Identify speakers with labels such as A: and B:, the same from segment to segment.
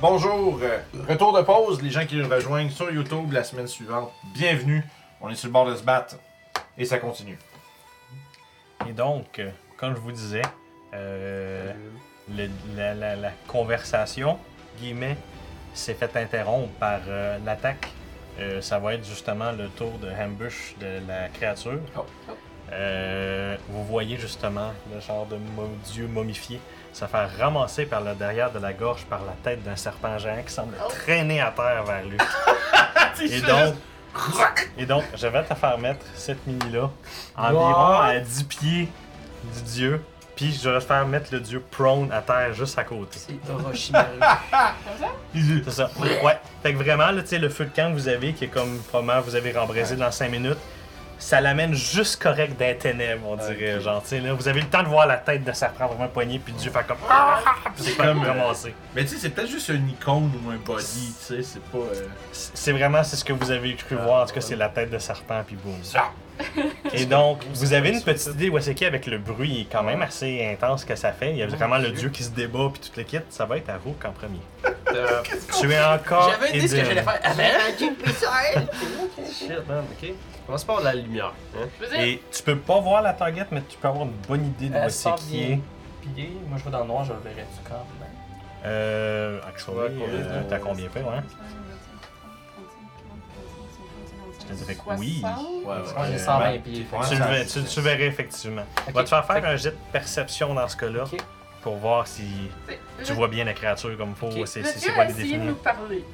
A: Bonjour. euh, Retour de pause, les gens qui nous rejoignent sur YouTube la semaine suivante. Bienvenue. On est sur le bord de se battre. Et ça continue.
B: Et donc, euh, comme je vous disais, euh, le- la, la- la conversation, guillemets, s'est fait interrompre par euh, l'attaque. Euh, ça va être justement le tour de ambush de la créature.
A: Oh.
B: Euh, vous voyez justement le genre de mo- dieu momifié se faire ramasser par le derrière de la gorge par la tête d'un serpent géant qui semble traîner à terre vers lui. et donc, et donc, je vais te faire mettre cette mini-là
A: Ah.
B: environ
C: What?
B: à 10 pieds du dieu. Puis je vais te faire mettre le dieu prone à terre juste à côté.
C: C'est Orochimaru.
B: C'est ça. Ouais. Fait que vraiment, là, tu sais, le feu de camp que vous avez, qui est comme probablement vous avez rembrasé dans 5 minutes, ça l'amène juste correct d'un ténèbres, on dirait. Genre, tu sais, là, vous avez le temps de voir la tête de serpent vraiment poignée, puis Dieu fait comme. Ah! Puis
A: C'est
B: se faire
A: comme, euh,
B: ramasser.
A: Mais tu sais, c'est peut-être juste une icône ou un body, tu sais, c'est pas. euh,
B: C'est c'est vraiment c'est ce que vous avez cru voir. En tout cas, c'est la tête de serpent, puis boum.
A: ça.
B: Et donc, vous avez une petite idée où est-ce qu'il y a avec le bruit quand même assez intense que ça fait. Il y a vraiment le dieu qui se débat, puis toute l'équipe. Ça va être à Rook en premier.
C: Euh,
B: Tu es
D: ah,
B: encore.
C: J'avais dit ce que
B: Eden.
C: j'allais faire avant.
D: Shit, man, ok. Commence par la lumière. Hein?
E: Je veux dire,
B: Et tu peux pas voir la target, mais tu peux avoir une bonne idée de
C: Elle
B: où c'est
C: sort
B: qui
C: bien.
B: est.
C: Pillé, moi je vais dans le noir, je le verrai du corps.
B: Euh. Actually,
D: Ouais, combien,
B: euh, t'as combien fait, ouais?
E: Je
B: te dirais que oui.
A: Ouais, ouais.
C: Je pense que j'ai
B: Euh,
C: 120
A: ouais.
C: pieds. fait
A: Ouais,
C: que-
B: Tu, le
A: ça-
B: ver- tu- tu verrais effectivement.
C: Ok.
B: Va te faire faire un jet de perception dans ce cas-là
C: Ok.
B: pour voir si tu vois bien la créature comme faut.
C: Ok.
B: C'est
E: Le
B: c'est- c'est
E: dieu
B: quoi
E: a
B: les
E: essayé de nous
B: définitions.
E: parler.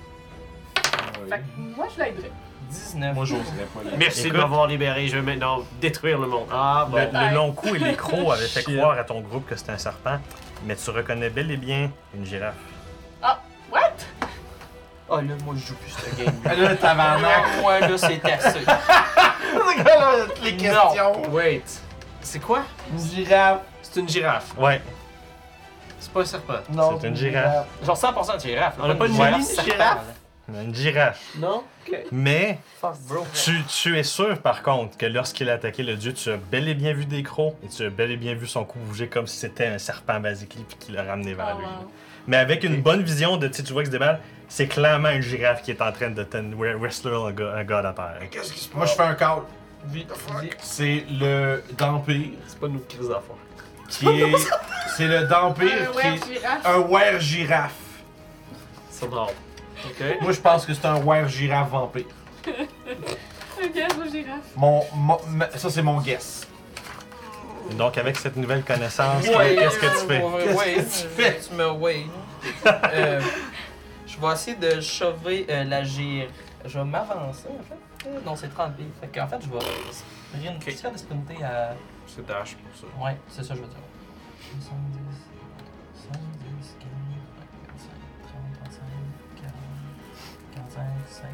E: Fait
A: Ouais.
E: que moi, je l'aiderais.
C: 19.
A: Moi, j'oserais pas les.
D: Merci de
B: Écoute.
D: m'avoir libéré. Je vais maintenant détruire le monde. Ah, bon.
B: Le, le long cou et les crocs avaient fait
D: Shit.
B: croire à ton groupe que c'était un serpent, mais tu reconnais bel et bien une girafe.
E: What?
C: Oh là, moi je joue plus cette game.
A: Ah, là, tabarnak.
C: Non, moi là, c'est assez.
A: Regarde les questions.
D: Non. Wait. C'est quoi?
A: Une girafe.
D: C'est une girafe.
B: Ouais,
D: C'est pas un serpent.
C: Non.
B: C'est une girafe.
C: Genre 100% de girafe. là,
D: On a pas une
C: girafe
D: mini
C: serpent,
D: girafe?
C: là.
B: une girafe.
C: Non? Ok.
B: Mais
C: Fuck, bro.
B: tu, tu es sûr par contre que lorsqu'il a attaqué le dieu, tu as bel et bien vu des crocs et tu as bel et bien vu son cou bouger comme si c'était un serpent basically puis qu'il l'a ramené vers
E: Oh,
B: lui.
E: wow.
B: Mais avec une bonne vision de tu sais, tu vois que se déballe, c'est clairement une girafe qui est en train de ten wrestler un gars, un gars à terre.
A: Qu'est-ce qui se passe? Moi, je fais un call.
D: Vite, vite.
A: C'est le d'Empire
D: C'est pas nos crises d'affaires.
A: qui est. C'est le d'Empire
E: Un
A: qui
E: Ah ouais,
A: est. Un
B: Ah.
E: girafe.
A: were girafe.
D: C'est mort. Ok.
A: Moi, je pense que c'est un were girafe vampire.
E: Un gaz de girafe.
A: Mon, mon- ma- ça, c'est mon guess.
B: Donc avec cette nouvelle connaissance,
C: Ouais,
B: qu'est-ce que tu fais?
C: Ouais,
A: Qu'est-ce que tu fais?
C: Tu me wait. Euh, Je vais essayer de sauver euh, la gire. Je vais m'avancer en fait. Euh, Non, c'est 30 billes. Fait qu'en fait, je vais sprinter. une Tu fais de sprinter à.
D: C'est dash pour ça.
C: Ouais, c'est ça, que je veux dire. 70, 70, 40, 45, 30, 35, 40, 45,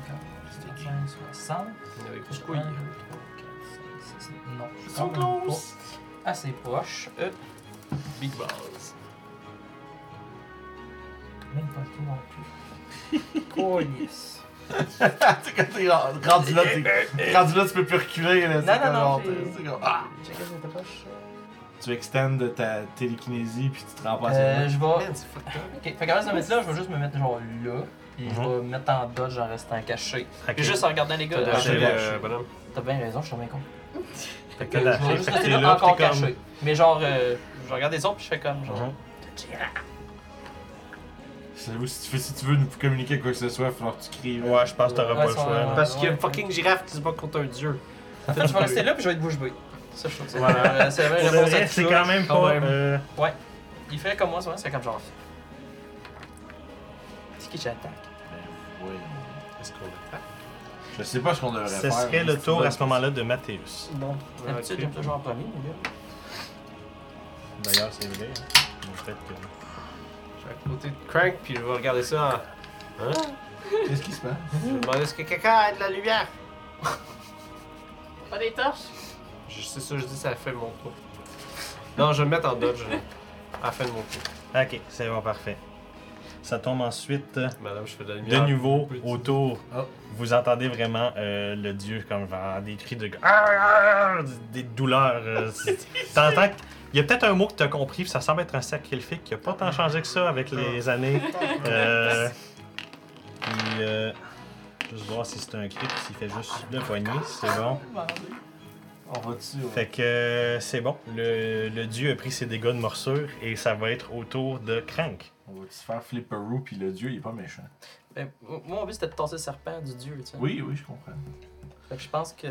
C: 50, 55, 60.
D: Il y avait
C: Je
D: beaucoup. il-
C: Non, je suis quand même pas assez proche. Euh,
D: Big balls.
C: Même pas tout non plus. Cognis.
A: c'est quand t'es rendu là, t'es- rendu là, tu peux plus reculer. Là, c'est
C: non,
A: comme,
C: non,
A: genre,
C: j'ai-
A: t'es- c'est comme, ah!
C: Check out the poche.
A: Tu extendes ta télékinésie puis tu te rends
B: Ah,
A: pas
C: Euh, je vais.
D: Man, c'est fucked up.
C: Ok, fait qu'en reste de mettre là, je vais juste me mettre genre là. Puis
B: Mhm.
C: je vais me mettre en dodge en restant caché.
B: Ok.
C: Puis juste en regardant les gars.
D: T'as
C: euh,
A: dodgé.
D: dashé,
A: dash.
D: euh, bonhomme.
C: T'as bien raison, je suis bien con.
B: Fait que
C: Je
B: là,
C: vais juste
B: t'es
C: rester
B: là,
C: là,
B: t'es
C: encore
B: comme-
C: caché. Mais genre, euh, je regarde les autres, puis je fais comme genre.
B: Mhm.
A: Savez-vous, si tu, fais- si tu veux nous communiquer quoi que ce soit, il va falloir que tu cries. là.
B: Ouais, je pense que t'auras
C: Ouais,
B: pas le
C: ça,
B: choix.
C: ouais.
B: là.
D: Parce qu'il y a une fucking girafe qui se bat contre un dieu.
C: En fait, je vais rester là, puis je vais être bouche bée. Ça, je trouve que c'est
B: Voilà.
C: euh, c'est la vraie
B: Pour le
C: réponse à
B: vrai,
C: tout
B: C'est
C: ça.
B: quand même
C: Quand
B: pas.
C: même.
B: euh,
C: Ouais. Il fait comme moi, souvent, c'est comme genre. C'est qui j'attaque
A: Oui.
D: Est-ce qu'on attaque?
A: Je sais pas ce qu'on devrait
B: Ce
A: faire.
B: serait
A: mais
B: le
A: c'est
B: tour
A: bon.
B: à ce moment-là de Mathéus.
C: Bon, d'habitude,
D: ok.
C: j'aime toujours en premier, les gars.
B: D'ailleurs, c'est vrai. hein. En fait, que-
D: Je vais à côté de Crank, puis je vais regarder ça. en- Hein?
A: Qu'est-ce qui se passe?
D: Je vais demander est-ce que quelqu'un a de la lumière?
E: Pas des torches.
D: Je sais ça, je dis ça fait mon tour. Non, je vais me mettre en dodge là, à la fin de mon tour.
B: Ok, c'est bon, parfait. Ça tombe ensuite euh,
D: Madame, je fais de la
B: de
D: lumière.
B: nouveau
D: Petit.
B: autour.
A: Oh.
B: Vous entendez vraiment euh, le dieu comme genre des cris de Ah, ah, des douleurs. euh, c'est- T'entends que- Il y a peut-être un mot que t'as compris, puis ça semble être un sacrifice qui a pas tant changé que ça avec les années. Euh, Juste voir si c'est un crit, s'il fait juste le poignet, c'est bon.
A: On va dessus. ouais.
B: Fait que euh, c'est bon. Le, le dieu a pris ses dégâts de morsure et ça va être au tour de Crank.
A: On va se faire flipperoo, puis le dieu, il est pas méchant.
C: Ben, moi, mon but c'était de tasser le serpent du dieu, tu sais.
A: Oui, oui, je comprends.
C: Fait que je pense que.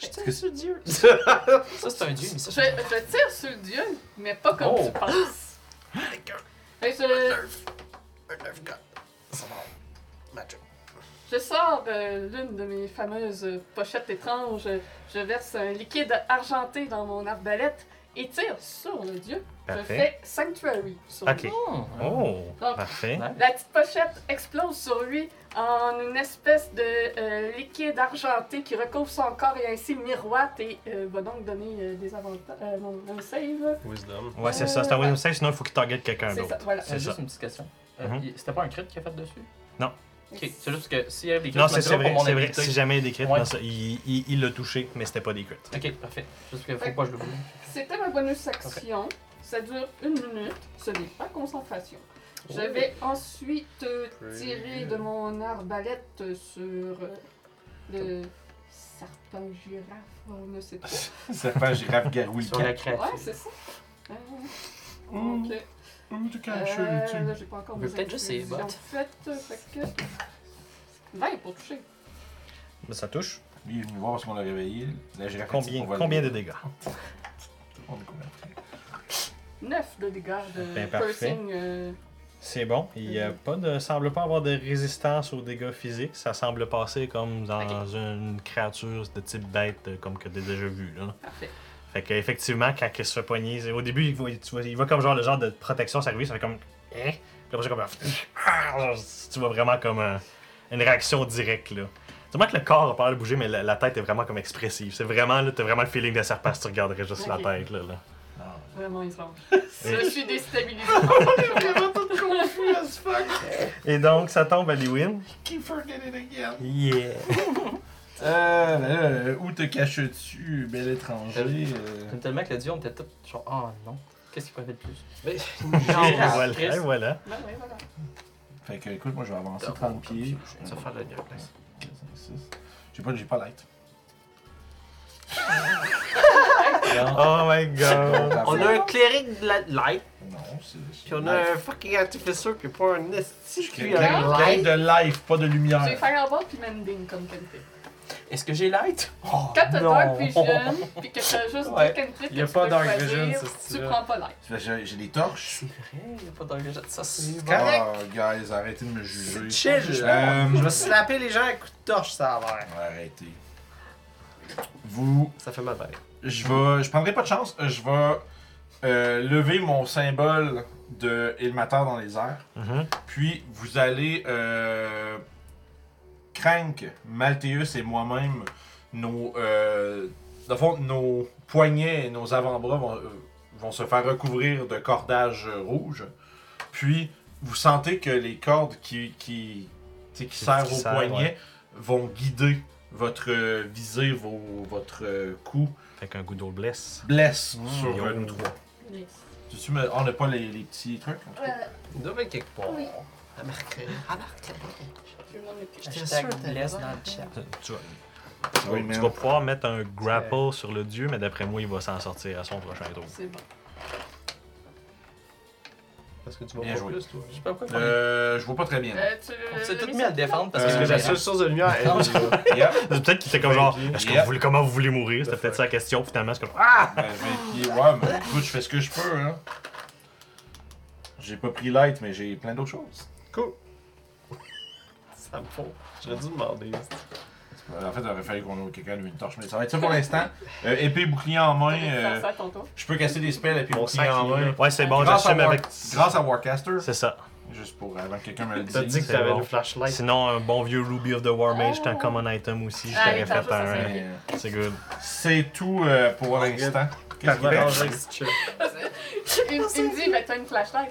C: Je
A: Est-ce que
C: tire sur le dieu. ça, c'est un dieu, mais
E: Je,
C: ça, c'est.
E: je tire sur le dieu, mais pas comme
D: Oh.
E: tu penses. Fait que je, je sors euh, l'une de mes fameuses pochettes étranges. Je verse un liquide argenté dans mon arbalète et tire sur le dieu.
B: Parfait.
E: Je fais Sanctuary sur
B: Ok.
E: lui.
C: Hmm.
B: Oh,
E: Donc-
B: parfait.
E: La petite pochette explose sur lui en une espèce de euh, liquide argenté qui recouvre son corps et ainsi miroite et euh, va donc donner euh, des avantages. Euh, non, un save.
D: Wisdom.
B: Ouais, c'est ça. C'est un wisdom save, sinon il faut qu'il target quelqu'un
E: euh, C'est ça,
B: d'autre.
E: voilà.
B: C'est
C: Euh,
B: ça.
C: juste une petite question. Euh,
B: Mhm.
C: il- C'était pas un crit qu'il a fait dessus? Ok, c'est juste que s'il y avait des crits,
B: Non,
C: je
B: c'est
C: me
B: c'est
C: dirais
B: vrai,
C: pour mon
B: c'est vrai.
C: habilité.
B: Si jamais il décrit,
C: Ouais.
B: non, ça, il il- il l'a touché, mais c'était pas des crits.
C: Ok, parfait. Juste que faut pas que je le voulais.
E: C'était ma bonus action. Ça dure une minute. Ce n'est pas concentration.
C: Oh.
E: Je vais ensuite euh, tirer de mon arbalète sur euh, le serpent girafe, on ne sait pas.
A: Ça fait girafe garouille.
D: Sur la créature.
E: Ouais, c'est ça. Euh,
A: Ouh,
E: ok.
A: ouh, tu caches,
E: Euh, là,
A: tu-
E: j'ai pas encore
C: On
E: mes
C: peut peut-être juste essayer,
E: infusions
C: bot.
E: faites, euh, fait que... 20 pour toucher.
B: Mais Ben, ça touche.
A: Lui, il est venu voir parce qu'on l'a réveillé. La girafe est petite,
B: Combien,
A: on va le-
B: combien de dégâts
A: On est couvert.
E: 9 de dégâts de
B: Ben, parfait.
E: piercing. euh,
B: C'est bon. Il y a pas de, semble pas avoir de résistance aux dégâts physiques. Ça semble passer comme dans une créature de type bête, euh, comme que t'as déjà vu. Là.
E: parfait.
B: Fait qu'effectivement, quand il se fait poigner, c'est- au début, il va, tu vois, il va comme genre le genre de protection s'arriver, ça fait comme. Hein? Puis après, c'est comme. Ah! Genre, tu vois vraiment comme un- une réaction directe, là. Tu vois que le corps a pas l'air de bouger, mais la, la tête est vraiment comme expressive. C'est vraiment, là, t'as vraiment le feeling de serpent si tu regarderais juste
E: Ok.
B: la tête, là. là.
A: Non.
E: Vraiment étrange.
B: Et-
E: Je suis déstabilisée. On est vraiment tout confus.
B: Et donc, ça tombe à Lewin.
A: Keep forgetting again.
B: Yeah!
A: Euh, ben là, euh, où te caches-tu, bel étranger? euh?
C: J'aime tellement que le dieu, on était tous genre, oh non, qu'est-ce qu'il peut faire de plus?
B: Et
C: Ah,
B: voilà,
C: Chris.
B: et voilà.
E: Ben ouais, voilà.
A: Fait que, écoute, moi, je vais avancer
C: T'as
A: 30 pieds.
D: Ça fait la gueule.
A: J'ai pas, j'ai pas light.
B: Oh my god!
D: Euh, On a un cléric de la light,
A: Non, c'est...
D: puis on a un fucking artificer qui est pas un esti
A: Je
D: qui
A: crée
D: a un light.
A: de life, pas de lumière.
E: J'ai Fireball puis Mending comme qualité.
C: Est-ce que j'ai light? Oh,
E: Quand t'as
D: non.
E: Dark Vision puis que t'as juste
D: Ouais.
E: deux cantrips
D: Il y a
E: que tu
D: pas
E: peux
D: Dark
E: choisir,
D: Vision, ce
E: tu
D: style-là.
E: prends pas l'air.
A: Fait que J'ai j'ai des torches.
C: C'est vrai, il n'y a pas d'engagement. Ça, c'est
A: Oh,
D: bon.
A: guys, arrêtez de me
D: C'est
A: juger.
D: chill.
A: Euh,
D: Je vais slapper les gens à coups de torche, ça a l'air.
A: Arrêtez. Vous,
D: Ça fait mal pareil.
A: je vais, je prendrai pas de chance. Je vais euh, lever mon symbole de Ilmatar dans les airs.
B: Mhm.
A: Puis vous allez euh, Crank, Malteus et moi-même, nos, euh, dans le fond, nos poignets et nos avant-bras vont, euh, vont se faire recouvrir de cordages euh, rouges. Puis vous sentez que les cordes qui, qui, tu sais, qui
B: Qui-
A: servent
B: qui
A: aux
B: servent,
A: poignets
B: ouais.
A: vont guider votre euh, visée, vos- votre euh, coup.
B: Fait qu'un goût d'eau blesse.
A: Blesse
B: Mmh,
A: sur euh,
B: yo.
A: nous trois. Tu- mais on n'a pas les, les petits trucs. en tout cas.
D: Il doit être quelque part.
E: Oui.
D: À mercredi.
C: Ah.
D: À mercredi.
E: Je m'en occupe.
D: J'étais
C: Hashtag
D: sûr que t'allais
C: bless
D: voir.
C: dans le chat.
B: Tu, vas-
A: Ah oui,
B: tu
A: man.
B: vas pouvoir mettre un grapple sur le dieu, mais d'après moi, il va s'en sortir à son prochain tour.
E: C'est bon.
D: Parce que tu vas
A: Bien
D: pas
A: joué.
D: plus, toi.
C: Je sais pas pourquoi.
A: Euh, je vois pas très bien.
E: Euh, tu-
C: On s'est
E: l'as
C: tous
E: mis
C: mis à le
E: sur toi?
C: défendre parce
A: Euh,
C: que
D: Parce que la
C: j'ai-
D: seule source de lumière est
C: Non,
A: Yep.
B: C'est Peut-être qu'il était
D: Ben,
B: comme genre, est-ce que
A: Yeah.
B: vous voulez, comment vous voulez mourir? C'était
D: The
B: peut-être
D: fuck.
B: ça la question, puis finalement, c'est comme,
D: Ah!
A: Ben, je vais- ouais, mais écoute, je fais ce que je peux, hein. J'ai pas pris light, mais j'ai plein d'autres choses.
D: Cool. Ça me faut. J'aurais dû demander.
A: Euh, En fait, il aurait fallu qu'on ait quelqu'un lui une torche, mais ça va être ça pour l'instant. Euh, épée, bouclier en main.
E: T'aurais pu faire
A: euh,
E: ça à ton tour.
A: je peux casser des spells, épée,
D: Mon
A: bouclier
D: sac,
A: en
D: il est
A: main.
D: là.
B: Ah, ouais, c'est bon,
A: grâce, à
B: j'assume
A: War-
B: avec.
A: grâce à Warcaster,
B: C'est ça.
A: juste pour avant que quelqu'un me le
D: T'as dit
A: dise.
D: que t'avais
B: bon.
D: une flashlight.
B: Sinon, un bon vieux Ruby of the War Mage, c'est un
E: Oh.
B: common item aussi, je
E: Ah,
B: t'aurais
E: oui, t'as
B: fait
E: raison, ça,
B: un.
A: Mais, euh,
B: C'est good.
A: C'est tout euh, pour l'instant. Qu'est-ce qu'il
D: Parfait.
A: fait?
D: Chill.
E: Il, il me dit, ben t'as une flashlight.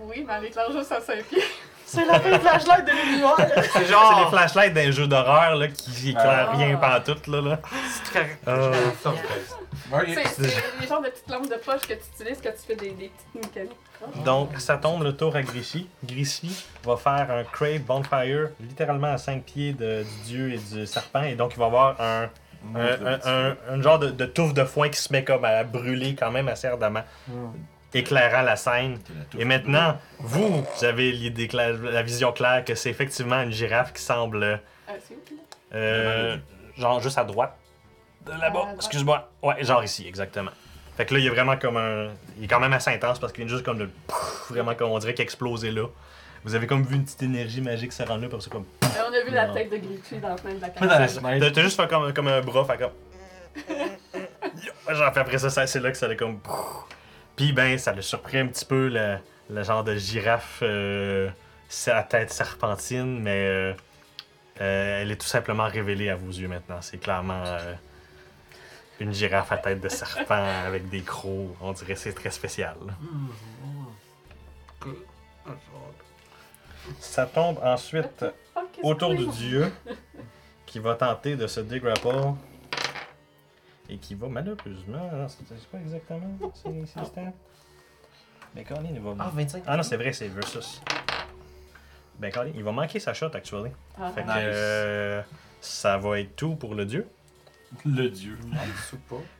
E: Oui, mais elle éclaire juste à 5 pieds.
C: C'est la fin de flashlight de l'univers!
D: C'est
B: C'est les
D: genre.
B: flashlights d'un jeu d'horreur là, qui éclairent
E: Ah.
B: rien pantoute. Là, là.
D: très-
B: Euh,
D: Surprise.
A: Ouais,
E: C'est c'est les genres de petites lampes de poche que tu utilises quand tu fais des, des petites mécaniques.
B: Donc, ça tombe le tour à Grishy. Grishy va faire un Crave Bonfire littéralement à 5 pieds de, du dieu et du serpent. Et donc, il va avoir un, un, un, un- un genre de, de touffe de foin qui se met comme à brûler quand même assez ardemment, éclairant la scène. Et maintenant, vous, vous avez l'idée cla- la vision claire que c'est effectivement une girafe qui semble
E: Ah, c'est où, là?
B: euh, genre juste à droite de
E: À
B: là-bas.
E: droite.
B: Excuse-moi. Ouais, genre ici, exactement. Fait que là, il est vraiment comme un. Il est quand même assez intense parce qu'il vient juste comme de. pouf, Vraiment comme on dirait qu'il a explosé là. Vous avez comme vu une petite énergie magique se rendre là, parce que comme.
E: Euh, on a vu la
B: Non.
E: tête de Glitchy dans la fenêtre de la
A: Dans la
E: carte.
B: T'as
A: fenêtre.
B: t'as juste fait comme, comme un bras, fait comme. Genre, fait après ça, ça- c'est là que ça allait comme. Puis ben, ça le surpris un petit peu, le, le genre de girafe euh, à tête serpentine, mais euh, euh, elle est tout simplement révélée à vos yeux maintenant. C'est clairement euh, une girafe à tête de serpent avec des crocs. On dirait que c'est très spécial. Ça tombe ensuite
E: Ah, qu'est-ce
B: autour
E: que
B: du
E: c'est?
B: dieu qui va tenter de se dégrapple et qui va malheureusement. non, C'est c'est pas exactement. C'est c'est stat. Ben Colin, il va.
C: Ah, 25.
B: Ah non, c'est vrai, c'est versus. Ben Colin, il va manquer sa shot actually.
E: Ah,
B: Fait que
A: Nice.
B: euh, ça va être tout pour le dieu.
A: Le dieu.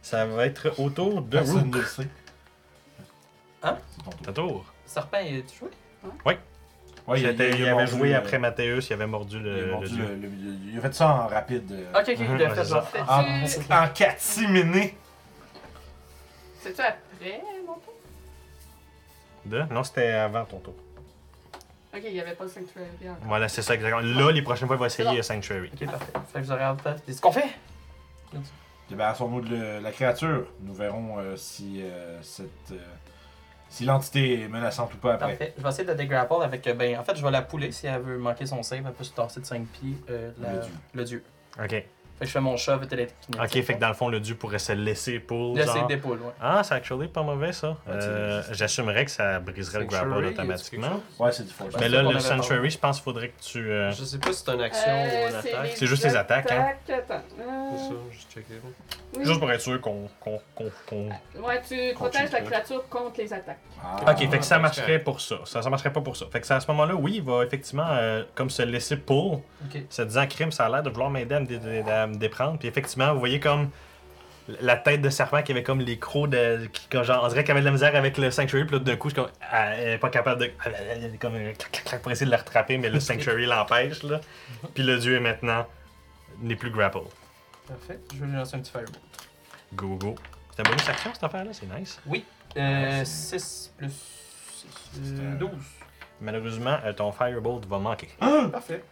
B: Ça va être autour de
A: Personne
B: Rook.
A: ne le sait.
C: Hein?
A: C'est ton tour.
B: T'as tour.
C: Serpent, il a joué?
A: Ouais,
B: il, était- il
A: a
B: avait
A: mordu,
B: joué
A: euh,
B: après Mathéus, il avait mordu
A: Il a
B: le, le
A: mordu
B: dieu.
A: le- le- le- il a fait ça en rapide. euh,
C: Ok, ok, il
B: Mhm,
C: l'a fait
B: c'est
C: genre.
B: ça.
A: En,
E: C'est-tu-
A: en catimini.
E: C'est-tu après mon tour?
B: De- Non, c'était avant ton tour.
E: Ok, il n'y avait pas le sanctuary encore.
B: Voilà, c'est ça exactement. Là, les prochaines fois, il va essayer le Sanctuary.
C: Ok, parfait. Fait que vous aurez un peu de- Ce qu'on fait?
A: Eh Débarrassons-nous de le- la créature. Nous verrons euh, si euh, cette. euh, si l'entité est menaçante ou pas après.
C: Parfait. Je vais essayer de la dégrapple avec. euh, Ben, en fait, je vais la pouler si elle veut manquer son save. Elle peut se tasser de 5 pieds. euh, la-
A: Le dieu.
C: Le dieu.
B: Ok.
C: Fait que je fais mon shove télékinétique.
B: Ok, fait que dans le fond, le dieu pourrait se laisser pour.
C: Laisser
B: genre-
C: d'épaule, ouais.
B: Ah, c'est actually pas mauvais ça.
A: Ouais,
B: Euh,
A: c'est-
B: J'assumerais que ça briserait le grapple automatiquement.
A: Ouais, c'est du force.
B: Mais
C: Ouais,
B: là,
C: c'est
B: le
C: qu'on avait
B: Sanctuary, je pense qu'il faudrait que tu. euh,
D: Je sais pas si c'est une action
C: Euh,
D: ou une attaque.
B: C'est juste les attaques, hein.
E: Attends. Euh,
D: C'est ça, je checkais.
E: oui.
B: Juste pour être sûr qu'on. qu'on- qu'on- qu'on-
E: Ouais, tu protèges la
D: Continue.
E: créature contre les attaques.
A: Ah.
B: Ok, fait que ça
D: parce que-
B: marcherait pour ça. ça. Ça marcherait pas pour ça. Fait que c'est à ce moment-là, oui, il va effectivement euh, comme se laisser pull,
C: Ok.
B: se disant crime, ça a l'air de vouloir m'aider à, me dé- dé- à me déprendre. Puis effectivement, vous voyez comme la tête de serpent qui avait comme les crocs de. Qui, comme genre, on dirait qu'elle avait de la misère avec le Sanctuary, puis là, d'un coup, je suis comme. ah, Elle est pas capable de. Elle est comme. euh, Clac, clac, clac, pour essayer de la rattraper, mais le Sanctuary l'empêche, là. Puis le dieu est maintenant. n'est plus grapple.
C: Parfait. Je vais lui lancer un petit fireball.
B: Go, go. C'est un bonus action, cette affaire-là, c'est nice.
C: Euh, 6 plus. six, euh,
A: C'était-
C: 12.
B: Malheureusement, euh, ton Firebolt va manquer.
D: Parfait.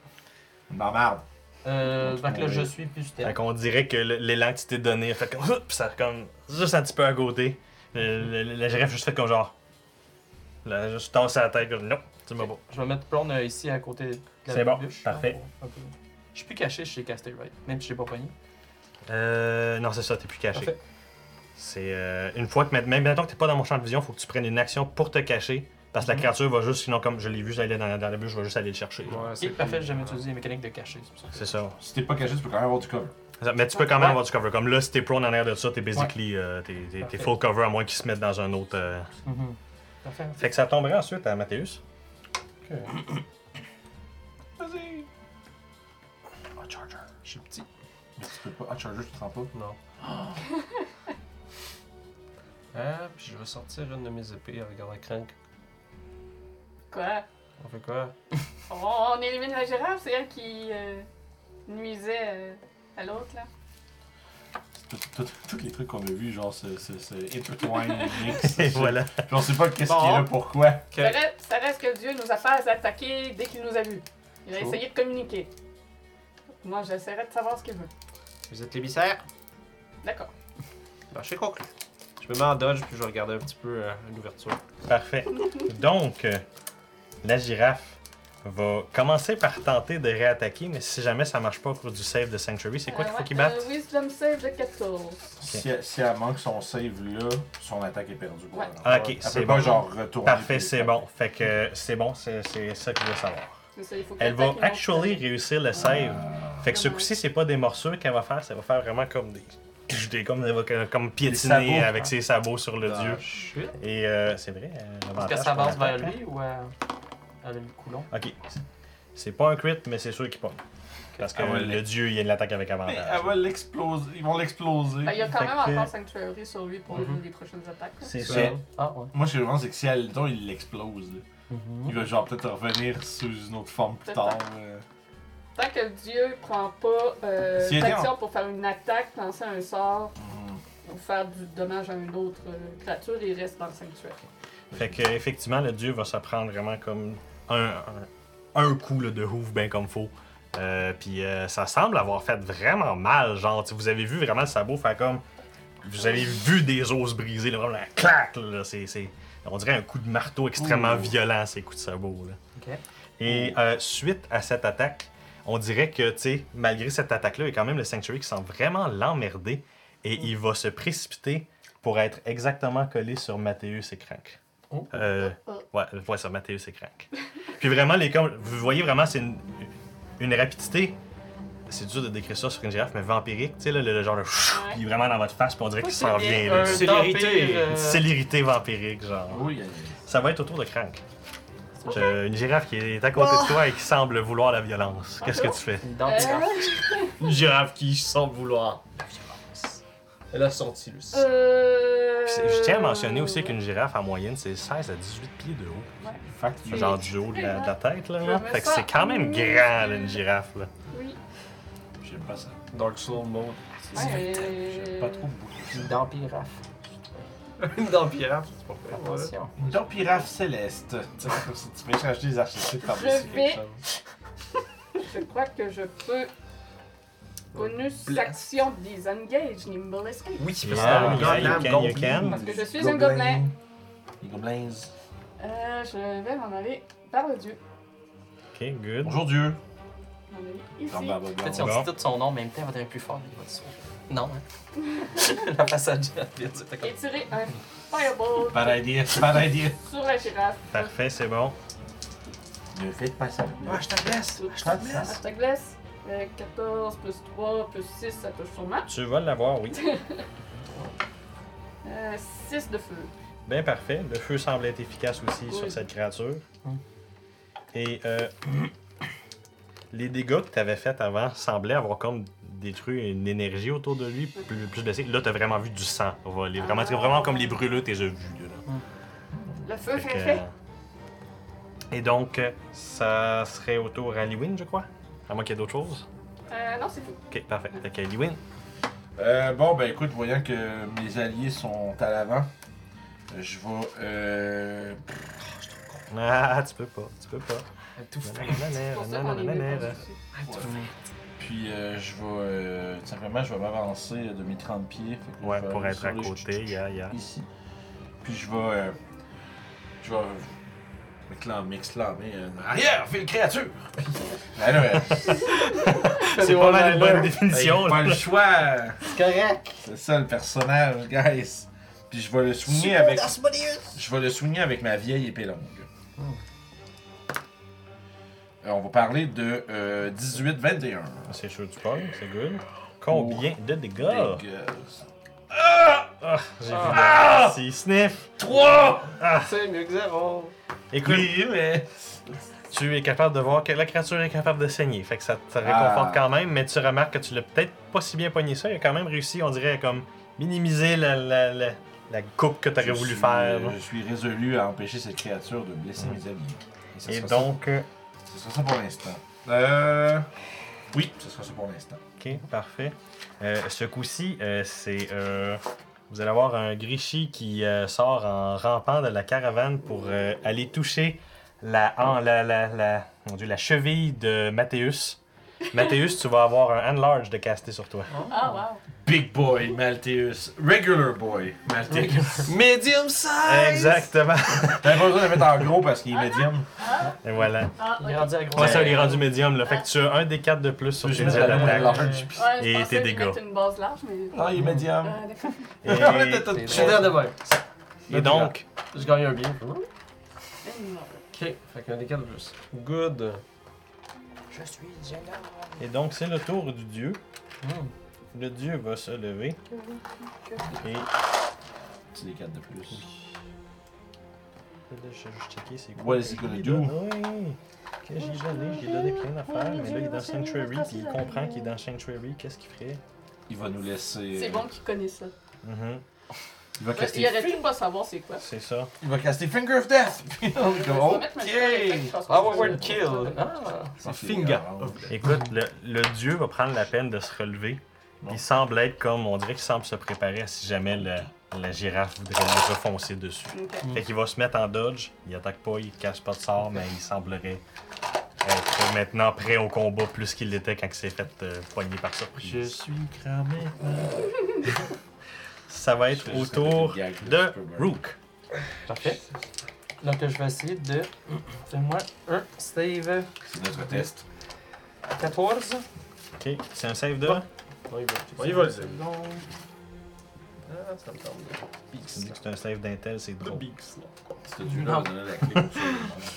A: Bah merde.
C: Euh, fait que là,
B: Ouais.
C: je suis plus
B: Fait
C: stable.
B: qu'on dirait que le- l'élan que tu t'es donné, fait comme. Puis ça, comme. Juste un petit peu à côté. Le- le- La girafe juste fait comme genre. Là, juste tasser la tête, comme non, tu m'as pas.
C: Je vais mettre Plone euh, ici à côté de la
B: C'est bon,
C: bûche.
B: parfait.
C: Un peu. Je suis plus caché chez Castle, right? Même si je l'ai pas pogné.
B: Euh. Non, c'est ça, t'es plus caché.
C: Parfait.
B: C'est euh, une fois que même maintenant que t'es pas dans mon champ de vision, faut que tu prennes une action pour te cacher. Parce que la
C: Mhm.
B: créature va juste, sinon comme je l'ai vu, j'allais dans, dans la bûche, je vais juste aller le chercher.
D: Ouais,
C: Et
D: c'est
C: parfait, j'ai jamais utilisé les mécaniques de cacher. c'est pour ça que-
B: C'est ça.
A: Si t'es pas caché, tu peux quand même avoir du cover.
B: Mais tu peux quand même
C: Ouais.
B: avoir du cover. Comme là, si t'es prone en arrière de ça, t'es basically euh, t'es- t'es- t'es
C: Parfait.
B: full cover à moins qu'ils se mettent dans un autre. euh.
C: Mhm. Parfait.
B: Fait que ça tomberait ensuite à Mathéus.
D: Vas-y.
B: Oh, Charger.
D: Je suis petit.
A: Mais tu peux pas. Ah, Charger, tu te rends pas.
D: Non. Ah, puis je vais sortir une de mes épées en regardant Crank.
E: Quoi?
D: On fait quoi?
E: On, on élimine la girafe, c'est elle qui euh, nuisait euh, à l'autre, là.
A: Tout- tout- Tous les trucs qu'on a vus, genre, ce, ce, ce intertwine, mix.
B: Et voilà.
A: Puis on sait pas qu'est-ce
D: Bon.
A: qui est là, pourquoi.
D: Ok.
E: Ça reste, ça reste que Dieu nous a fait attaquer dès qu'il nous a vus. Il a
D: Chaud.
E: essayé de communiquer. Moi, j'essaierai de savoir ce qu'il veut.
D: Vous êtes l'émissaire?
E: D'accord.
D: Ben, je suis conclu. Je me mets en dodge puis je vais regarder un petit peu euh, l'ouverture.
B: Parfait. Donc, euh, la girafe va commencer par tenter de réattaquer, mais si jamais ça marche pas au cours du save de Sanctuary, c'est quoi qu'il faut qu'il batte
E: Euh, wisdom save de 14.
A: Si, elle- si elle manque son save là, son attaque est perdue. pour
E: Ouais.
A: elle.
B: Ah, ok,
A: Elle
B: c'est
A: peut pas
B: bon.
A: genre retourner.
B: Parfait,
A: puis-
B: c'est bon. Fait que c'est bon, c'est c'est ça que je veux savoir.
E: C'est ça, il faut qu'elle
B: Elle va
E: attaque une autre
B: actually
E: fois.
B: réussir le save.
A: Euh, Ah.
B: Fait que ce coup-ci, c'est pas des morceaux qu'elle va faire, ça va faire vraiment comme des. Je dis comme, elle va comme
A: Des
B: piétiner
A: sabots,
B: avec
A: hein.
B: ses sabots sur le
A: Ah.
B: dieu.
D: Shit.
B: Et euh, c'est vrai. euh,
C: Est-ce
B: l'avantage
C: que ça
B: pour
C: avance vers
B: l'attaque,
C: lui ou à, à le coulon
B: hein? Ok. C'est pas un crit, mais c'est sûr qu'il pogne. Parce que
A: Ah ouais,
B: le dieu, il l'attaque avec
A: Mais ah
B: avantage.
A: elle va l'exploser. Ils vont l'exploser.
E: Ben, il y a quand
B: Fait
E: même
B: que-
E: encore Sanctuary sur lui pour
D: Mhm.
E: une des prochaines attaques. là.
B: C'est ça.
A: Mais-
C: Ah, ouais.
A: Moi, ce que je pense, c'est que si elle mettons, il l'explose, là, il va genre peut-être revenir sous une autre forme plus tard.
E: Peut-être.
A: euh.
E: Tant que le dieu prend pas euh,
A: S'il était
E: d'action
B: hein?
E: pour faire une attaque, lancer un sort
A: Mhm.
E: ou faire du dommage à une autre euh, créature, il reste dans le sanctuaire.
B: Fait que effectivement, le dieu va se prendre vraiment comme un, un, un coup là, de hoof bien comme faut. Euh, puis euh, ça semble avoir fait vraiment mal, genre tu sais, vous avez vu vraiment le sabot faire comme vous avez vu des os brisés, là, vraiment clac, là, là, c'est, c'est- on dirait un coup de marteau extrêmement
A: Ouh.
B: violent ces coups de sabot. Là.
C: Ok.
B: Et euh, suite à cette attaque, on dirait que tu sais, malgré cette attaque-là, il y a quand même le sanctuary qui semble vraiment l'emmerder et il va se précipiter pour être exactement collé sur Mathéus et Crank.
C: Oh.
B: Euh,
E: Oh.
B: Ouais, ouais, ça, Mathéus et Crank. Puis vraiment, les com- vous voyez vraiment, c'est une, une rapidité. C'est dur de décrire ça sur une girafe, mais vampirique, tu sais, là, le, le genre de. Il est vraiment dans votre face, puis on dirait
E: Pas
B: qu'il s'en vient.
E: terrible.
C: Un
B: Là.
D: Célérité.
C: vampire, euh,
B: Une célérité vampirique, genre.
A: Ah Oui, elle-
B: Ça va être autour de Crank. Je- une girafe qui est à côté de toi et qui semble vouloir la violence. Qu'est-ce que tu fais?
C: une
E: Euh,
C: dent qui marche.
D: Une girafe qui semble vouloir la violence. Elle a senti le sang.
E: euh,
B: Puis c'est- Je tiens à mentionner aussi qu'une girafe en moyenne, c'est 16 à 18 pieds de haut.
A: Fuck you.
B: Genre du haut de la, de la tête, là.
E: Je
B: là.
E: me
B: Fait que
E: sens
B: c'est quand même grand,
E: nulle.
B: là, une girafe, là.
E: Oui.
A: J'aime pas ça.
D: Dark Soul mode.
E: Ouais, Euh,
A: J'aime pas trop beaucoup.
C: Une dent pirate.
D: Une dent pirate, c'est pas vrai. voilà.
C: Attention.
A: Une Dorpiraf céleste. Tu sais, si tu peux changer des archétypes par-dessus
E: Je vais-
A: quelque chose.
E: Je crois que je peux. Bonus
D: Blast.
E: action disengage, nimble escape.
D: Oui, c'est
B: Ah, yeah,
D: un gobelin,
B: you can, you
D: gobelin.
B: can.
E: Parce que je suis un gobelin.
A: Les gobelins.
E: Euh, je vais m'en aller par le dieu.
B: Ok, good.
A: Bonjour Dieu.
E: M'en aller ici.
A: Dans ma- dans
C: En fait, si
A: ma-
C: on
B: Bon.
C: dit tout son nom en même temps, il va devenir plus fort, il va te sauver. Non, hein? La façade vite, c'était
E: Et
C: comme.
E: tirer un fireball
A: Bad idea, bad idea.
E: sur la girafe.
B: Parfait, c'est bon.
A: Ne faites pas ça.
D: Ah, je te blesse.
E: Tout
D: Je
E: ça.
D: te blesse.
E: Hashtag bless. Euh, 14 plus 3 plus 6, ça touche son match.
B: Tu vas l'avoir, oui.
E: Euh, 6 de feu.
B: Bien parfait. Le feu semble être efficace aussi sur
E: Oui.
B: cette créature. Et euh, les dégâts que tu avais faits avant semblaient avoir comme détruit une énergie autour de lui, plus, plus blessé. Là, tu as vraiment vu du sang voler. Vraiment, c'est vraiment comme les brûlures, tu les as vues, là.
E: Le feu
B: Fait
E: fait
B: que-
E: fait.
B: Et donc, euh, ça serait autour à Liwin, je crois. À moins qu'il y ait d'autres choses.
E: Euh, non, c'est tout.
B: Ok, parfait. Fait que Liwin,
A: Euh, bon, ben écoute, voyant que mes alliés sont à l'avant, euh, je vais. Euh...
B: ah, tu peux pas, tu peux pas.
C: Ah,
D: Tout fait.
E: C'est pour ça qu'on est mieux
B: Nanananananananana.
E: quand je suis.
A: Puis euh, je vais. euh, tout simplement, je vais m'avancer de mes 30 pieds. Fait que
B: Ouais,
A: je vais
B: pour
A: aller
B: être à
A: sur les-
B: côté, ya, ya.
A: Ici. Puis je vais. euh, je vais. m'exclamer, m'exclamer. euh, Arrière, file créature! ben là, euh,
B: C'est pas mal une bonne définition,
A: j'ai pas
B: là.
A: le choix!
C: C'est correct!
A: C'est ça le personnage, guys. Puis je vais le soigner avec. Je vais le soigner avec ma vieille épée longue. Euh, on va parler de euh, 18-21.
B: C'est sûr, tu parles, c'est good. Combien de dégâts? Ah, j'ai vu.
A: Ah!
B: Merci, sniff.
A: 3!
D: C'est mieux que zéro.
B: Écoute,
A: Oui, mais.
B: tu es capable de voir que la créature est capable de saigner. Fait que ça te réconforte
A: Ah.
B: quand même, mais tu remarques que tu l'as peut-être pas si bien pogné ça. Il a quand même réussi, on dirait, à comme minimiser la, la, la, la coupe que t'aurais
A: Je
B: voulu
A: suis- euh,
B: faire. hein? là.
A: Je suis résolu à empêcher cette créature de blesser mes amis. ce
B: Et
A: sera
B: donc, euh,
A: ça- Ce sera ça pour l'instant. Euh. Oui, ce sera ça pour l'instant.
B: ok, parfait. Euh, ce coup-ci, euh, c'est. euh, vous allez avoir un Grichy qui euh, sort en rampant de la caravane pour euh, aller toucher la, en- la, la, la- mon Dieu, la cheville de Mathéus. Mathéus, tu vas avoir un Enlarge de casté sur toi.
E: Ah, wow.
A: Big boy, Malteus. Regular boy, Malteus.
D: Medium size!
B: Exactement.
A: T'avais pas besoin de le mettre en gros parce qu'il est médium.
E: Ah,
B: Et voilà.
E: ah,
C: Il est
E: ok.
C: rendu à gros.
B: Ouais, ça, il est rendu médium. Là. Fait que tu as un des 4 de plus sur tes
A: J'ai
B: jets
A: mis la
B: d'attaque.
A: large. puis-
E: Ouais, je
B: Et
E: pensais
B: tes
E: lui
B: dégâts.
E: mettre une base large, mais.
A: Ah, il est médium.
E: Ah, d'accord.
B: Et,
D: Je suis derrière de même.
B: et donc,
D: J'ai gagné un bien. Ok,
E: Eh, non.
D: fait qu'un des quatre de plus. Good.
C: Je suis génial.
B: et donc, c'est le tour du dieu. Le dieu va se lever. Et
A: C'est des 4 de plus.
B: Là, Je vais juste checker c'est
A: What is he gonna do?
B: Oui! Que j'ai donné, j'ai donné plein d'affaires, mais là il est dans Sanctuary, puis il comprend qu'il est dans Sanctuary, qu'est-ce qu'il ferait?
A: Il va nous laisser. euh,
E: C'est bon qu'il connaît ça.
B: Mhm,
A: Il va
E: Il
A: caster,
E: aurait pu ne pas savoir c'est quoi.
B: c'est ça.
A: il va caster Finger of Death. Puis on est comme, oh.
E: Ok!
D: Our kill. Ah.
A: C'est
D: Finger of
B: Écoute, le, le dieu va prendre la peine de se relever.
A: Non.
B: Il semble être comme, on dirait qu'il semble se préparer à si jamais le- la girafe voudrait le refoncer dessus. Fait qu'il va se mettre en dodge, il attaque pas, il cache pas de sort, mais il semblerait être maintenant prêt au combat plus qu'il l'était quand il s'est fait euh, poigner par surprise.
D: suis cramé.
B: Ça va être au tour de Rook.
C: Parfait. Donc, je vais essayer de. Fais-moi un save
A: C'est notre test.
C: 14.
B: Ok, c'est un save de.
D: Ouais. On y va.
F: On y va, le zèle.
D: Donc. Ah, ça me tente de.
B: Tu me dis
D: Beaks.
B: que c'est un save d'intel, c'est
D: De
B: drôle.
D: Beaks, là.
A: Ce dieu-là va
C: Non.
A: donner la clé pour ça.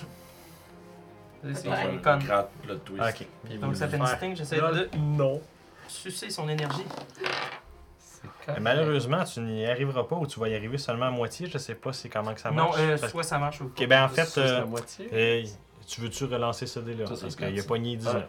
C: C'est
A: Ils vont
C: un
A: faire un
C: icône.
A: grand plot twist.
B: Ah, ok.
C: Donc, ça fait
D: Ouais.
C: instinct, j'essaie
D: Là,
C: de
D: Non.
C: sucer son énergie.
B: Mais malheureusement, tu n'y arriveras pas ou tu vas y arriver seulement à moitié. Je sais pas c'est comment que ça
C: Non,
B: marche.
C: euh,
B: Parce-
C: soit ça marche ou pas.
B: Ok, ben en fait,
D: C'est
B: euh,
D: la moitié.
B: hey, tu veux-tu relancer ce délai
A: Ça, c'est
B: Parce
A: plate,
B: qu'il a
A: ça.
B: pogné 19.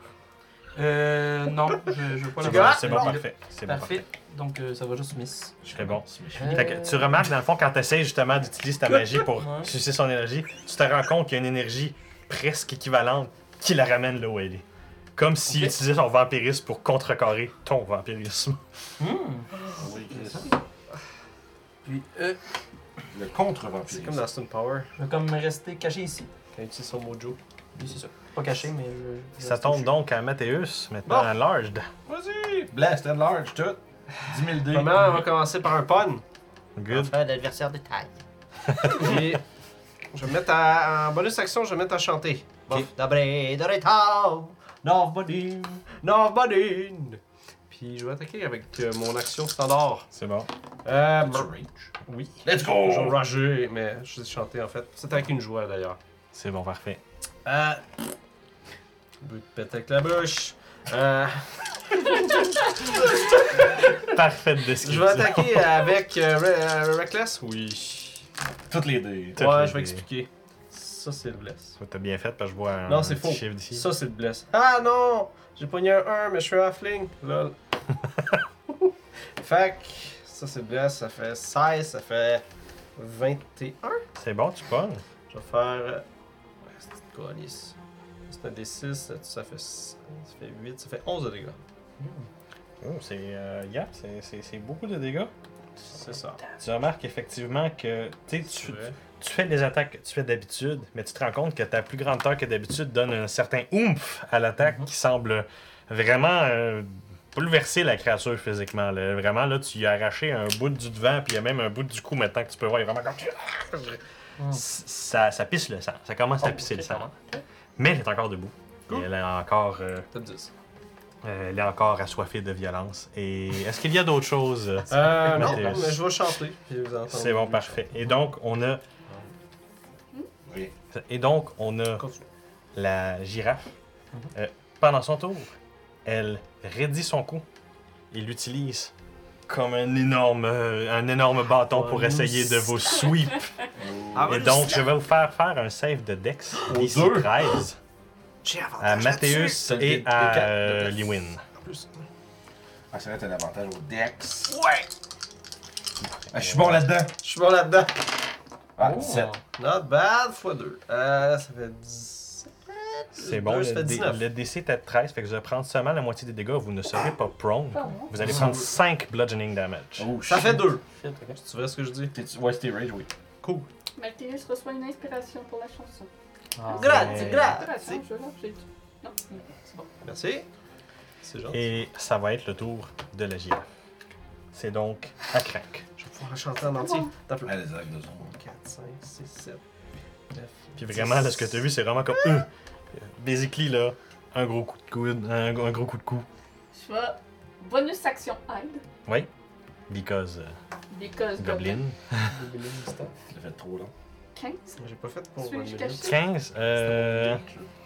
C: Euh, non, je, je veux pas
B: C'est
C: la
B: bon,
C: voir.
B: c'est bon, parfait. C'est bon,
C: Parfait.
B: parfait.
C: Donc, euh, ça va juste miss.
A: Je
B: C'est bon.
C: Euh,
B: Fait que tu remarques, dans le fond, quand tu essaies justement d'utiliser ta magie pour
C: Ouais.
B: sucer son énergie, tu te rends compte qu'il y a une énergie presque équivalente qui la ramène là où elle est. Comme s'il
C: Ok.
B: utilisait son vampirisme pour contrecarrer ton vampirisme.
C: Hmm.
A: Oui, Chris.
C: Puis, euh,
A: Le contre-vampire.
D: C'est comme dans Stone Power,
C: je vais comme rester caché ici.
D: quand il utilise son mojo.
C: Oui, c'est ça. Pas caché, mais je- je.
B: Ça tombe donc à Mathéus, maintenant à Large.
A: Vas-y! Blast and large, tout. 10 000 dés.
D: Premièrement, on va commencer par un pun.
B: Good.
C: l'adversaire de taille.
D: Puis, je vais mettre à, en bonus action, je vais mettre à chanter. D'abré, d'orétao, norvbodine, norvbodine. Puis, je vais attaquer avec euh, mon action standard.
B: C'est bon.
D: Euh,
A: That's
D: brr,
A: range.
D: oui.
A: Let's
D: Je vais
A: go!
D: rager, mais je sais chanter en fait. C'est avec une joie d'ailleurs.
B: C'est bon, parfait.
D: Euh. But de péter avec la bouche. Euh,
B: Parfaite description.
D: je vais attaquer avec euh, Re- euh, Reckless. Oui.
A: Toutes les dés.
B: Toutes
D: ouais,
B: les
D: je vais
B: dés.
D: expliquer. Ça, c'est le bless.
B: Ouais, T'as bien fait parce que je vois un
D: Non, c'est
B: petit
D: faux.
B: chiffre d'ici.
D: Ça, c'est le bless. Ah non! J'ai pogné un 1, mais je suis halfling. Lol. fait que ça, c'est le bless. Ça fait 16, ça fait 21.
B: C'est bon, tu pognes.
D: Je vais faire. euh, ouais, C'est une colisse. C'est un D6, ça- ça fait 5, ça fait 8, ça fait 11 de dégâts.
B: Oh, c'est. Euh, yeah, c'est- c'est c'est beaucoup de dégâts.
D: C'est ça.
B: Tu remarques effectivement que tu, sais, tu,
D: C'est vrai.
B: tu fais les attaques que tu fais d'habitude, mais tu te rends compte que ta plus grande taille que d'habitude donne un certain oomph à l'attaque
C: Mhm.
B: qui semble vraiment euh, bouleverser la créature physiquement. là. Vraiment, là, tu lui as arraché un bout du devant, puis il y a même un bout du cou maintenant que tu peux voir. Il est vraiment comme.
C: Mm.
B: S- Ça, ça pisse le sang. Ça commence à
C: Oh,
B: pisser
C: ok,
B: le sang.
C: ça va.
B: Mais elle est encore debout. Et elle est encore, euh,
D: Top 10.
B: euh, elle est encore assoiffée de violence. Et est-ce qu'il y a d'autres choses?
D: Euh, non,
B: Mathéus.
D: mais je vais chanter. Puis vous entendez.
B: C'est bon, parfait. Et donc, on a.
A: Oui.
B: Et donc, on a
D: Continue.
B: la girafe. Euh, pendant son tour, elle raidit son cou et l'utilise comme un énorme, euh, un énorme bâton pour essayer de vous sweep. Et donc, je vais vous faire faire un save de Dex d'ici
A: deux.
B: 13 à Ah, Mathéus
A: là-dessus.
B: et
A: Des
B: à
A: quatre de
B: euh,
A: Dex.
B: Lewin.
D: En plus.
A: Ah, c'est vrai, t'as l'avantage au Dex. Ouais! Ah, je suis bon là-dedans.
D: Je suis bon là-dedans.
A: Ah,
C: Oh.
A: 17.
D: Not bad, x 2. Euh, ça fait 10.
B: C'est bon,
D: Deux,
B: le,
D: ça fait
B: dé-
D: 19.
B: le DC était de 13, fait que je vais prendre seulement la moitié des dégâts. Vous ne serez pas prone.
E: Ah bon?
B: Vous allez prendre 5 bludgeoning damage.
A: Oh,
D: Ça fait 2.
C: Shit, ok.
D: Tu vois ce que je dis?
A: T'es- Ouais, c'était rage, oui.
D: Cool.
E: Mathéus reçoit une inspiration pour la chanson.
C: Ah,
D: Grazie,
B: ouais.
E: hein.
D: grazie.
E: Inspiration, je l'ai.
D: Merci. C'est gentil.
B: Et ça va être le tour de la girafe. C'est donc à craque.
D: Je vais pouvoir chanter en entier. T'as plus.
A: Ouais, Ah, les actes de zone.
D: 4, 5, 6, 7, 9.
B: Puis vraiment, là, ce que tu as vu, c'est vraiment comme. Euh, basically, là, un gros coup de coude, un, un gros coup de cou.
E: Je vais bonus action hide.
B: Oui. Because euh,
E: Because
B: Goblin.
A: Ça fait trop long.
E: 15
D: J'ai pas fait pour.
E: Celui
D: euh,
E: que je
D: Mélanie.
E: cachais.
B: 15. Euh,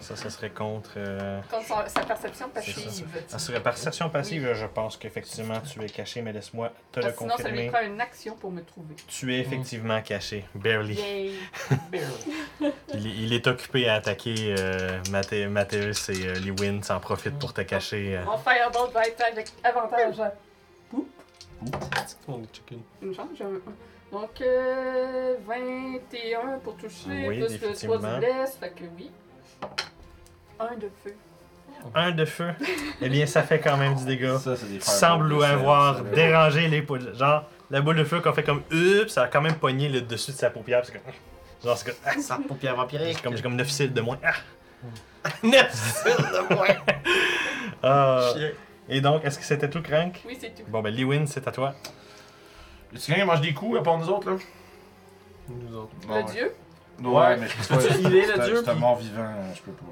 B: ça, ça serait contre. euh,
E: contre son- sa perception
B: C'est ça,
E: passive.
B: ça serait par perception passive, je pense qu'effectivement, tu es caché, mais laisse-moi te
E: Parce
B: le
E: que sinon, ça lui
B: confirmer.
E: prend Mm. une action pour me trouver.
B: Tu es effectivement caché. Barely.
E: Yay!
B: Il, est- il est occupé à attaquer euh, Mathe- Mathéus et euh, Lewin s'en profite pour te cacher. euh.
E: Mon fireball va être avec avantage.
D: Tout le monde est chicken.
E: Une chance, j'ai un 1. Donc, euh, 21 pour toucher,
B: Oui,
E: plus le 3
B: définitivement.
E: du bless, fait que oui. 1 de feu.
B: Un de feu. Eh bien, ça fait quand même du dégât.
A: Ça, c'est des fireballs
B: Semble lui
A: de sel,
B: avoir
A: ça, là.
B: dérangé les poules. Genre, la boule de feu qu'on fait comme Oups, ça a quand même poigné le dessus de sa paupière. puis c'est comme. Genre, c'est comme. Ah,
D: Ça pour Pierre Vampirique.
B: j'ai comme, j'ai comme 9 cils de moins. Ah!
D: Neuf cils de moins.
B: Ah.
D: Chien.
B: Et donc, est-ce que c'était tout, Crank?
E: Oui, c'est tout.
B: Bon, ben, Lewin, c'est à toi.
A: Y'a-tu quelqu'un qui mange des coups à part nous autres, là
D: Nous autres.
A: Bon, ouais.
E: le dieu.
A: Ouais,
D: Ouais.
A: mais je peux pas.
D: Il est le
A: c'est un-
D: dieu,
A: C'est un
D: puis-
A: mort vivant, je peux pas.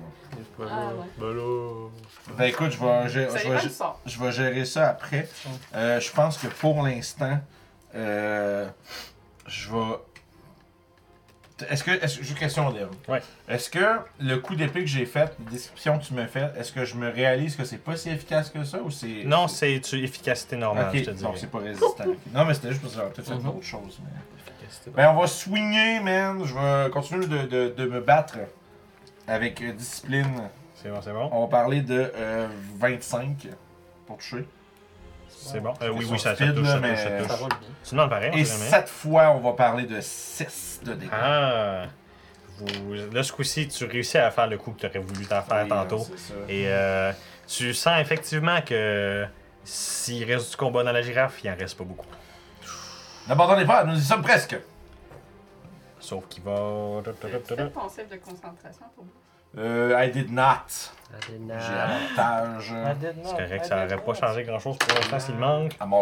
E: Ah, ouais.
D: Ben là.
A: Ben écoute, je vais, je,
E: Ça
A: je
E: dépend
A: vais,
E: du sort.
A: je vais gérer ça après. Euh, je pense que pour l'instant, euh, je vais. Est-ce que. Est juste question, Léon.
B: Ouais.
A: Est-ce que le coup d'épée que j'ai fait, la description que tu me fais, est-ce que je me réalise que c'est pas si efficace que ça ou c'est.
B: Non, c'est tu- efficacité normale, je te
A: Ok,
B: dis.
A: donc c'est pas résistant. Ok. Non, mais c'était juste parce que j'aurais peut-être fait
D: Mhm.
A: autre chose. mais- Ben on va swinguer, man. Je vais continuer de, de- de me battre avec euh, discipline.
B: C'est bon, c'est bon.
A: On va parler de euh, 25 pour toucher.
B: C'est bon. Euh, oui,
A: Ils
B: oui,
A: sont
B: ça, ça
A: speed,
B: touche,
A: là,
B: ça touche,
A: mais-
B: ça touche.
D: Ça roule bien.
B: Tu demandes pareil, on
A: Et
B: sait jamais.
A: cette fois, on va parler de 6 de dégâts.
B: Ah! Vous... Là, ce coup-ci, tu réussis à faire le coup que tu aurais voulu t'en faire
A: Oui,
B: tantôt.
A: c'est ça.
B: Et euh, tu sens effectivement que s'il reste du combat dans la girafe, il en reste pas beaucoup.
A: N'abandonnez pas, nous y sommes presque.
B: Sauf qu'il va.
E: Tu fais ton save de concentration pour moi.
A: Euh, I did not. J'ai
D: Adena.
A: avantage
B: C'est correct, ça aurait pas changé grand-chose pour l'instant s'il manque.
A: à mon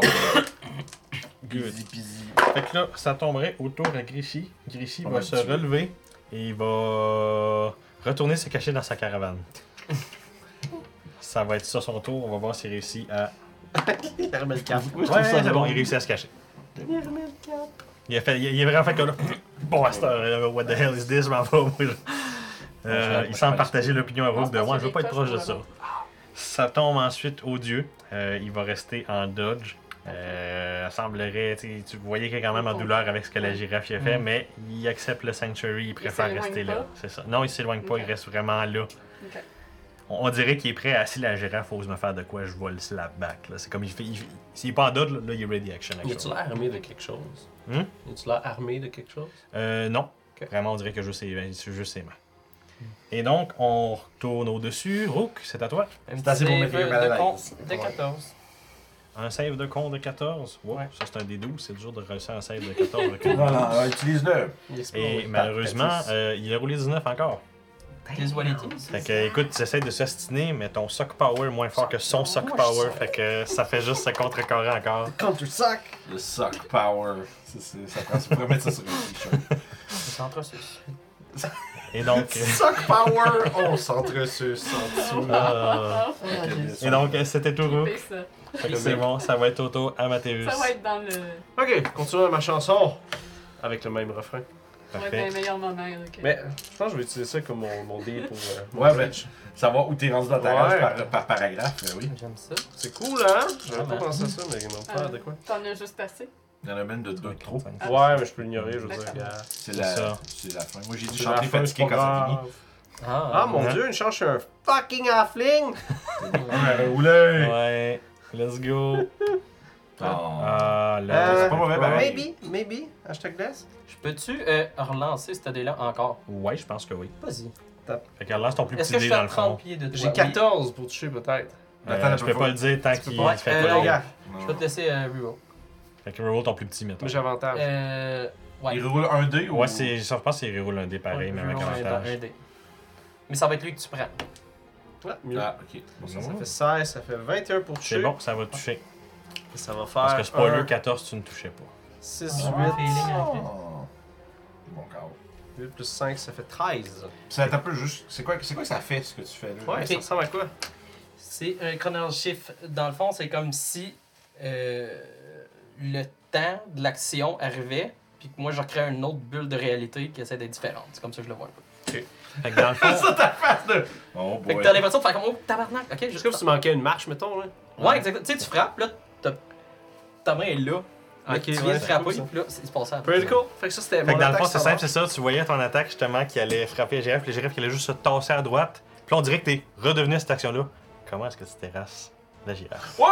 B: Good.
A: Easy peasy.
B: Fait que là, ça tomberait autour à Grichy. Grichy
A: On
B: va
A: va
B: se
A: le tuer.
B: relever et il va retourner se cacher dans sa caravane. ça va être ça son tour. On va voir s'il réussit à.
D: Il remet le cap.
A: Oui, je
B: Ouais,
A: trouve ça
B: c'est bon,
A: drôle.
B: il réussit à se cacher.
D: Il remet le cap.
B: Il a fait, il, il est vraiment fait que là. Bon, à cette heure, euh, what the hell is this, je m'en vais mourir. Euh, il semble partager l'opinion à Rook de moi, je veux pas être proche de ça. Ça tombe ensuite au dieu. Euh, il va rester en dodge. Euh, semblerait, tu sais, tu voyais qu'il est quand même en douleur avec ce que la girafe y a fait, mais il accepte le sanctuary, il préfère
E: Mm. s'éloigne
B: rester
E: pas?
B: là. C'est ça. Non, il s'éloigne pas, il
E: Ok.
B: reste vraiment là.
E: Ok.
B: On, on dirait qu'il est prêt à si la girafe ose me faire de quoi, je vais le slap back. là. C'est comme il fait. il fait- S'il est pas en dodge, là, là, il est ready action.
D: Y
B: action.
D: a-tu l'air armé de quelque chose?
B: Hum?
D: Y a-tu l'air armé de quelque chose?
B: Euh, non.
D: Ok.
B: Vraiment, on dirait que je sais, ben, c'est juste ses mains. Et donc, on retourne au-dessus. Rook, c'est à toi.
A: C'est assez pour mettre les
C: de,
A: mal à
C: de,
A: l'aise.
C: con- de
A: Ouais.
C: 14.
B: Un save de con de 14. Wow,
C: Ouais.
B: Ça, c'est un des 12. C'est toujours de réussir un save de 14. avec un
A: Non,
B: 12.
A: non, euh, utilise-le.
D: Il est
B: Et
D: pas-
B: malheureusement,
D: Patrice.
B: euh, il a roulé 19 encore.
C: Les Walletis.
B: Fait que, écoute, tu essaies de s'astiner, mais ton sock power est moins fort que son sock power. Fait que ça fait juste se contrecarrer encore.
D: Counter sac!
A: Le suck power. C'est- c'est- Ça prend- ça pourrait mettre ça sur un t-shirt.
C: C'est entre sus.
B: Et donc, euh,
A: Suck power. On s'entresuce en dessous.
B: euh,
E: Ah,
A: Avec le
B: et donc, euh, c'était tout Rook.
E: fais ça.
B: Fait que c'est bon, ça va être auto à Mathéus.
E: Ça va être dans le.
D: Ok, continuons ma chanson avec le même refrain.
E: Ouais,
B: Parfait.
E: ben, meilleur moment. ok.
D: Mais je pense que je vais utiliser ça comme mon, mon dé pour. euh, mon
A: Ouais, ben,
D: pitch.
A: savoir où t'es rendu dans ta
D: Ouais.
A: rage par, par paragraphe, ben oui.
C: J'aime ça.
D: C'est cool, hein? J'avais pas
C: Vraiment.
D: pensé à ça, mais mon
E: Ah.
D: père de quoi?
E: T'en as juste assez.
A: Il y en a même de deux trop.
D: Ouais, mais je peux l'ignorer, je veux dire,
E: D'accord.
D: regarde.
A: C'est
B: C'est
A: la,
B: ça.
A: c'est la fin. Moi, j'ai dit
D: C'est la
A: chanter
D: fin,
A: fatigué
D: c'est pas
A: quand ça finit.
D: grave.
C: Ah,
D: Ah mon
B: Ouais.
D: dieu, une chance, je suis un fucking halfling!
A: Ouais, roulez!
B: Ouais, let's go.
A: Ah.
B: Ah,
D: Euh,
B: là,
A: c'est pas mauvais, pareil.
D: Maybe, maybe, hashtag bless.
C: Je peux-tu euh, relancer ce dé-là encore?
B: Ouais, je pense que oui.
C: Vas-y.
B: Fait qu'elle lance ton plus
C: Est-ce
B: petit
C: que je suis
B: dé dans
C: à
B: le fond.
C: 30 pieds de toi?
D: J'ai
C: Oui.
D: 14 pour toucher peut-être.
B: Euh,
A: Attends,
B: je peux pas le dire tant
D: Tu peux
B: qu'il
D: pas.
B: fait
C: Euh,
B: pas.
D: Les gars,
A: Non.
C: Je vais te laisser euh, reroll.
B: Fait que reroll ton plus petit, mettons.
D: mais j'ai avantage.
C: Euh, ouais.
A: Il roule un dé ou...
B: Ouais, c'est, je pense que c'est reroll un dé pareil, mais avec
C: Ouais,
B: avantage.
C: un dé. Mais ça va être lui que tu prends.
D: Ouais, mieux.
A: Ah, ok. Bon, ça,
D: Ça fait 16, ça fait 21 pour toucher.
B: C'est bon, ça va toucher.
D: Et Ça va faire.
B: Parce que spoiler
D: un,
B: 14, tu ne touchais pas.
D: 6,
C: Ah, feeling
A: Ah.
D: hein.
C: après.
A: Bon, carreau.
D: 8. 8 plus 5, ça fait 13.
A: Ça un peu juste. C'est quoi, c'est quoi que ça fait ce que tu fais là?
D: Ouais,
C: Ok.
D: ça ressemble à quoi
C: C'est un chronologique. Dans le fond, c'est comme si euh, le temps de l'action arrivait, puis que moi, je recrée une autre bulle de réalité qui essaie d'être différente. C'est comme ça que je le vois un peu.
B: Fait que dans le fond,
A: ça ta face de. Oh
C: Fait que
A: boy.
C: t'as l'impression de faire comme, oh, tabarnak, ok,
D: C'est
C: juste
D: comme si tu manquais une marche, mettons. Là.
C: Ouais, exactement. Tu sais, tu frappes, là, ta- ta main est là.
B: Ah,
C: mais
D: Ok,
C: tu viens
D: ouais,
C: de
D: c'est
C: frapper,
D: cool, ça.
C: puis là, c'est c'est passé à
D: Pretty cool. Fait que ça, c'était
B: fait
D: mon
B: que dans le
D: attaque
B: fond, c'est
D: standard.
B: simple, c'est ça. Tu voyais ton attaque justement qui allait frapper la girafe, puis la girafe qui allait juste se tasser à droite. Puis là, on dirait que t'es redevenu à cette action-là. Comment est-ce que tu terrasses la girafe?
A: Ouais!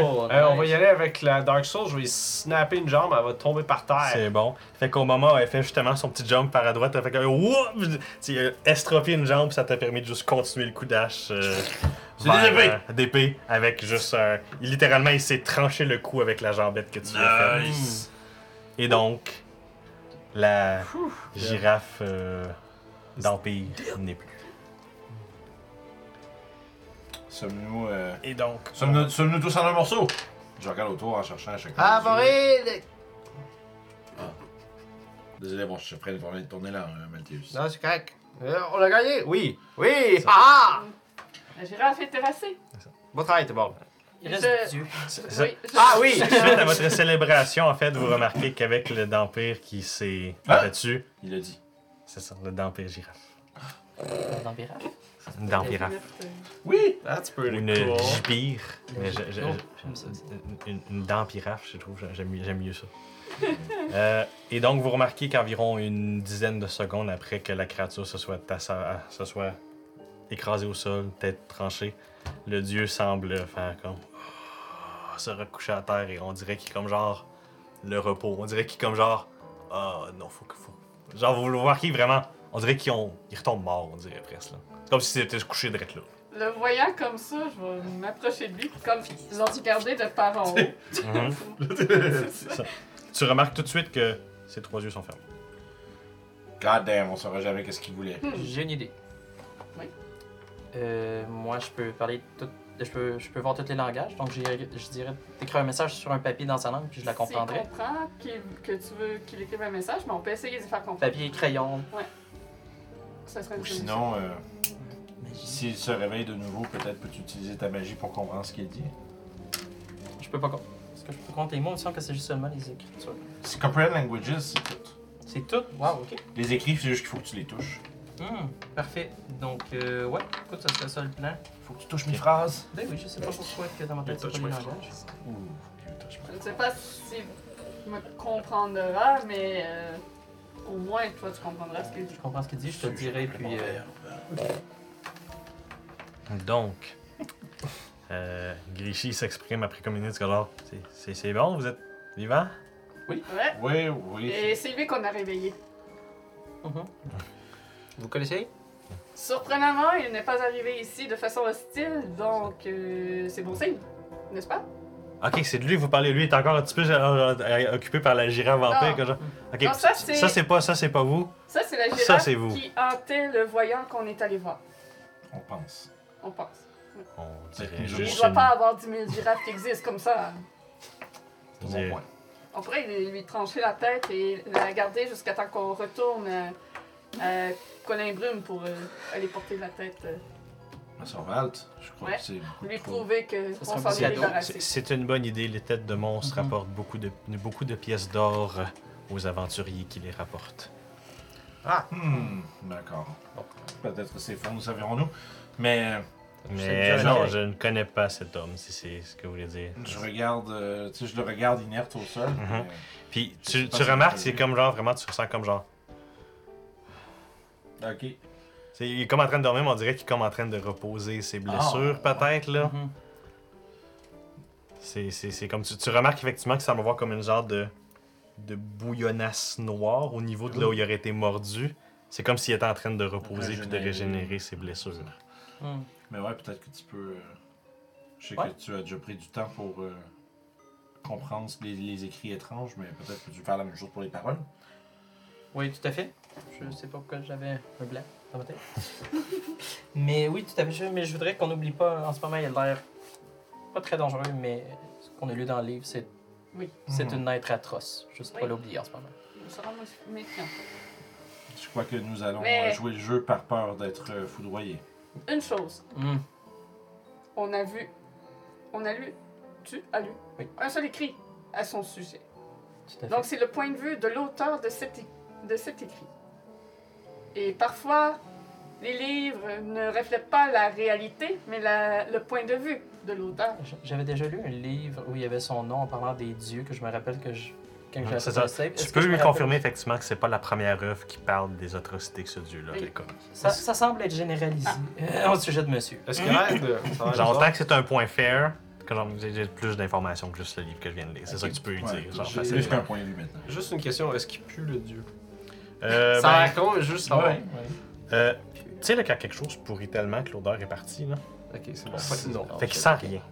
D: Oh, euh, on va y aller avec la Dark Souls. Je vais snapper une jambe, elle va tomber par terre.
B: C'est bon. Fait qu'au moment où elle fait justement son petit jump par à droite, elle fait que. Wouah! Tu as estropié une jambe, ça t'a permis de juste continuer le coup d'hache. euh,
A: C'est des
B: vers,
A: épées.
B: euh, d'épée, avec juste un. Littéralement, il s'est tranché le cou avec la jambette que tu lui as faite.
A: Nice!
B: Et donc, la girafe euh, d'Empire n'est plus.
A: Sommes-nous. euh,
B: Et donc,
A: Sommes-nous sommes-nous tous en un morceau? Je regarde autour en cherchant à chacun.
D: Ah, Favorite!
A: Désolé, bon, je suis prêt de tourner- de tourner là, hein, Malthéus.
D: Non, c'est correct. Euh, on a gagné? Oui! Oui! Ah!
E: La girafe est terrassée.
D: Bon travail, t'es bon.
C: Il reste
E: Je-
C: Dieu.
B: ça-
E: Oui, je-
D: Ah oui!
B: suite à votre célébration, en fait, vous remarquez qu'avec le d'Empire qui s'est
A: Hein?
B: battu,
A: Il a dit.
B: c'est ça, le d'Empire girafe.
C: Dans Vera.
B: Une d'Empire.
E: euh,
A: Oui!
D: Ah, tu peux,
B: Une
D: cool.
B: gibire. Mais je- je-
C: Oh,
B: je-
C: j'aime ça aussi.
B: une, une dent piraffe, je trouve. J'aime- J'aime mieux- j'aime mieux ça. Euh, et donc, vous remarquez qu'environ une dizaine de secondes après que la créature se soit, tassa- se soit écrasée au sol, tête tranchée, le dieu semble faire comme. Ah, se recoucher à terre et on dirait qu'il est comme genre. Le repos. On dirait qu'il est comme genre. Ah non, faut que. Faut... Genre, vous le remarquez vraiment. On dirait qu'il ont... il retombe mort, on dirait presque. là. C'est Comme si c'était couché direct là.
E: Le voyant comme ça, je vais m'approcher de lui, puis comme ils ont regardé de part en haut.
B: Mhm. Ça. Tu remarques tout de suite que ses trois yeux sont fermés.
A: God damn, on saura jamais qu'est-ce qu'il voulait.
C: J'ai une idée.
E: Oui.
C: Euh, moi, je peux parler tout. Je peux, je peux voir tous les langages, donc j'ai- je dirais d'écrire un message sur un papier dans sa langue, puis je la
E: Si
C: comprendrai.
E: on comprend qu'il- que tu veux qu'il écrive un message, mais on peut essayer de faire comprendre.
C: Papier, crayon,
E: Ça serait une
A: Ou
E: solution.
A: sinon, euh, s'il se réveille de nouveau, peut-être peux-tu utiliser ta magie pour comprendre ce qu'il dit.
C: je peux pas compter. Est-ce que je peux compter les mots, il me semble que c'est juste seulement les écritures.
A: C'est Comprehend Languages, c'est tout.
C: C'est tout? Wow, ok.
A: Les écrits, c'est juste qu'il faut que tu les touches.
C: Hum, parfait. Donc, euh, ouais, écoute, ça serait ça le plan.
A: Faut que tu touches mes phrases.
C: Ben oui, je sais pas pourquoi que dans ma tête,
D: touch
C: c'est pas les
D: my
C: langages.
A: Ouh, you touch
E: Je
A: my-
E: ne sais pas si tu me comprendras, mais euh, au moins, toi, tu comprendras ce qu'il dit.
C: Je comprends ce qu'il dit, je te le dirai, puis... euh,
B: Donc, euh, Grichy s'exprime après comme une minute, genre, C'est- c'est c'est bon, vous êtes vivant?
E: Ouais.
A: Oui, oui.
E: Et c'est lui qu'on a réveillé.
C: mhm.
D: Vous connaissez?
E: Surprenamment, il n'est pas arrivé ici de façon hostile, donc euh, c'est bon signe, n'est-ce pas?
B: Ok, c'est de lui que vous parlez, lui est encore un petit peu genre, euh, occupé par la girafe vampire.
E: Non.
B: que genre- Ok,
E: Non, ça, c'est-
B: ça c'est pas, ça c'est pas vous.
E: Ça, c'est la
B: Ça,
E: girafe
B: c'est vous.
E: qui hantait le voyant qu'on est allé voir,
A: On pense.
E: on pense.
B: On dirait
A: Il
E: Il ne
B: juste
E: doit
B: une-
E: pas avoir 10 000 girafes qui existent comme ça.
A: C'est
B: On dirait-
A: mon point.
E: On pourrait lui lui trancher la tête et la garder jusqu'à temps qu'on retourne euh, à Colin Brume pour euh, aller porter la tête. euh,
A: Ma sœur Valt, je crois
E: Ouais.
A: que c'est beaucoup
E: lui
A: de trouble.
E: prouver qu'on
C: Ça sera
E: s'en
C: un
E: est
C: cadeau.
B: C'est-
E: débarrassé.
B: C'est une bonne idée, les têtes de monstres
C: Mhm.
B: rapportent beaucoup de, beaucoup de pièces d'or euh, aux aventuriers qui les rapportent.
A: Hmm, d'accord. Bon, peut-être que c'est faux, nous savons-nous. Mais euh,
B: Mais
A: déjà
B: non,
A: correct.
B: je ne connais pas cet homme, si c'est ce que vous voulez dire.
A: je regarde, euh, tu sais, je le regarde inerte au sol.
B: Mhm.
A: mais-
B: Puis
A: Je sais
B: tu,
A: pas
B: tu
A: si
B: remarques,
A: je
B: c'est
A: l'ai vu.
B: comme genre, vraiment, tu ressens comme genre.
A: euh, Ok.
B: c'est- il est comme en train de dormir, mais on dirait qu'il est comme en train de reposer ses
C: Ah.
B: blessures, peut-être, là.
C: Mhm.
B: C'est- C'est c'est comme. Tu, tu remarques effectivement que ça me voir comme une genre de. de bouillonnasse noire au niveau de là où il aurait été mordu. C'est comme s'il était en train de reposer puis de
A: Régénérer.
B: régénérer ses blessures.
C: Hum.
A: Mais ouais, peut-être que tu peux. euh, Je sais
C: Ouais.
A: que tu as déjà pris du temps pour euh, comprendre les, les écrits étranges, mais peut-être que tu peux faire la même chose pour les paroles.
C: Oui, tout à fait. Je sais pas pourquoi j'avais un blanc. dans ma tête. mais oui, tout à fait. je- Mais je voudrais qu'on n'oublie pas, en ce moment, il a l'air pas très dangereux, mais ce qu'on a lu dans le livre, c'est
E: Oui.
C: c'est
B: Mm-hmm.
A: Mhm.
C: une être atroce. Juste
E: Oui.
C: pas l'oublier en ce moment.
E: On sera moins méfiant.
A: Je crois que nous allons
E: Mais-
A: euh, jouer le jeu par peur d'être euh, foudroyés.
E: Une chose,
C: Mhm.
E: on a vu, on a lu, tu as lu,
C: Oui.
E: un seul écrit à son sujet.
C: Tout à fait.
E: Donc c'est le point de vue de l'auteur de, cet é- de cet écrit. Et parfois, les livres ne reflètent pas la réalité, mais la- le point de vue de l'auteur.
C: J- J'avais déjà lu un livre où il y avait son nom en parlant des dieux que je me rappelle que je. Quand
B: Ah,
C: j'ai
B: c'est
C: fait
B: ça.
C: un save,
B: Tu
C: est-ce que
B: peux
C: je me
B: lui
C: rappelle-
B: confirmer effectivement que c'est pas la première œuvre qui parle des atrocités que ce dieu-là
E: Oui.
B: décomme.
C: Ça, ça semble être généralisé
B: Ah.
C: euh, au sujet de monsieur.
D: Est-ce que l'aide,
C: Ah,
D: ça a
B: Genre,
D: l'air bizarre.
B: tant que c'est un point fair, que genre, j'ai j'ai plus d'informations que juste le livre que je viens de lire. C'est ça que tu peux lui
A: Ouais,
B: dire. Genre,
A: J'ai
B: facilement.
A: juste un point de vue maintenant.
D: Juste une question, est-ce qu'il pue le dieu
B: Euh,
D: Ça a
B: ben,
D: l'air con, mais juste savoir.
A: Ouais.
B: euh, tu sais, là, quand quelque chose pourrit tellement que l'odeur est partie, là.
D: Ok, c'est bon. Fait que non.
C: Ah,
B: Fait qu'il sent rien.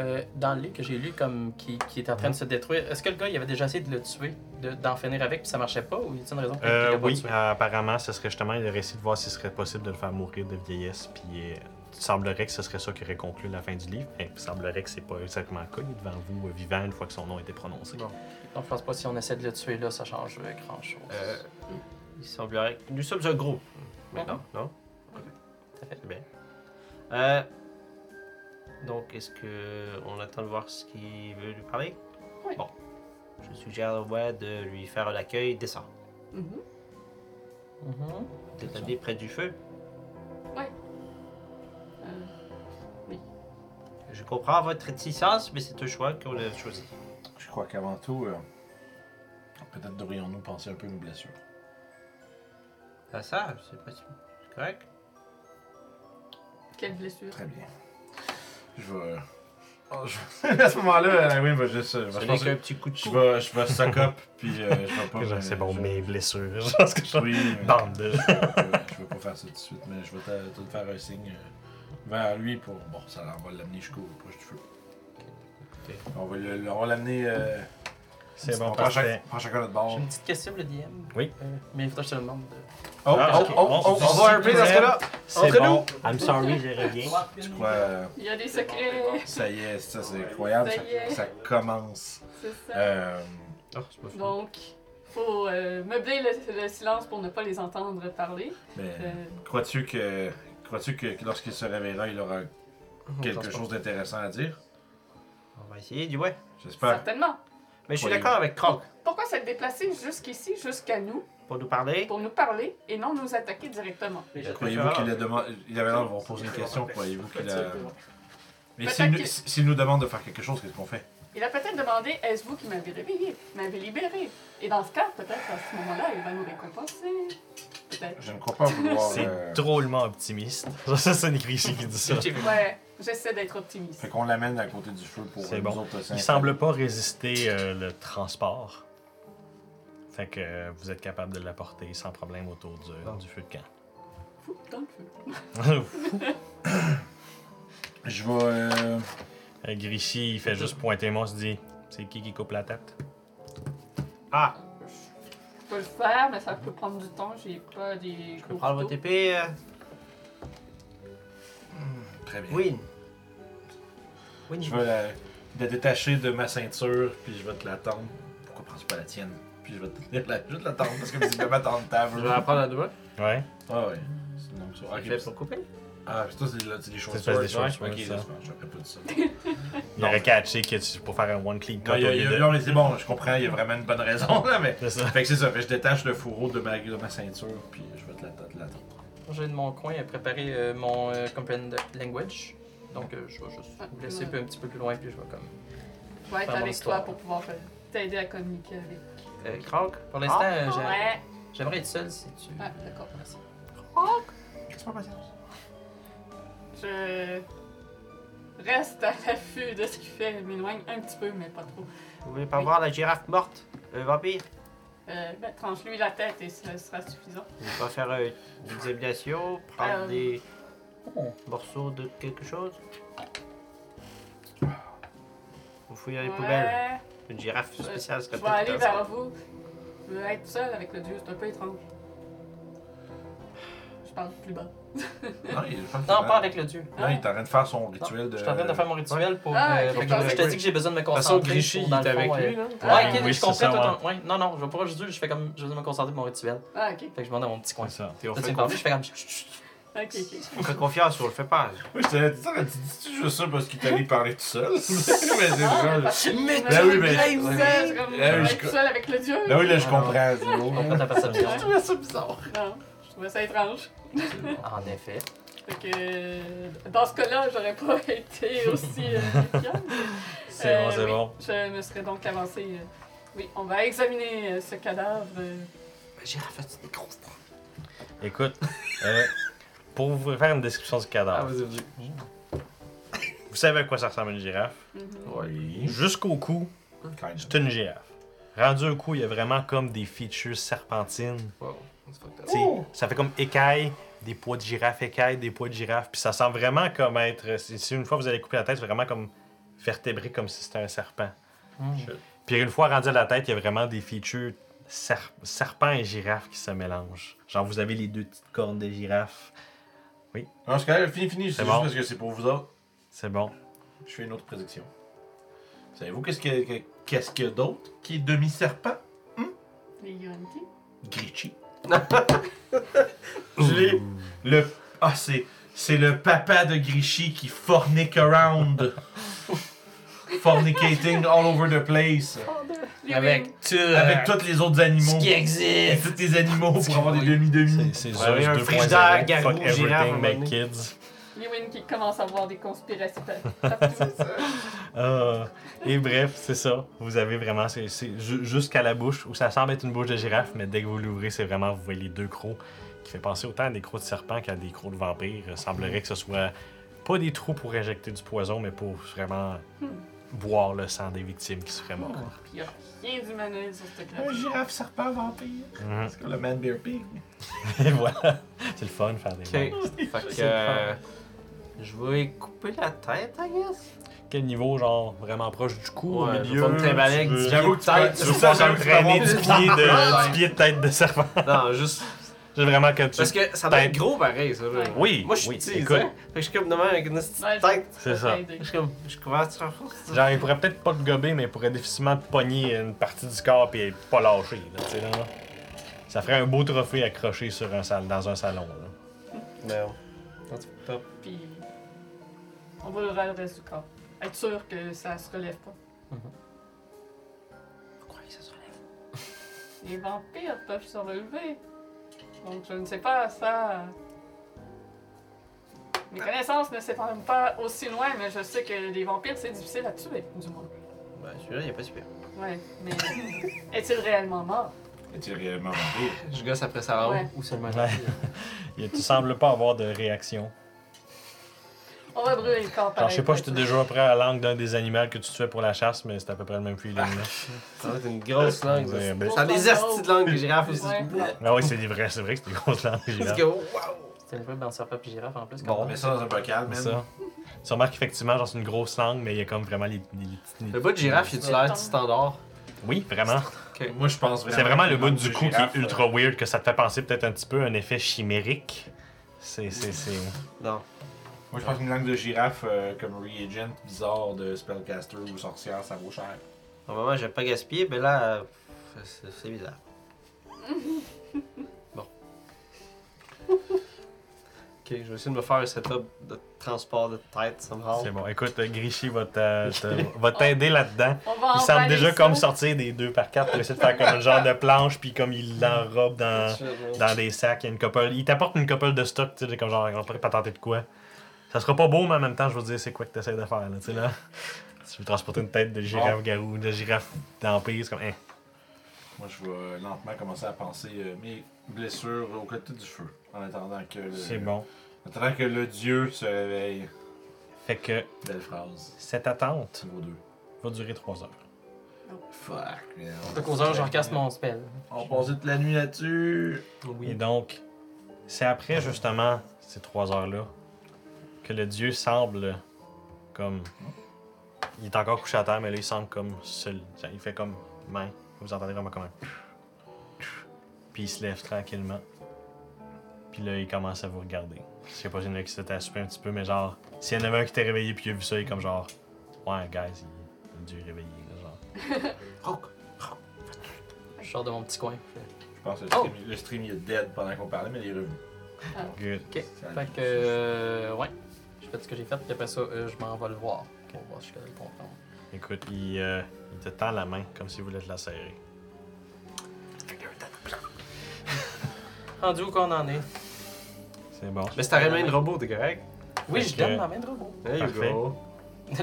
C: Euh, dans le livre que j'ai lu, comme qui, qui est en train de se détruire, est-ce que le gars il avait déjà essayé de le tuer, de- d'en finir avec, puis ça marchait pas, ou y a-t-il une raison pour laquelle il
B: Euh,
C: l'a pas
B: oui,
C: tué?
B: euh, apparemment, ce serait justement, il aurait essayé de voir s'il serait possible de le faire mourir de vieillesse, puis euh, il semblerait que ce serait ça qui aurait conclu la fin du livre. Mais il semblerait que c'est pas exactement le cas, il est devant vous, euh, vivant, une fois que son nom a été prononcé.
D: Bon.
C: Donc je pense pas si on essaie de le tuer là, ça change euh, grand chose.
D: Euh, il semblerait que nous sommes un groupe.
E: Ah.
D: Maintenant, non?
C: Tout à fait.
D: C'est bien. Euh, donc, est-ce que on attend de voir ce qu'il veut lui parler?
E: Oui.
D: Bon. Je suggère au roi de lui faire l'accueil décent.
E: Mhm.
C: Mhm.
D: D'établir près du feu.
E: Euh,
D: Je comprends votre réticence, mais c'est un choix qu'on a choisi.
A: Je crois qu'avant tout, euh, peut-être devrions-nous penser un peu à nos blessures.
D: Ah ça, c'est possible. C'est
A: Bah,
D: correct?
E: quelle blessure.
A: Très bien. Je vais. Oh, je- à ce moment-là, oui, va juste. euh,
D: Ce
A: je
D: n'est
A: pense que
D: qu'un petit coup de
A: je
D: coup.
A: vais, je vais sock up, puis euh, je vais pas.
B: Genre, C'est bon,
A: je-
B: mes blessures. genre, ce que je-
A: Oui, mais-
B: Bande de-
A: je, vais- je vais pas faire ça tout de suite, mais je vais te, te faire un signe euh, vers lui pour. Bon, ça on va l'amener jusqu'au proche du feu. On va le- le- on va l'amener. euh,
B: C'est
A: on
B: bon,
A: prend, chac-
B: parfait.
A: prend chacun notre
C: J'ai
A: bord.
C: une petite question, le DM.
B: Oui.
C: Euh, mais il faudrait que je te demande. de-
A: Oh,
B: Ah,
A: oh,
B: ok.
A: oh, oh,
B: On
A: oh,
B: va un peu dans ce
D: cas-là.
B: C'est bon.
D: Entre
B: I'm sorry, j'ai rien.
A: Tu crois. euh,
E: Il y a des secrets,
A: Ça y est, ça c'est incroyable,
E: Ça
A: ça,
E: y est.
A: ça commence.
E: c'est ça.
A: Euh,
D: Oh, c'est pas fini.
E: Donc, faut euh, meubler le, le silence pour ne pas les entendre parler.
A: mais
E: Euh,
A: crois-tu que, crois-tu que que lorsqu'il se réveillera, il aura quelque chose d'intéressant à dire
D: On va essayer, du ouais.
A: J'espère.
E: certainement.
D: Mais je suis
A: Oui.
D: d'accord avec Croc.
E: Pourquoi s'être déplacé jusqu'ici, jusqu'à nous,
D: Pour nous parler,
E: pour nous parler et non nous attaquer directement?
D: Euh,
A: Croyez-vous qu'il a demandé, il avait l'air de vous poser une question. Croyez-vous qu'il a Mais s'il
E: Peut-être
A: nous,
E: que-
A: si- s'il nous demande de faire quelque chose, qu'est-ce qu'on fait
E: Il a peut-être demandé est-ce vous qui m'avez réveillé, m'avez libéré Et dans ce cas, peut-être à ce moment-là, il va nous récompenser. Peut-être.
A: Je ne crois pas vouloir. euh,
B: C'est drôlement optimiste. Ça, ça, c'est écrit ici qui dit ça.
E: Ouais, j'essaie d'être optimiste.
A: Fait qu'on l'amène à côté du feu pour
B: C'est
A: nous
B: bon.
A: autres.
B: Il
A: cinq.
B: semble pas résister euh, le transport. Fait que euh, vous êtes capable de l'apporter sans problème autour du,
D: Bon.
B: du feu de
E: Fou, dans le feu.
B: camp.
A: Je vais. euh,
B: Euh, Grishy, il fait juste pointer mon se dit c'est qui qui coupe la tête
D: Ah,
E: Je peux le faire, mais ça peut prendre du temps, j'ai pas des.
D: je peux prendre votre épée. euh,
A: Très bien.
D: Win. Win.
A: Je vais la, la détacher de ma ceinture, puis je vais te la tendre. Pourquoi prends-tu pas la tienne Puis je vais te tenir la, je vais te la tendre, parce que visiblement t'en t'as
D: Je
A: vu.
D: vais la prendre à deux mains.
B: Ouais.
A: Ah ouais. C'est donc ça.
D: Je vais
A: Ok,
D: pour couper.
A: Ah, puis toi, c'est là, c'est des choses.
B: C'est pas des
A: ouais,
B: choses,
A: Ok,
B: ouais,
A: là,
B: ça.
A: c'est bon, j'aurais pas dit ça.
B: Il
A: Non,
B: aurait
A: mais-
B: catché que tu pour faire un one click
A: Non, il y a- il y a- non, mais c'est bon, je comprends, il y a vraiment une bonne raison, là, mais.
B: C'est ça.
A: Fait que c'est ça, fait que je détache le fourreau de ma, de ma ceinture, puis je vais te la, te la tendre.
C: J'ai de mon coin préparé euh, mon euh, comprehend language. Donc euh, je vais juste
E: Ah,
C: vous laisser un petit peu plus loin, puis je vais comme.
E: Je vais être
C: Faire mon
E: avec toi
C: histoire.
E: pour pouvoir euh, t'aider à communiquer avec.
D: Euh, Croc.
C: Pour l'instant,
D: Ah,
C: euh, j'ai-
E: Ouais.
C: j'aimerais être seul si tu.
E: Ah, d'accord.
C: Merci.
A: Qu'est-ce que patience
E: Je reste à l'affût de ce qu'il fait, je m'éloigne un petit peu, mais pas trop.
D: Vous voulez pas
E: Oui.
D: voir la girafe morte Le vampire
E: Euh, ben, tranche-lui la tête et ce sera suffisant.
D: Vous voulez pas faire euh, une examination Prendre
E: Euh.
D: des morceaux de quelque chose Vous fouillez dans les
E: Ouais.
D: poubelles. Une girafe
E: Je-
D: spéciale
E: Je
D: serait
E: vais aller
D: peut-être
E: vers vous. Je vais être seule avec le dieu, c'est un peu étrange. Je parle plus bas.
A: Non, il est
C: Non, pas avec le dieu.
A: Non, il est en train de faire son
C: Non,
A: rituel de.
C: Je suis en train de faire mon rituel pour.
E: Ah,
C: euh,
E: ok,
C: fait que
E: parfait.
C: je te dis que j'ai besoin de me
D: De toute façon,
C: concentrer.
D: Grichy,
C: pour,
D: il
C: dans le
D: est avec
C: fond, euh,
D: lui, là.
C: Ouais,
B: Ouais,
C: ok,
B: oui,
C: je
B: c'est
C: comprends
B: ça,
C: tout
B: ouais.
C: en- ouais, Non, non, je vais pas juste dire, je fais comme. Je vais me concentrer pour mon rituel.
E: Ah, ok.
C: Fait que je m'en vais dans mon petit coin.
B: C'est ça.
D: T'es au
C: Là, tu
D: fait
C: me parles, je fais comme. chut, chut, chut.
E: Ok, ok.
D: On fait confiance, on le fait pas.
A: Oui, je te dis ça, tu dis-tu juste ça parce qu'il t'allait parler tout seul? mais c'est
C: Ah,
A: drôle.
E: Mais
A: Ben oui, mais-
E: Je
A: Ben
E: comme,
A: oui,
E: être
A: je-
E: tout seul avec le dieu.
A: Ben oui, là, je
C: Ah, non.
A: comprends. c'est
C: Je
A: drôle.
C: comprends ta perception.
E: Je trouvais ça bizarre. Non, je trouvais ça étrange.
C: En effet.
E: Fait que euh, dans ce cas-là, j'aurais pas été aussi euh, efficace.
B: C'est
E: Euh,
B: bon, c'est
E: oui,
B: bon.
E: Je me serais donc avancée. euh, Oui, on va examiner euh, ce cadavre. euh,
D: J'ai refait des grosses têtes.
B: Écoute, euh, pour vous faire une description du
D: Ah,
B: cadavre,
D: vas-y, vas-y.
C: Mmh.
B: vous savez à quoi ça ressemble une girafe.
E: mhm.
A: Oui.
B: Jusqu'au cou,
A: Kind of.
B: c'est une girafe. Rendu au cou, il y a vraiment comme des features serpentines.
D: Wow, c'est fucked up.
B: T'sais, Ça fait comme écailles, des poids de girafe, écailles, des poids de girafe. Puis ça semble vraiment comme être. Si si une fois vous allez couper la tête, c'est vraiment comme vertébré, comme si c'était un serpent.
D: Hmm.
B: Puis une fois rendu à la tête, il y a vraiment des features serpents serpent et girafe qui se mélangent. Genre, vous avez les deux petites cornes de girafe.
A: Non, c'est quand même fini, fini. C'est
B: C'est
A: juste
B: bon.
A: parce que c'est pour vous autres.
B: C'est bon.
A: Je fais une autre prédiction. Savez-vous qu'est-ce qu'il y a, qu'est-ce qu'il y a d'autre qui est demi-serpent?
E: Les Yonti.
A: Grichi. Je l'ai. Le. Ah, c'est. C'est le papa de Grichi qui fornique around. Fornicating all over the place.
E: Les Ring.
C: Avec tout.
A: Avec tous les autres animaux.
C: Ce qui
A: Et
C: existe.
A: tous les animaux pour avoir des demi-demi.
B: C'est
D: Vous avez
B: Zeus
D: un
B: 2.0,
D: frigidaire, garou,
B: fuck everything,
D: girafe, à un moment
B: make
D: donné.
B: kids.
E: Les Ring qui commence à avoir des conspirations pa- partout.
B: Ah, et bref, c'est ça. Vous avez vraiment, c'est c'est ju- jusqu'à la bouche, où ça semble être une bouche de girafe, mais dès que vous l'ouvrez, c'est vraiment, vous voyez les deux crocs, qui fait penser autant à des crocs de serpent qu'à des crocs de vampire. Il semblerait que ce soit pas des trous pour injecter du poison, mais pour vraiment boire le sang des victimes qui seraient mortes.
E: Il y a rien d'humanoïde sur ce cadavre.
A: Un girafe serpent vampire.
B: Mhm.
A: C'est comme le man bear pig.
B: Et voilà, c'est le fun de faire des morts.
D: Ok, fait que. euh, Je vais couper la tête, I guess.
B: Quel niveau, genre, vraiment proche du cou,
D: Ouais,
B: au
D: je vais
B: milieu?
D: pas me trimballer avec
B: tu veux-
D: dix-
A: J'avoue que tu peux-
B: tu veux
A: ça,
B: pas
A: j'avoue
B: comme
A: que tu peux avoir
B: traîner du pied de,
A: Ouais.
B: du pied de tête de serpent.
D: Non, juste.
B: J'ai vraiment que tu...
D: Parce que ça doit être gros pareil, ça. là.
B: Oui,
D: Moi, je suis
B: oui,
D: petit,
B: écoute.
D: ça. Fait que je suis comme demain avec une
E: Ouais,
D: petite tête.
E: Ben, je-
B: C'est ça.
E: aidé.
D: Je suis comme. Je suis couvert sur la force.
B: Genre, il pourrait peut-être pas te gober, mais il pourrait difficilement te pogner une partie du corps puis pas lâcher, là, tu sais, là. Ça ferait un beau trophée accroché sur un sal- dans un salon, là.
D: Non. Top.
E: Puis on va le le reste du corps. Être sûr que ça se relève pas.
D: Mhm. Vous croyez que ça se relève?
E: Les vampires peuvent se relever. Donc je ne sais pas ça. Mes connaissances ne s'étendent pas aussi loin, mais je sais que les vampires, c'est difficile à tuer, du moins.
D: Ben, celui-là, il est pas super.
E: Ouais, mais est-il réellement mort?
A: Est-il réellement vampire?
D: Je gosse après
B: Ah
D: sa lampe.
E: Ouais.
D: Ou seulement
B: Ouais. Il- tu sembles pas avoir de réaction.
E: On va brûler le corps
B: Genre,
E: pareil.
B: je sais pas, j'étais déjà prêt à la langue d'un des animaux que tu tuais pour la chasse, mais c'est à peu près le même feeling, là.
D: Ça doit être une grosse langue. ça.
B: Ouais, ben-
D: Ça a des astis de langue que j'ai aussi.
E: Ouais.
B: Ah oui, c'est des vrais, c'est vrai que c'est des grosses langues, j'ai
D: Let's
B: l'air.
D: go. Wow.
C: C'était une vraie bande serpent puis girafe en plus.
D: Bon,
A: On met ça dans un bocal,
B: C'est
A: man.
B: ça. Tu remarques effectivement, genre, c'est une grosse langue, mais il y a comme vraiment les, les- les-
D: Le bout de girafe, il a-tu l'air du standard?
B: Oui, vraiment.
A: Moi, je pense vraiment.
B: C'est vraiment
A: que
B: le bout
A: monde
B: du
A: de
B: cou qui
A: girafe, euh.
B: est ultra weird, que ça te fait penser peut-être un petit peu à un effet chimérique. C'est. c'est, c'est...
D: Non.
A: euh, Moi, je pense qu'une langue de girafe euh, comme Reagent bizarre de Spellcaster ou Sorcière, ça vaut cher.
D: Au moment, j'ai pas gaspillé, mais là, euh, c'est c'est bizarre. Bon. Ok, je vais essayer de me faire un setup de transport de tête, somehow.
B: C'est bon. Écoute, euh, Grichy va, t'a- te- va t'aider là-dedans.
E: On va
B: Il semble
E: emballer
B: déjà
E: ça.
B: comme sortir des deux par quatre pour essayer de faire comme un genre de planche, puis comme il l'enrobe dans, dans des sacs. Il, y a une couple, il t'apporte une couple de stock, tu sais, comme genre, on pourrait pas tenter de quoi. Ça sera pas beau, mais en même temps, je veux dire, c'est quoi que t'essaies de faire, là, tu sais, là. Si tu veux transporter une tête de girafe garou, de girafe d'empire, c'est comme, hein.
A: Moi, je vais lentement commencer à penser euh, mes blessures au côté du feu. En attendant que le,
B: C'est bon.
A: en attendant que le dieu se réveille.
B: Fait que
A: Belle phrase.
B: cette attente
A: Niveau 2.
B: va durer trois heures.
A: Fuck, man.
C: Fait qu'aux heures, je recasse mon spell.
A: On passait toute la nuit là-dessus.
B: Et donc, c'est après justement ces trois heures-là que le dieu semble comme. Il est encore couché à terre, mais là il semble comme seul. Il fait comme main. Vous entendez vraiment comme un. Puis il se lève tranquillement. Puis là, il commence à vous regarder. Je sais pas s'il y en a qui s'étaient assoupés un petit peu, mais genre, s'il y en avait un qui était réveillé puis il a vu ça, il est comme genre, ouais, guys, il a dû réveiller. là, genre.
C: Je sors de mon petit coin. Fait-
A: Je pense que le
C: Oh!
A: stream, le stream, il est dead pendant qu'on parlait, mais il est revenu.
B: Good.
C: Ok.
A: Ça
C: Fait
A: arrive.
C: que, euh, ouais. Je fais ce que j'ai fait, puis après ça, euh, je m'en vais le voir. Pour voir si je peux le comprendre.
B: Écoute, il, euh, il te tend la main comme s'il voulait te la serrer.
C: Rendu où qu'on en est
B: C'est bon.
D: Mais c'est ta main de robot, t'es correct?
C: Oui,
B: Fait
C: je
B: que-
C: donne ma main de robot.
D: There you
B: Parfait.
D: go.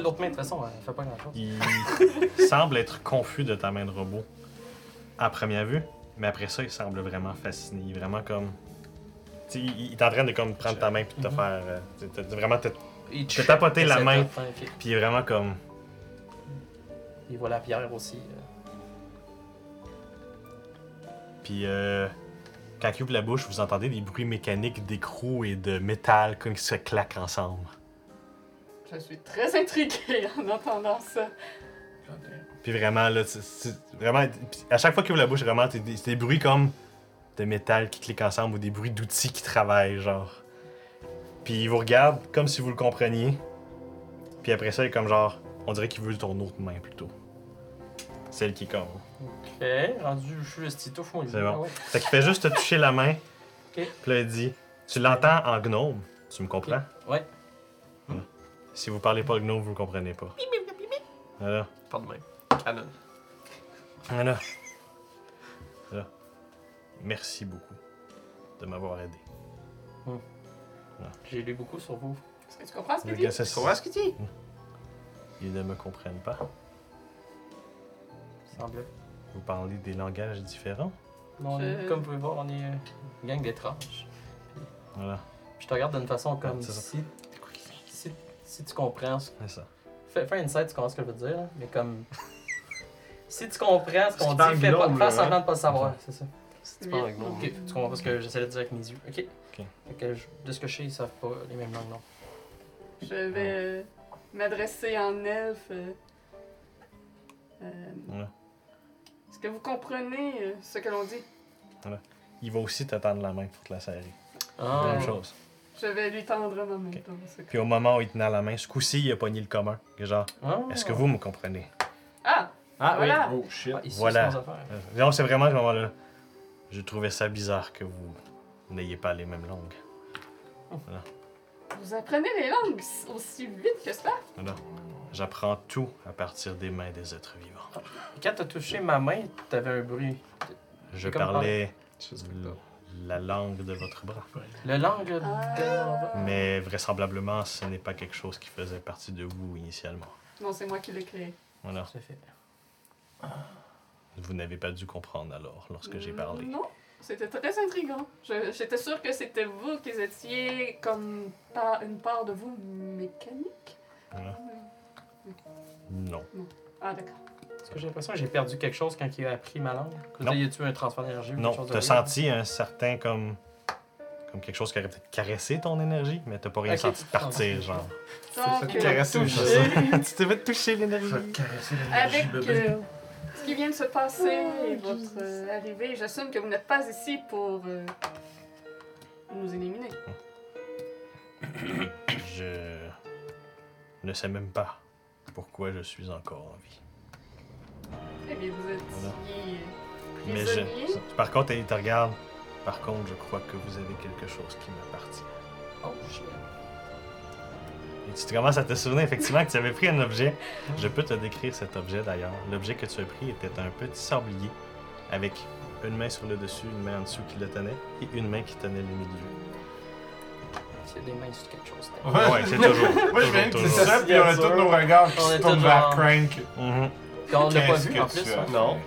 C: L'autre main, de toute façon, elle fait pas grand-chose.
B: Il semble être confus de ta main de robot à première vue, mais après ça, il semble vraiment fasciné. Il est vraiment comme. Tu sais, il il est en train de comme prendre ta main puis de te
C: Mhm.
B: faire. euh, tu sais, de- de vraiment te.
C: Il
B: te tapoter la
C: essaie de
B: main.
C: faire un pied.
B: Puis il est vraiment comme.
C: Il voit la pierre aussi. euh.
B: Puis euh, quand il ouvre la bouche, vous entendez des bruits mécaniques d'écrou et de métal comme qui se claquent ensemble.
E: Je suis très intriguée en entendant ça.
B: Puis vraiment, là, c'est- c'est- vraiment, puis à chaque fois qu'il ouvre la bouche, vraiment, c'est des, c'est des bruits comme de métal qui cliquent ensemble ou des bruits d'outils qui travaillent, genre. Puis il vous regarde comme si vous le compreniez. Puis après ça, il est comme genre, on dirait qu'il veut ton autre main plutôt. Celle qui est comme.
C: Ok, rendu, je suis le Ah petit touche, moi.
B: C'est bon. Fait qu'il fait juste te toucher la main. Puis là, il dit, tu l'entends en gnome, tu me comprends?
C: Ouais.
B: Hmm. Si vous parlez pas gnome, vous le comprenez pas. Voilà.
D: Pas de main. Canon.
B: Voilà. Voilà. Merci beaucoup de m'avoir aidé.
C: J'ai lu beaucoup sur vous.
E: Est-ce que tu comprends ce que
B: Le
E: je dis?
B: gars, ça,
D: Tu comprends ce qu'il dit?
B: ils ne me comprennent pas.
C: semble.
B: Vous parlez des langages différents.
C: Non,
E: Je-
C: Comme vous pouvez voir, on est euh, une gang d'étranges.
B: Voilà,
C: Je te regarde d'une façon comme
B: Ah, c'est ça.
C: si, si, si tu comprends. ce-
B: c'est ça.
C: Fais, fais un insight, tu comprends ce que je veux dire, là, mais comme. si tu comprends ce qu'on
D: qu'il parle
C: dit, fais pas,
D: gnome,
C: fais
D: là,
C: semblant
D: hein?
C: de pas le savoir, c'est ça.
D: C'est pas un gnome.
C: Ok, tu comprends pas ce que j'essaie de dire avec mes yeux. Ok.
B: Ok.
C: Fait que je- de ce que je sais, ils savent pas les mêmes langues, non.
E: Je vais euh, m'adresser en elfe. euh, euh,
B: Ouais.
E: Est-ce que vous comprenez euh, ce que l'on dit?
B: Il va aussi te tendre la main pour te la serrer.
C: Ah,
B: Même chose.
E: Je vais lui tendre ma main.
B: Ok.
E: dans ce cas.
B: Puis au moment où il tenait la main, ce coup-ci, il a pogné le commun. Il est Genre,
C: Ah.
B: est-ce que vous me comprenez?
E: Ah!
D: Ah oui.
E: voilà!
A: Oh shit.
C: Ah, ici,
B: Voilà.
C: c'est nos affaires.
B: Euh, Non, c'est vraiment à ce moment-là. Je trouvais ça bizarre que vous n'ayez pas les mêmes langues.
E: Vous apprenez les langues aussi vite que ça?
B: Voilà. J'apprends tout à partir des mains des êtres vivants.
C: Quand t'as touché ma main, t'avais un bruit.
B: Je
C: Comme
B: parlais
D: Je sais pas.
B: la langue de votre bras.
C: Le langue
E: Ah.
C: de...
B: Mais vraisemblablement, ce n'est pas quelque chose qui faisait partie de vous initialement.
E: Non, c'est moi qui l'ai créé.
B: Voilà.
C: C'est fait.
B: Vous n'avez pas dû comprendre alors lorsque j'ai parlé.
E: Non, c'était très intriguant. Je- J'étais sûre que c'était vous qui étiez comme par, une part de vous mécanique.
B: Voilà. Non.
E: Ah, d'accord.
C: Est-ce que j'ai l'impression que j'ai perdu quelque chose quand il a appris ma langue?
B: Non.
C: Non. Y a-tu un transfert d'énergie ou quelque
B: Non,
C: chose de
B: t'as
C: weird?
B: senti un certain comme. comme quelque chose qui aurait peut-être caressé ton énergie, mais t'as pas rien
C: Ok,
B: senti
C: tu te
B: partir,
C: sens-
B: genre.
E: Donc,
D: fait
E: euh,
D: caresser,
E: touché.
D: c'est
B: tu t'es fait toucher l'énergie.
A: caresser
E: Avec euh, ce qui vient de se passer et votre euh, arrivée, j'assume que vous n'êtes pas ici pour euh, nous éliminer.
B: Je. ne sais même pas pourquoi je suis encore en vie.
E: Eh bien, vous êtes
B: Voilà.
E: ici, euh,
B: Mais je.
E: prisonnier.
B: Par contre, il te regarde. Par contre, je crois que vous avez quelque chose qui m'appartient.
C: Oh, shit.
B: Et tu te commences à te souvenir effectivement que tu avais pris un objet. Je peux te décrire cet objet d'ailleurs. L'objet que tu as pris était un petit sablier avec une main sur le dessus, une main en dessous qui le tenait et une main qui tenait le milieu.
C: C'est des mains sur quelque chose. t'as-
A: Ouais.
B: Ouais, c'est toujours.
A: Moi, je
B: toujours,
A: viens de dire
B: toujours.
A: ça, puis on a tous nos regards qui
C: On est
A: se tournent
C: tous
A: vers
C: genre-
A: Crank.
B: Mhm.
C: Quand on l'a pas
A: Qu'est-ce
C: vu
A: que
C: en
A: tu
C: plus.
A: as
C: hein.
A: fait?
D: Non.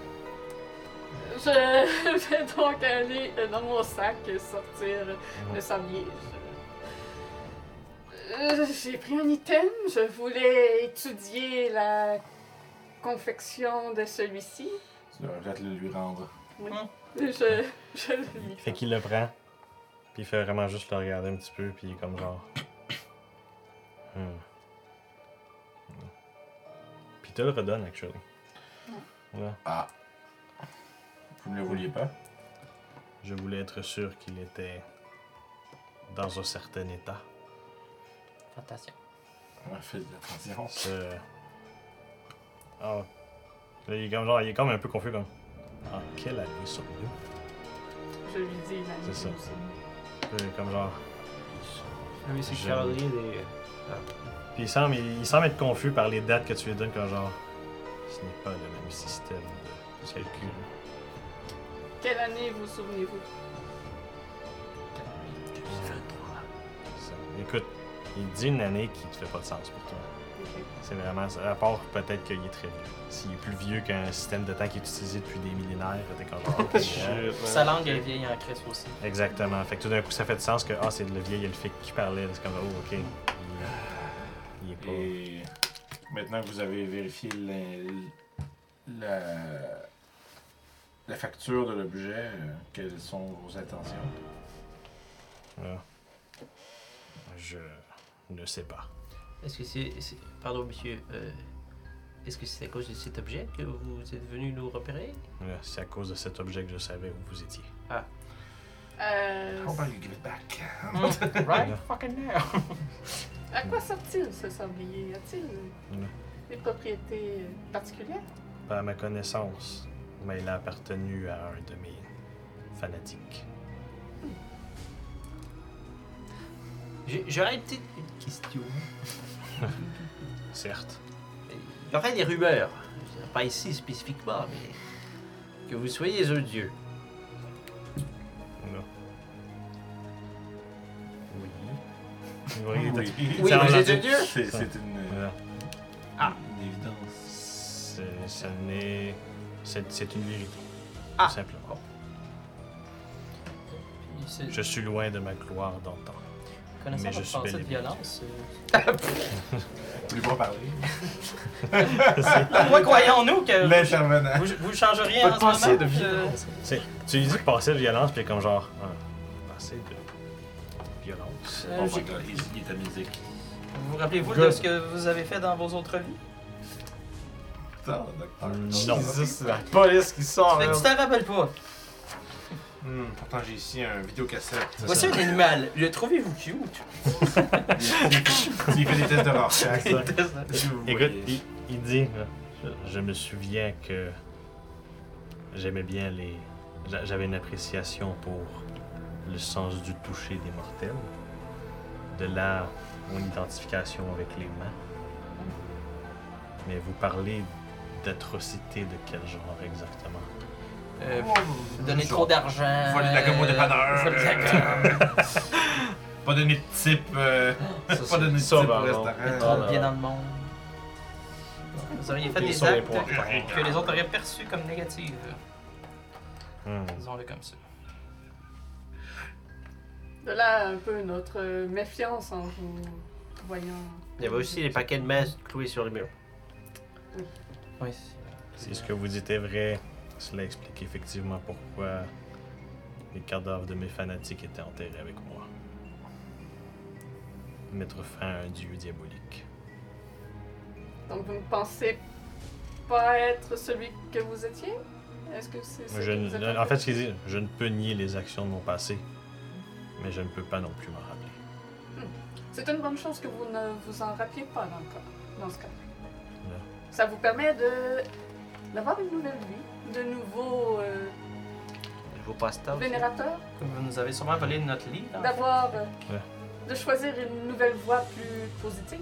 E: Je vais donc aller euh, dans mon sac et sortir euh, le sablier. Je- Euh, J'ai pris un item. Je voulais étudier la confection de celui-ci.
A: Tu devrais peut-être le lui rendre.
E: Je, je le lui
B: Fait qu'il le prend, puis il fait vraiment juste le regarder un petit peu, puis il est comme genre. Hmm. Hmm. Puis il te le redonne, actually. Voilà.
A: Vous ne le vouliez pas.
B: Je voulais être sûr qu'il était dans un certain état.
C: Fantastique.
A: Ouais, faites attention.
B: Euh, Ah. Là, il est comme genre, il est comme un peu confus comme. En quelle année sommes
E: Je lui dis la nuit
B: C'est ça.
E: aussi.
B: Euh, Comme genre.
D: Ah oui, c'est
B: Je-
D: le calendrier des.
B: Puis il semble, il, il semble être confus par les dates que tu lui donnes, comme genre. Ce n'est pas le même système de calcul.
E: Quelle année vous souvenez-vous
B: Ça- Écoute, il dit une année qui ne fait pas de sens pour toi.
E: Ok.
B: C'est vraiment ça. À part peut-être qu'il est très vieux. S'il est plus vieux qu'un système de temps qui est utilisé depuis des millénaires, t'es comme genre. ok, hein.
C: Sa langue est vieille en crise aussi.
B: Exactement. Fait que tout d'un coup, ça fait du sens que ah, c'est le vieil elfique qui parlait. C'est comme oh, ok. Il, il est pas.
A: Et Oh. maintenant que vous avez vérifié la, la, la facture de l'objet, euh, quelles sont vos intentions?
B: Ah. Je ne sais pas.
F: Est-ce que c'est. c'est- Pardon, monsieur. euh, Est-ce que c'est à cause de cet objet que vous êtes venu nous repérer
B: Euh, C'est à cause de cet objet que je savais où vous étiez.
E: Euh,
A: How about you give it back?
C: right fucking now.
E: à quoi sert-il ce sablier A-t-il
B: Mm.
E: des propriétés particulières
B: Pas à ma connaissance, mais il a appartenu à un de mes fanatiques.
F: J'ai- J'aurais une petite une question.
B: Certes.
F: Il y aurait des rumeurs, je dirais pas ici spécifiquement, mais que vous soyez odieux.
B: Non. Oui.
A: Ah Oui.
F: Oui,
B: Ça, on
F: vous
B: l'a
F: êtes
B: dit.
F: odieux
A: C'est c'est une,
B: Voilà.
F: Ah.
A: une évidence.
B: Euh, C'est- Ce n'est. C'est c'est une vérité.
F: Ah.
B: Tout simplement.
A: Oh.
C: Puis c'est-
B: Je suis loin de ma gloire d'antan.
C: Connaissant
B: mais je
C: votre
B: suis
C: pensée
B: bel
C: de
B: et bien
C: violence, euh,
A: Vous voulez pas parler?
C: pourquoi croyons-nous que vous,
A: Euh, L'intervenant.
C: vous, vous changeriez en ce moment?
D: pensée de
C: euh,
D: violence.
B: C'est- Tu lui dis passer de violence, puis il est comme genre. Ah, passer de violence.
C: euh,
A: Oh
C: j'ai-
A: my god, il il est à musique.
C: Vous vous rappelez-vous de
D: Good.
C: ce que vous avez fait dans vos autres vies?
A: Putain, docteur.
B: Non.
D: Jesus, c'est la police qui sort.
C: Fait
D: là.
C: que tu t'en rappelles pas.
A: Hmm, pourtant, j'ai ici un vidéocassette.
C: Voici un animal. Le trouvez-vous cute?
A: Il fait des tests de Rorschach. Si vous
B: Écoute,
A: voyez.
B: il, il dit je, je me souviens que j'aimais bien les. j'a- J'avais une appréciation pour le sens du toucher des mortels. De là, mon identification avec les mains. Mais vous parlez d'atrocité de quel genre exactement
C: Euh, donner trop d'argent.
A: Voler de la gomme au
C: euh,
A: dépanneur.
C: voler de la gomme.
A: Pas donné de type. euh, pas donné de type
D: ça,
A: au
D: ben non.
A: restaurant.
C: Trop bien dans le monde. Vous auriez fait
D: Ils
C: des
D: sont les
C: actes
D: poires.
C: que les autres auraient perçus comme négatives.
B: Hmm.
C: Disons-le comme ça.
E: De là un peu notre euh, méfiance en vous voyant.
F: Il y avait aussi les paquets de masse cloués sur les murs.
C: Oui.
B: Si ce que vous dites est vrai, cela explique effectivement pourquoi les cadavres de mes fanatiques étaient enterrés avec moi. Mettre fin à un dieu diabolique.
E: Donc vous ne pensez pas être celui que vous étiez Est-ce que c'est ça
B: Je
E: que
B: ne-
E: vous êtes
B: en fait, ce qu'il dit, je ne peux nier les actions de mon passé, mais je ne peux pas non plus m'en rappeler.
E: C'est une bonne chose que vous ne vous en rappeliez pas encore, dans ce cas.
B: Là.
E: Ça vous permet de d'avoir une nouvelle vie, de nouveaux euh,
F: Je vous passe ça. aussi.
E: vénérateurs,
C: Vous nous avez sûrement volé notre livre. hein?
E: d'avoir, euh,
B: Ouais.
E: de choisir une nouvelle voie plus positive.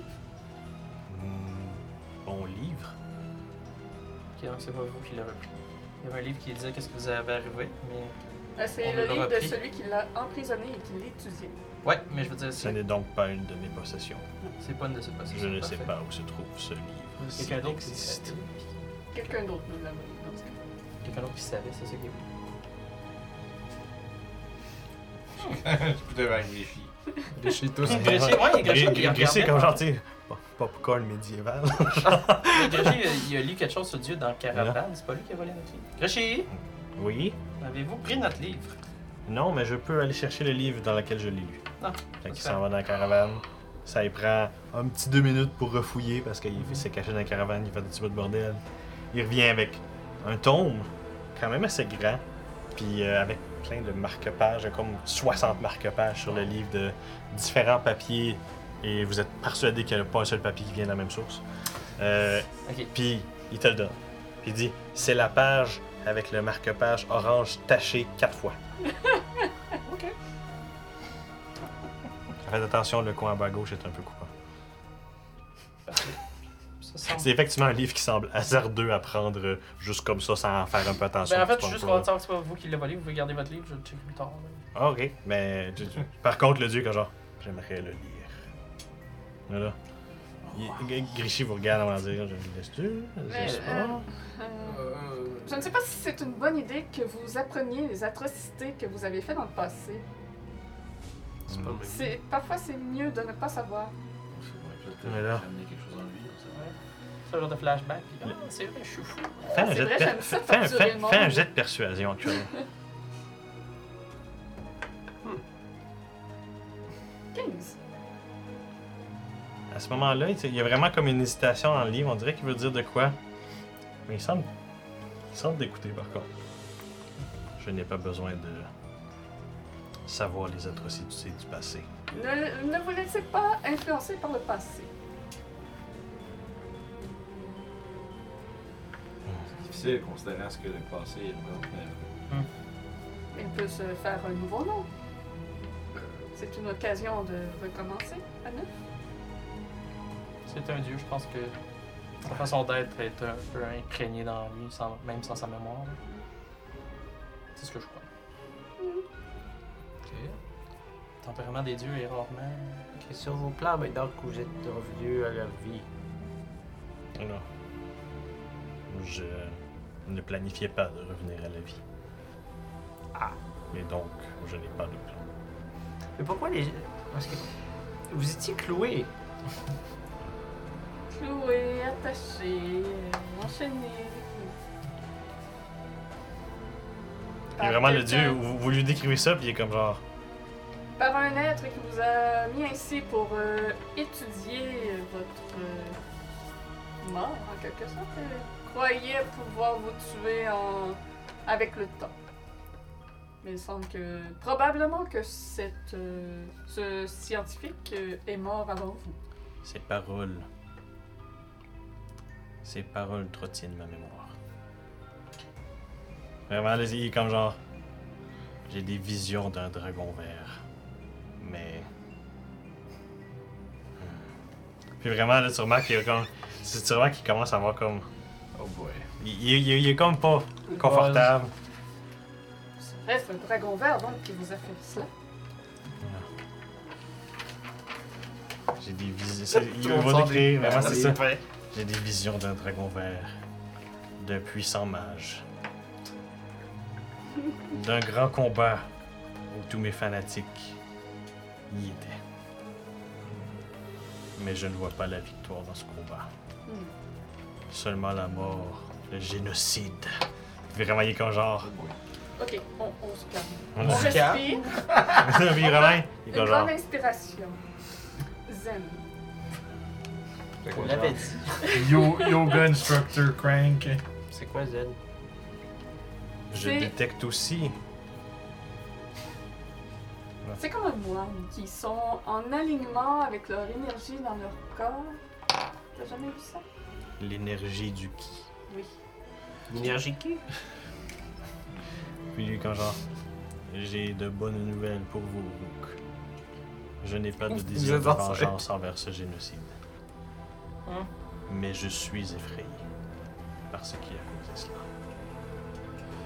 B: Hmm, Bon livre.
C: Ok, donc c'est pas vous qui l'avez pris. Il y avait un livre qui disait qu'est-ce que vous avez arrivé, mais. On
E: Euh, C'est le
C: l'a
E: livre de
C: repris.
E: celui qui l'a emprisonné et qui l'étudiait.
C: Ouais, mais je veux dire,
B: Ce
C: c'est
B: n'est donc pas une de mes possessions.
C: c'est pas une de ces passages.
B: Je ne sais pas où se trouve ce livre. s'il
C: Quelqu'un d'autre qui
B: existe.
C: savait.
E: Quelqu'un d'autre nous l'a volé, dans ce cas.
C: Quelqu'un d'autre qui savait, c'est ça qui est bon.
A: Je peux te vérifier.
D: Chez tous.
C: Gréchy, ouais, Gréchy, il
B: Gré- Gré- Gréchy,
C: regardait.
B: comme genre, tu sais, pop- popcorn médiéval.
C: Gréchy, euh, il a lu quelque chose sur Dieu dans Caravane, c'est pas lui qui a volé notre livre. Gréchy,
B: Oui.
C: avez-vous pris notre livre
B: Non, mais je peux aller chercher le livre dans lequel je l'ai lu.
C: Ah,
B: Fait qu'il
C: parfait.
B: s'en va dans la caravane. Ça y prend un petit deux minutes pour refouiller parce qu'il
C: Mhm.
B: s'est caché dans la caravane, il fait un petit peu de bordel. Il revient avec un tome, quand même assez grand, puis euh, avec plein de marque-pages, comme 60 marque-pages sur le livre de différents papiers, et vous êtes persuadé qu'il n'y a pas un seul papier qui vient de la même source. Euh,
C: Ok.
B: Puis il te le donne. Puis il dit c'est la page avec le marque-page orange taché quatre fois. ok. Faites attention, le coin en bas à gauche est un peu coupant.
C: Ça semble-
B: C'est effectivement un livre qui semble hasardeux à prendre euh, juste comme ça sans faire un peu attention.
C: Ben, en fait,
B: Tu
C: je suis
B: prends
C: juste
B: pas-
C: content que c'est pas vous qui l'avez volé, vous pouvez garder votre livre, je le check plus tard. là.
B: Ah, ok, mais tu- tu- par contre, le dieu, que genre, j'aimerais le lire. Voilà. Il- G- Grichy vous regarde avant de dire, je le laisse-tu
E: Mais,
C: Ben,
B: Je sais pas.
E: euh, euh, je ne sais pas si c'est une bonne idée que vous appreniez les atrocités que vous avez faites dans le passé.
D: C'est pas le même.
E: C'est Parfois, c'est mieux de ne pas savoir.
B: Mais là.
G: ramener quelque chose en lui, on sait pas.
C: C'est un genre de flashback. puis, Ah, c'est vrai, je suis fou.
B: Fais un
E: Ah, C'est
B: jet de
E: vrai,
B: per-
E: j'aime
B: fais
E: ça,
B: un-
E: facturer
B: fais-
E: le monde.
B: fais un jet de persuasion, actuellement.
E: Kings.
B: À ce moment-là, il il y a vraiment comme une hésitation dans le livre. On dirait qu'il veut dire de quoi. Mais il semble. Il semble d'écouter par contre. Je n'ai pas besoin de savoir les atrocités du passé.
E: Ne, ne vous laissez pas influencer par le passé.
A: C'est difficile considérant ce que le passé est vraiment.
E: Il peut se faire un nouveau nom. C'est une occasion de recommencer à neuf.
C: C'est un dieu, je pense que sa façon d'être est un peu imprégnée dans lui, sans- même sans sa mémoire. C'est ce que je crois. Le tempérament des dieux est rarement.
F: Quels sont vos plans maintenant que vous êtes revenu à la vie
B: Non. Je ne planifiais pas de revenir à la vie. Ah. Et donc, je n'ai pas de plan.
F: Mais pourquoi les. Parce que. Vous étiez cloué.
E: Cloué, attaché, euh, enchaîné.
B: Et
E: Par
B: vraiment, le dieu,
E: quelqu'un-
B: vous, vous lui décrivez ça, puis il est comme genre.
E: Par un être qui vous a mis ainsi pour euh, étudier votre euh, mort, en quelque sorte. euh, croyait pouvoir vous tuer en... avec le temps. Mais il semble que. Probablement que cette, euh, ce scientifique euh, est mort avant vous.
B: Ces paroles. Ces paroles trottinent ma mémoire. Vraiment, là, il est comme genre. J'ai des visions d'un dragon vert. Mais. Hmm. Puis vraiment, là, tu remarques qu'il y a comme. Tu tu remarques qu'il commence à avoir comme.
A: Oh boy.
B: Il, il- il- il est comme pas confortable.
E: Bref, un dragon vert donc qui vous a fait cela.
B: J'ai des visions. Il va décrire, vraiment, c'est ça.
D: Ouais.
B: J'ai des visions d'un dragon vert, d'un puissant mage, d'un grand combat où tous mes fanatiques y étaient. Mais je ne vois pas la victoire dans ce combat. Seulement la mort, le génocide. Vraiment, il est comme genre.
A: Oh
E: Ok, on, on se calme.
B: On
E: On
B: a-
C: calme.
E: respire.
B: Puis vraiment, il est
E: Une
B: comme genre.
E: grande inspiration. Zen.
F: On l'avait dit.
A: Yo, yoga instructor crank.
F: C'est quoi Zen
B: Je
E: C'est-
B: détecte aussi.
E: C'est comme un moine qui sont en alignement avec leur énergie dans leur corps. T'as jamais vu ça?
B: L'énergie du ki.
E: Oui.
F: L'énergie qui
B: Puis lui, quand genre, j'ai de bonnes nouvelles pour vous, Rook. Je n'ai pas de
D: Vous
B: désir de
D: êtes enceinte.
B: vengeance envers ce génocide.
C: Hein?
B: Mais je suis effrayé par ce qui a causé cela.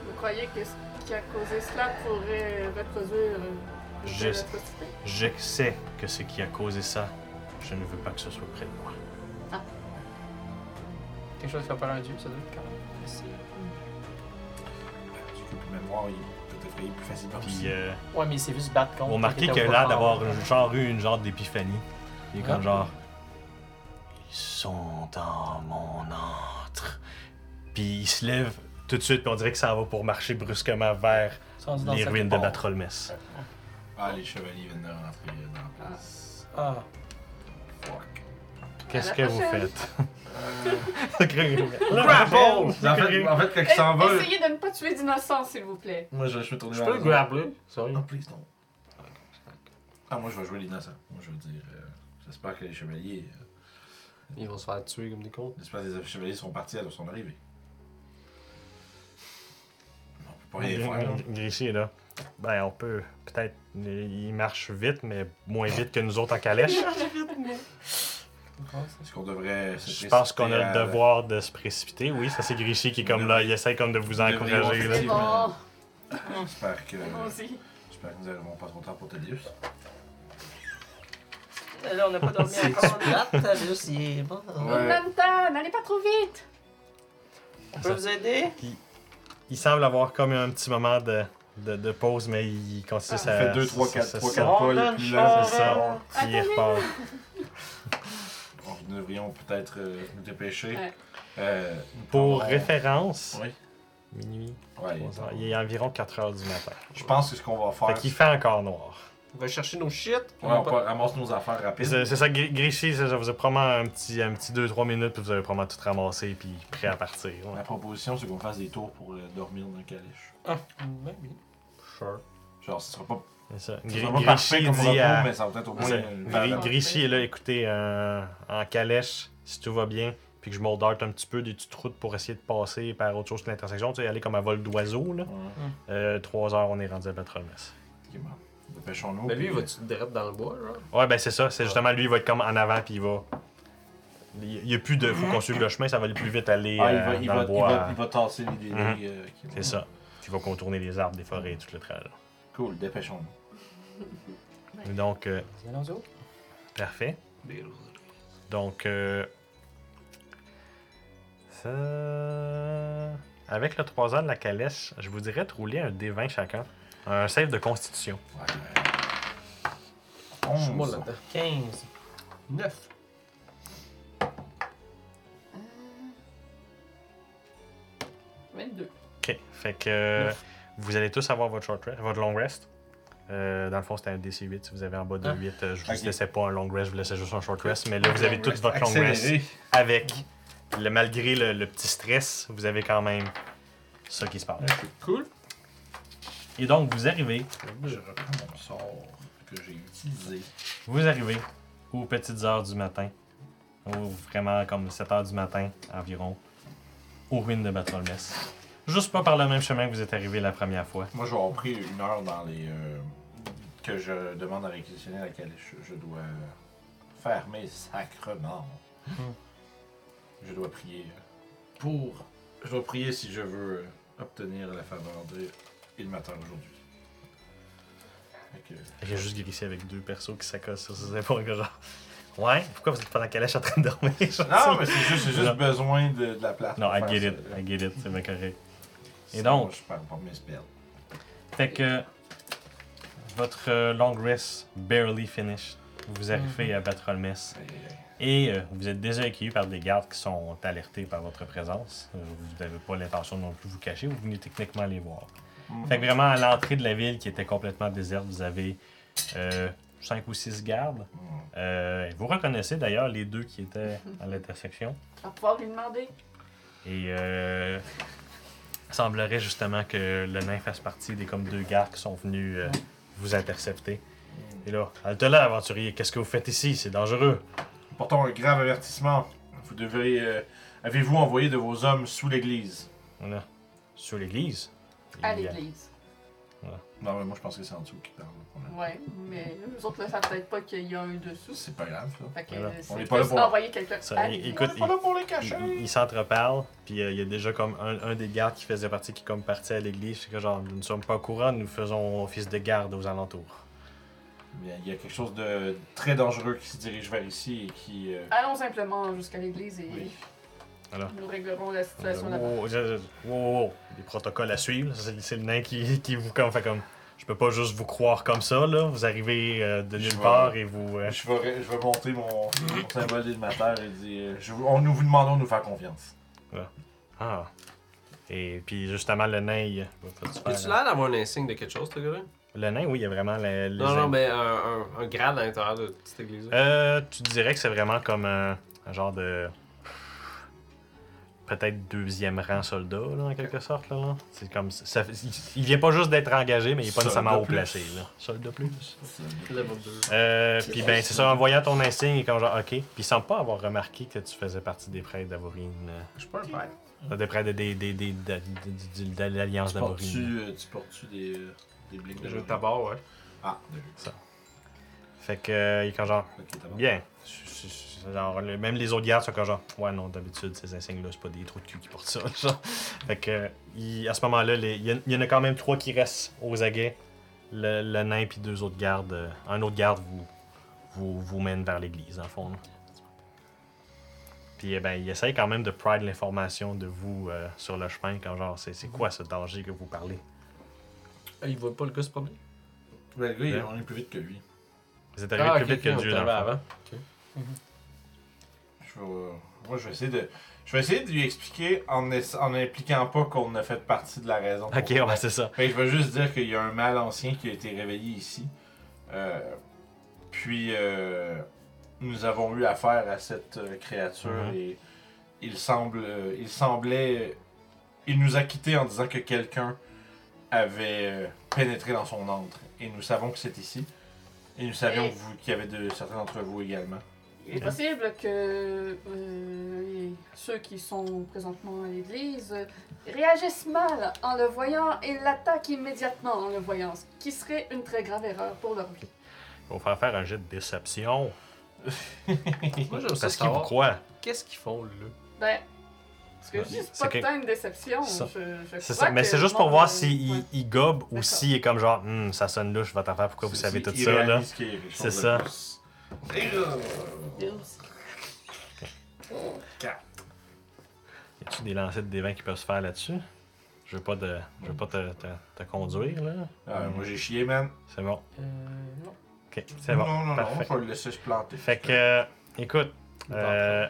E: Vous croyez que ce qui a causé cela pourrait reproduire euh, de
B: Je-
E: l'atrocité?
B: Je sais que ce qui a causé ça, je ne veux pas que ce soit près de moi.
C: Quelque chose qui a pas un dieu, ça doit être quand même. assez-
A: Parce que le mémoire, il peut effrayer plus facilement.
B: Puis
A: aussi.
B: euh,
C: Ouais, mais il s'est vu se battre contre.
B: vous remarquez
C: était
B: qu'il a
C: pas
B: l'air
C: fort.
B: d'avoir une- genre eu une genre d'épiphanie. Il est comme
C: Ah.
B: genre. Ils sont dans mon antre. Puis il se lève tout de suite, puis on dirait que ça va pour marcher brusquement vers
C: Ils sont rendus dans
B: les
C: cette
B: ruines de
C: époque.
B: Batrolmess.
C: Euh,
A: Ah, les chevaliers viennent de rentrer euh, dans la place.
C: Ah,
A: Fuck.
B: Qu'est-ce
E: la
B: que vous
E: prochaine.
B: faites?
A: Euh,
B: Grapple!
A: En fait, en fait, quand il s'en va,
E: Eh, Essayez de ne pas tuer d'innocents, s'il vous plaît.
A: moi je, je suis tourné
F: Je
A: vers
F: peux le
A: les autres.
F: grappler, sorry.
A: Non, please don't. Ah, moi je vais jouer l'innocent. Moi je veux dire, euh, j'espère que les chevaliers, euh,
D: Ils vont se faire tuer comme des cons.
A: j'espère que les chevaliers sont partis à son arrivée. On peut pas rien faire. là.
B: Grissi est là. Ben, on peut. Peut-être. Il marche vite, mais moins vite que nous autres en calèche.
A: Est-ce qu'on devrait. se
B: Je pense qu'on a le
A: précipiter à-
B: devoir de se précipiter. Oui, ça c'est Grissi qui est comme là. Il essaie comme de vous encourager. là.
E: C'est bon,
A: J'espère que.
E: allons-y.
A: J'espère que euh, nous n'arriverons pas trop tard pour Telius.
C: Là, on n'a pas dormi encore.
F: Gratte, il est mort.
E: En même temps, n'allez pas trop vite.
F: On peut vous aider?
B: Il semble avoir comme un petit moment de, de, de pause, mais il
A: Ça
B: continue sa.
A: fait 2, 3,
B: sa-
A: 4,
B: sa-
A: 3,
B: sa-
A: 4 pas, il est
F: donne
A: plus là.
B: C'est ça. Puis il
E: Attendez.
B: repart.
A: Nous devrions peut-être euh, nous dépêcher.
E: Ouais.
A: Euh,
B: Pour
A: on-
B: référence,
A: Oui.
B: minuit,
A: Ouais,
B: trois heures, il est environ 4 heures du matin.
A: Je pense que ce qu'on va
B: Fait
A: faire.
B: qu'il fait encore noir.
D: On va chercher nos shit.
A: Ouais, on peut- ramasse nos affaires
B: Puis
A: rapides.
B: C'est c'est ça, Gri- Grishy, ça, ça vous a probablement un petit, un petit 2-3 minutes, puis vous avez probablement tout ramassé, puis prêt à partir. ouais.
A: La proposition, c'est qu'on fasse des tours pour euh, dormir dans le calèche.
F: Ben oui.
A: Genre, ce sera pas,
B: C'est ça.
A: ce
B: Gri-
A: sera pas
B: Grishy
A: parfait comme
B: dit
A: repos,
B: à-
A: mais ça va peut-être au moins.
B: c'est-
A: une
B: Gri-
A: valeur.
B: Grishy est là, écoutez, euh, en calèche, si tout va bien, puis que je m'ordarte un petit peu des petites routes pour essayer de passer par autre chose que l'intersection, tu sais, aller comme à vol d'oiseau, là.
A: Ouais.
B: Euh, 3 heures, on est rendu à Petrolmess.
A: Ok, bon. Dépêchons-nous.
D: Mais Ben, lui,
A: puis- euh,
D: va-tu direct dans le bois, genre?
B: Ouais, ben c'est ça, c'est justement lui, il va être comme en avant, puis il va. Il n'y a plus de. Faut qu'on suive le chemin, ça va aller plus vite aller
A: Ah, il
B: euh,
A: va, il
B: dans
A: va,
B: le
A: il
B: bois.
A: va, il va tasser les délais.
B: Mhm.
A: euh, qui-
B: C'est ça. Puis il va contourner les arbres, des forêts, et tout le trajet.
A: Cool, dépêchons-nous.
B: Donc, euh,
F: Nous allons où?
B: parfait. Donc, euh, ça- avec le 3 ans de la calèche, je vous dirais de rouler un D20 chacun. Un save de constitution.
A: Ouais.
D: Je suis
A: Onze.
D: mort là-dedans.
F: 15.
D: 9.
E: Euh, 22.
B: Ok. Fait que euh, vous allez tous avoir votre short rest, votre long rest. Euh, dans le fond, c'était un DC8. Si vous avez en bas de
F: Ah.
B: 8, euh, je vous
A: Ok.
B: laissais pas un long rest, je vous laissais juste un short rest. Mais là, vous avez
A: Long
B: tous
A: rest.
B: votre long rest.
A: Accéléré.
B: avec, le, malgré le, le petit stress, vous avez quand même ça qui se passe.
D: Cool.
B: Et donc, vous arrivez,
A: Je reprends mon sort que j'ai utilisé.
B: vous arrivez aux petites heures du matin, ou vraiment comme 7 heures du matin environ, aux ruines de Battle-Mess. Juste pas par le même chemin que vous êtes arrivé la première fois.
A: Moi, je vais avoir pris une heure dans les. euh, que je demande à réquisitionner laquelle je, je dois faire mes sacrements.
B: Hmm.
A: Je dois prier pour. Je dois prier si je veux euh, obtenir la faveur de. Il m'attend aujourd'hui. Fait que-
B: Il y a juste glissé avec deux persos qui s'accossent sur ses épaules, que genre. Ouais, pourquoi vous êtes pas dans la calèche en train de dormir? genre,
A: Non,
B: ça?
A: mais c'est juste, j'ai juste besoin de, de la place.
B: Non,
A: pour
B: I
A: faire
B: get
A: ça,
B: it,
A: là.
B: I get it, c'est bien correct. Et
A: Sinon,
B: donc-
A: Je perds pas mes spells.
B: Fait que votre euh, long rest barely finished. Vous arrivez à Patrolmess
A: Aïe, aïe, aïe.
B: et euh, vous êtes déjà accueillis par des gardes qui sont alertés par votre présence. Euh, Vous n'avez pas l'intention non plus de vous cacher, vous venez techniquement les voir.
A: Mhm.
B: Fait que vraiment à l'entrée de la ville qui était complètement déserte, vous avez euh, cinq ou six gardes.
A: Hmm.
B: Euh, vous reconnaissez d'ailleurs les deux qui étaient à l'intersection.
E: On va pouvoir lui demander.
B: Et euh, il semblerait justement que le nain fasse partie des comme deux gardes qui sont venus euh, vous intercepter. Et là, halte-là, aventurier, qu'est-ce que vous faites ici? C'est dangereux.
A: Portons un grave avertissement. Vous devez. euh, Avez-vous envoyé de vos hommes sous l'église
B: On a sur l'église.
E: À
B: Il y a-
E: l'église.
A: Non, mais moi je pense que c'est en dessous qui parle. On a-
E: Ouais, mais eux autres ne savent peut-être pas qu'il y a un dessous.
A: C'est pas grave, ça.
E: Fait que euh,
B: Voilà.
E: c'est
A: On est pas là
E: plus
A: pour-
E: envoyer quelqu'un
B: Ça,
E: à
B: é-
E: l'église.
B: écoute,
A: On est pas là pour les cacher.
B: Ils ils s'entreparlent, puis euh, il y a déjà comme un, un des gardes qui faisait partie qui est comme parti à l'église. C'est que genre, nous ne sommes pas au courant, nous faisons office de garde aux alentours.
A: Mais Il y a quelque chose de très dangereux qui se dirige vers ici et qui. euh,
E: Allons simplement jusqu'à l'église et
A: Oui.
B: Voilà.
E: nous réglerons la situation là-bas.
B: Wow, oh, je- je- wow, wow. Des protocoles à suivre. C'est c'est le nain qui, qui vous comme, fait comme. Je peux pas juste vous croire comme ça, là. Vous arrivez euh, de
A: Je
B: nulle
A: vais-
B: part et vous. euh,
A: Je, vais, je vais monter mon, mon symbole d'animateur et dire. euh, je- on, nous vous demandons de nous faire confiance.
B: Ah. Et puis justement, le nain. il- faut-tu faire-
D: As-tu l'air d'avoir un insigne de quelque chose, ce gars-là?
B: Le nain, oui, il y a vraiment la- les
D: Non, non,
B: in-
D: mais un, un, un grade à l'intérieur de cette église.
B: Euh, tu dirais que c'est vraiment comme un, un genre de. peut-être deuxième rang soldat, là, en quelque sorte. Là, là. C'est comme ça- ça- il vient pas juste d'être engagé, mais il est pas
A: Soldat
B: nécessairement haut
A: plus.
B: placé. Là. Soldat plus.
F: Level 2.
B: Euh, puis ben, c'est ça, en voyant ton insigne, il est comme genre, ok. Puis sans pas avoir remarqué que tu faisais partie des prêtres d'Avorine. euh,
D: Je suis pas un prêtre.
B: euh, Des prêtres de, des- des- des- de- de- de- de l'Alliance
A: Tu portes-tu
B: d'Avorine.
A: euh, tu portes-tu des, euh, des blinks de
D: J'ai le
A: tabac?
D: tabac, ouais.
A: Ah, de-
B: Fait que, euh, il est comme genre,
A: ok, tabac.
B: bien. Je- je- je- genre, le- même les autres gardes sont comme genre, ouais, non, d'habitude, ces insignes-là, c'est pas des trous de cul qui portent ça. genre. Fait que, euh, il- à ce moment-là, les- il y, en- il y en a quand même trois qui restent aux aguets. Le, le nain, puis deux autres gardes. euh, un autre garde vous, vous, vous mène vers l'église, en fond. là. Puis, eh ben, il essaye quand même de pride l'information de vous euh, sur le chemin, quand genre, c'est c'est quoi ce danger que vous parlez?
F: Ah, il voit pas le gars se promener
A: Ouais, le gars, il
B: Bien.
A: est plus vite que lui.
B: Vous êtes arrivé
D: Ah,
B: plus
D: ok,
B: vite
D: ok,
B: que
D: on
B: Dieu,
D: était
B: dans le fond.
D: avant.
A: Je vais, moi, je vais essayer de. Je vais essayer de lui expliquer en, ess- en impliquant pas qu'on a fait partie de la raison.
B: Ok, ouais, c'est ça.
A: Fait que je veux juste dire qu'il y a un mal ancien qui a été réveillé ici. Euh, puis euh, nous avons eu affaire à cette euh, créature
B: Mhm.
A: et il semble, euh, il semblait, il nous a quittés en disant que quelqu'un avait euh, pénétré dans son antre. Et nous savons que c'est ici. Et nous savions
E: Et-
A: que vous- qu'il y avait de certains d'entre vous également.
E: Il est possible que euh, les- ceux qui sont présentement à l'église euh, réagissent mal en le voyant et l'attaquent immédiatement en le voyant, ce qui serait une très grave erreur pour leur vie.
B: Il va faire faire un jet de déception. Mmh.
D: Moi,
B: Parce
D: j'aime ça
B: qu'il vous
D: savoir.
B: croit.
D: Qu'est-ce qu'ils font, là?
E: Ben, ce que je dis, c'est
B: C'est
E: pas
B: que-
E: tant une déception.
B: Ça.
E: je- je
B: C'est
E: crois
B: ça. Mais
E: que
B: c'est
E: le
B: juste pour
E: monde,
B: voir
E: euh,
B: s'il
E: ouais.
B: il gobe ou
E: D'accord.
B: s'il est comme genre, Hum, ça sonne louche, votre affaire, pourquoi vous
A: C'est-
B: savez
A: c'est-
B: tout
A: il
B: ça, là?
A: réalise qu'il y a quelque chose
B: C'est
A: de
B: ça.
A: plus. Et là,
B: Y a-tu des lancers de dévins qui peuvent se faire là-dessus? Je veux pas, de, je veux pas te, te- te conduire, là.
A: euh, moi j'ai chié, man.
B: C'est bon.
C: Euh, non.
B: Ok, c'est bon.
A: Non, non, non,
B: Parfait.
A: faut le laisser se planter.
B: Fait que, euh, écoute, euh,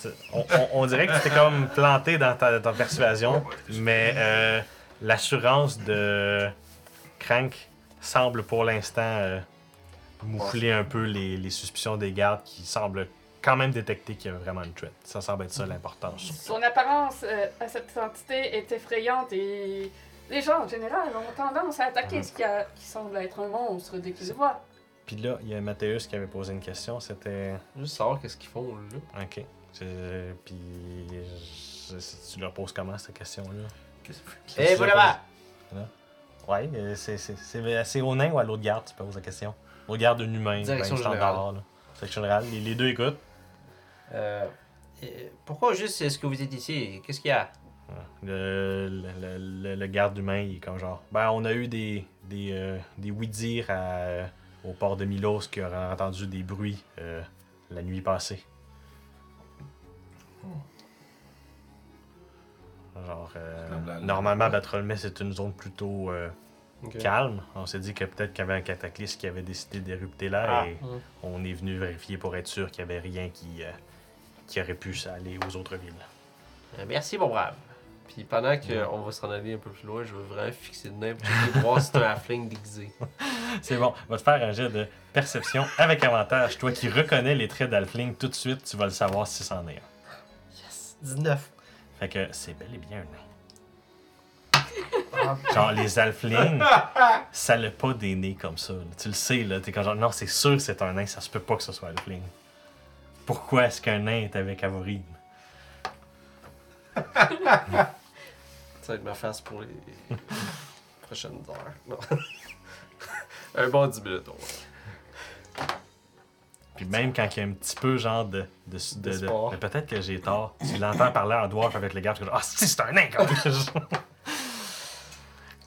B: tu- on, on- on dirait que tu t'es comme planté dans ta, ta persuasion, mais euh, l'assurance de Crank semble pour l'instant euh, moufler un peu les, les suspicions des gardes qui semblent quand même détecter qu'il y a vraiment une threat. Ça semble être ça
D: Mhm.
B: l'importance.
E: Son apparence euh, à cette entité est effrayante et les gens en général ont tendance à attaquer ce qui, a- qui semble être un monstre dès qu'ils le voient.
B: Puis là, il y a Mathéus qui avait posé une question, c'était...
D: Juste savoir qu'est-ce qu'ils font, là.
B: Ok. C'est- Puis je- je- tu leur poses comment cette question-là?
A: Qu'est-ce que c'est?
B: Tu
D: Eh,
B: leur
D: vous
B: poses-
D: là-bas!
B: Ouais, euh, c'est- c'est c'est- c'est au nain ou à l'autre garde, tu poses la question. L'autre garde d'un humain,
D: Direction
B: ben, standard, là. Direction générale, les, les deux écoutent.
F: Euh, euh, Pourquoi juste est-ce que vous êtes ici Qu'est-ce qu'il y a
B: Le, le- le- le- le garde humain, il est comme genre. Ben, on a eu des, des, euh, des oui-dire à, euh, au port de Milos qui auraient entendu des bruits euh, la nuit passée. Genre, euh,
A: C'est la blague.
B: normalement, Batrolmet, c'est une zone plutôt. euh,
D: Ok.
B: calme. On s'est dit que peut-être qu'il y avait un cataclysme qui avait décidé d'érupter là
D: Ah.
B: et
C: Mm.
B: on est venu vérifier pour être sûr qu'il n'y avait rien qui, euh, qui aurait pu aller aux autres villes.
F: Euh, Merci, mon brave.
D: Puis pendant qu'on va s'en aller un peu plus loin, je veux vraiment fixer le nez pour checker, voir si c'est un halfling déguisé.
B: C'est bon, va te faire un jet de perception avec avantage. Toi qui reconnais les traits d'Alfling tout de suite, tu vas le savoir si c'en est un.
F: 19.
B: Fait que c'est bel et bien un nain. Genre, les Alflings, ça l'a pas des nez comme ça. là. Tu le sais, là. T'es comme genre, non, c'est sûr que c'est un nain, ça se peut pas que ce soit Alfling. Pourquoi est-ce qu'un nain est avec Avorine?
D: Ça va être ma face pour les prochaines heures. Non. un bon 10 minutes, on va.
B: Euh, Puis même quand il y a un petit peu genre de. de, de- de-
D: D'espoir.
B: mais peut-être que j'ai tort. Tu l'entends parler en dwarf avec le gars, tu es comme, ah si c'est un nain quand même!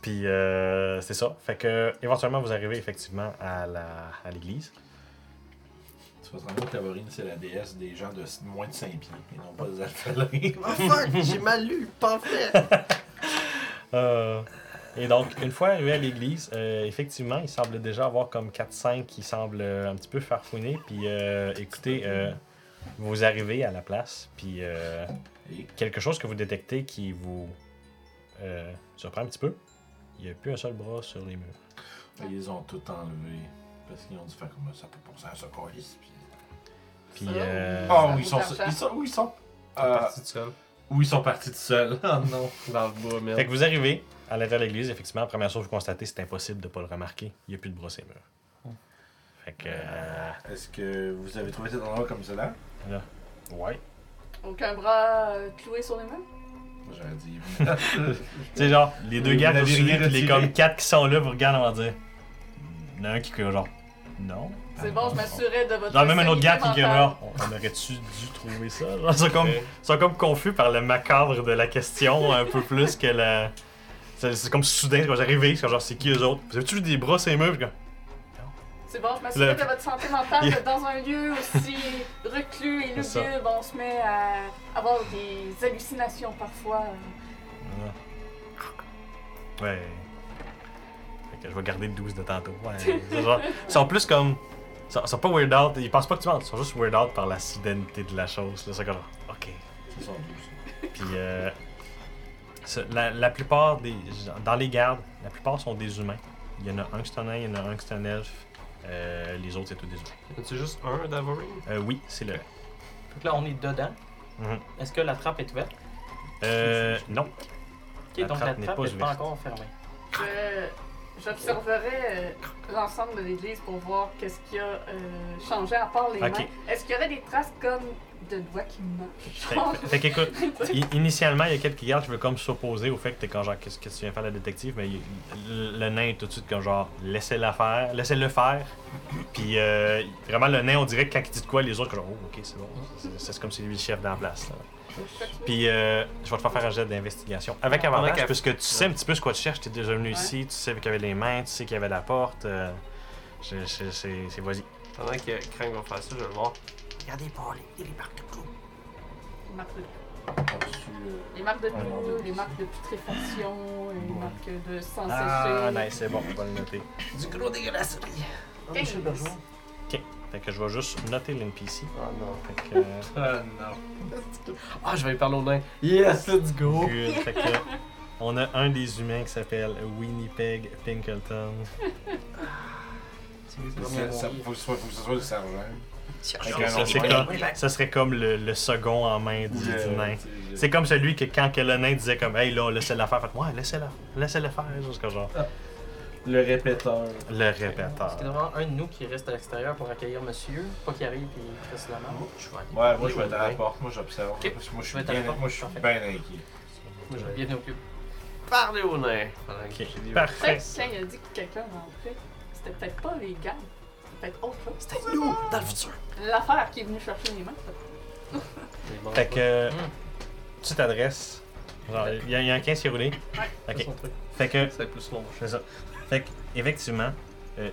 B: Puis euh, c'est ça. Fait que éventuellement vous arrivez effectivement à la à l'église.
A: Tu vas te rendre compte que Tavorine, c'est la déesse des gens de s- moins de 5 pieds et non pas des alphalins.
F: Oh fuck, j'ai mal lu, parfait.
B: Euh, et donc une fois arrivé à l'église, euh, effectivement il semble déjà avoir comme 4-5 qui semblent euh, un petit peu farfouiner. Puis euh, écoutez, euh, vous arrivez à la place. Puis euh,
A: Et
B: quelque chose que vous détectez qui vous euh, surprend un petit peu. Il n'y a plus un seul bras sur les murs.
A: ils les ont tout enlevé parce qu'ils ont dû faire comme ça pour penser à ce colis. Puis...
B: Puis,
E: Ça,
B: euh,
E: oui.
A: Oh,
E: Ça
A: ils sont,
E: coûte
A: ils sont. Où ils sont
D: C'est
A: euh,
D: parti tout seul.
A: Ou ils sont partis tout seuls. Oh non.
D: Dans le bois, merde.
B: Fait que vous arrivez à l'intérieur de l'église, effectivement, première chose que vous constatez, c'est impossible de ne pas le remarquer. Il n'y a plus de brosse et murs. Fait que. euh,
A: Est-ce que vous avez trouvé cet endroit comme cela
B: ouais.
E: Donc un bras euh, cloué sur les mains.
A: J'aurais dit.
B: Tu sais, genre, les deux
A: Euh, Vous
B: gars
A: n'avez
B: qui
A: rien
B: suivent, les
A: retiré.
B: comme quatre qui sont là, vous regardez, on va dire. Il y en a un qui est genre. Non.
E: C'est bon, je m'assurais de votre.
B: Genre, même un autre gars qui
E: sanité
B: est
E: mentale.
B: genre. On on aurait-tu dû trouver ça? Genre, ils sont comme, ils sont comme confus par le macabre de la question, un peu plus que la. C'est c'est comme soudain, quand j'arrivais, c'est genre, c'est qui eux autres? Vous avez-tu vu des bras, ces murs? Puis comme,
E: C'est bon, je m'assurais
B: Le-
E: de votre santé mentale
B: Il-
E: que dans un lieu aussi reclus et
B: C'est ça.
E: lugubre. On se met à avoir des hallucinations parfois.
B: Ouais. Ouais. Fait que je vais garder le 12 de tantôt. Ouais. C'est genre- ils sont plus comme. Ils sont, ils sont pas weird out, ils pensent pas que tu mentes, ils sont juste weird out par la soudaineté de la chose. Là, c'est comme, ok.
A: Ils sont douces.
B: Puis, euh, ce- la, la plupart des. Dans les gardes, la plupart sont des humains. Il y en a un qui est un nain, il y en a un qui est un elfe. Euh, les autres, c'est tous des humains.
D: C'est juste un d'Avory?
B: Euh, oui, c'est le.
C: Fait que là, on est dedans.
B: Mhm.
C: Est-ce que la trappe est ouverte?
B: Euh, non.
C: Ok,
B: La
C: donc
B: trappe n'est
C: la trappe
B: pas
C: n'est pas,
B: ouverte.
C: encore fermée.
E: Euh, je- J'observerais euh, l'ensemble de l'église pour voir qu'est-ce qui a euh, changé à part les
B: Ok.
E: mains. Est-ce qu'il y aurait des traces comme de doigts qui manquent?
B: Fait,
E: Genre,
B: fait- fait qu'écoute, I- Initialement, il y a quelques gardes qui veulent comme s'opposer au fait que t'es comme genre, qu'est-ce que tu viens faire la détective, mais il- il- le nain est tout de suite comme genre, laissez-la faire, laissez-le faire. Puis euh, vraiment, le nain, on dirait que quand il dit de quoi, les autres, comme genre, oh, ok, c'est bon. C'est- C'est comme si lui le chef dans la place. là. Puis euh, je vais te faire faire un jet d'investigation. Avec avantage,
D: qu'elle-
B: puisque tu sais un petit peu ce que tu cherches, t'es déjà venu
E: Ouais.
B: ici, tu sais qu'il y avait les mains, tu sais qu'il y avait la porte. euh, je- je- c'est c'est- vas-y.
D: Pendant que Krang va faire ça, je vais le voir.
F: Regardez pas, les- il est partout.
E: les marques de-
A: Par-dessus, euh,
E: Les marques de
A: Ouais, non,
E: boue, les marques de putréfaction, les marques de sang
B: Ah,
E: séché.
B: nice, c'est bon, on va le noter.
F: Du gros dégueulasse.
E: Quinze.
B: Fait que je vais juste noter l'NPC.
D: Oh non.
B: Fait que. euh,
A: Ah non.
C: Ah, je vais lui parler au nain.
D: Yes, let's go!
B: Good. Fait que, on a un des humains qui s'appelle Winnipeg Pinkleton.
A: Ça- ça- Faut que ce soit- faut que ce soit le sergent.
B: Fait
A: Ouais,
B: que ça,
A: non,
B: c'est
A: ouais.
B: comme- ça serait comme le, le second en main du, du nain. C'est comme celui que quand que le nain disait comme Hey là, laissez-la faire, fait ouais, laissez-la, laissez-la faire, juste que genre.
A: le répéteur.
B: Le
C: Est-ce
B: répéteur.
C: qu'il y a vraiment un de nous qui reste à l'extérieur pour accueillir monsieur Pas qu'il arrive et qu'il fasse la merde.
F: Je vais aller.
A: Ouais, moi je vais être à la porte, moi j'observe.
C: Ok.
A: Parce que moi je
C: Tu vas être
A: suis
C: à la
A: bien,
C: porte,
A: moi, je suis
C: parfait.
A: bien inquiet.
D: Moi, je vais
C: Bienvenue au club.
D: parler au nain. Pendant que
B: Ok,
D: je dis-
B: parfait.
E: Peut-être que quand il a dit que quelqu'un rentrait, c'était peut-être pas les gardes, c'était peut-être autre chose.
F: C'était nous, dans le futur.
E: L'affaire qui est venue chercher les mains.
B: Fait que. Tu t'adresses. Genre, il y, a- il y a un 15 qui est roulé. Ok. Fait que.
D: C'est plus long.
B: C'est ça. Fait que, effectivement, euh,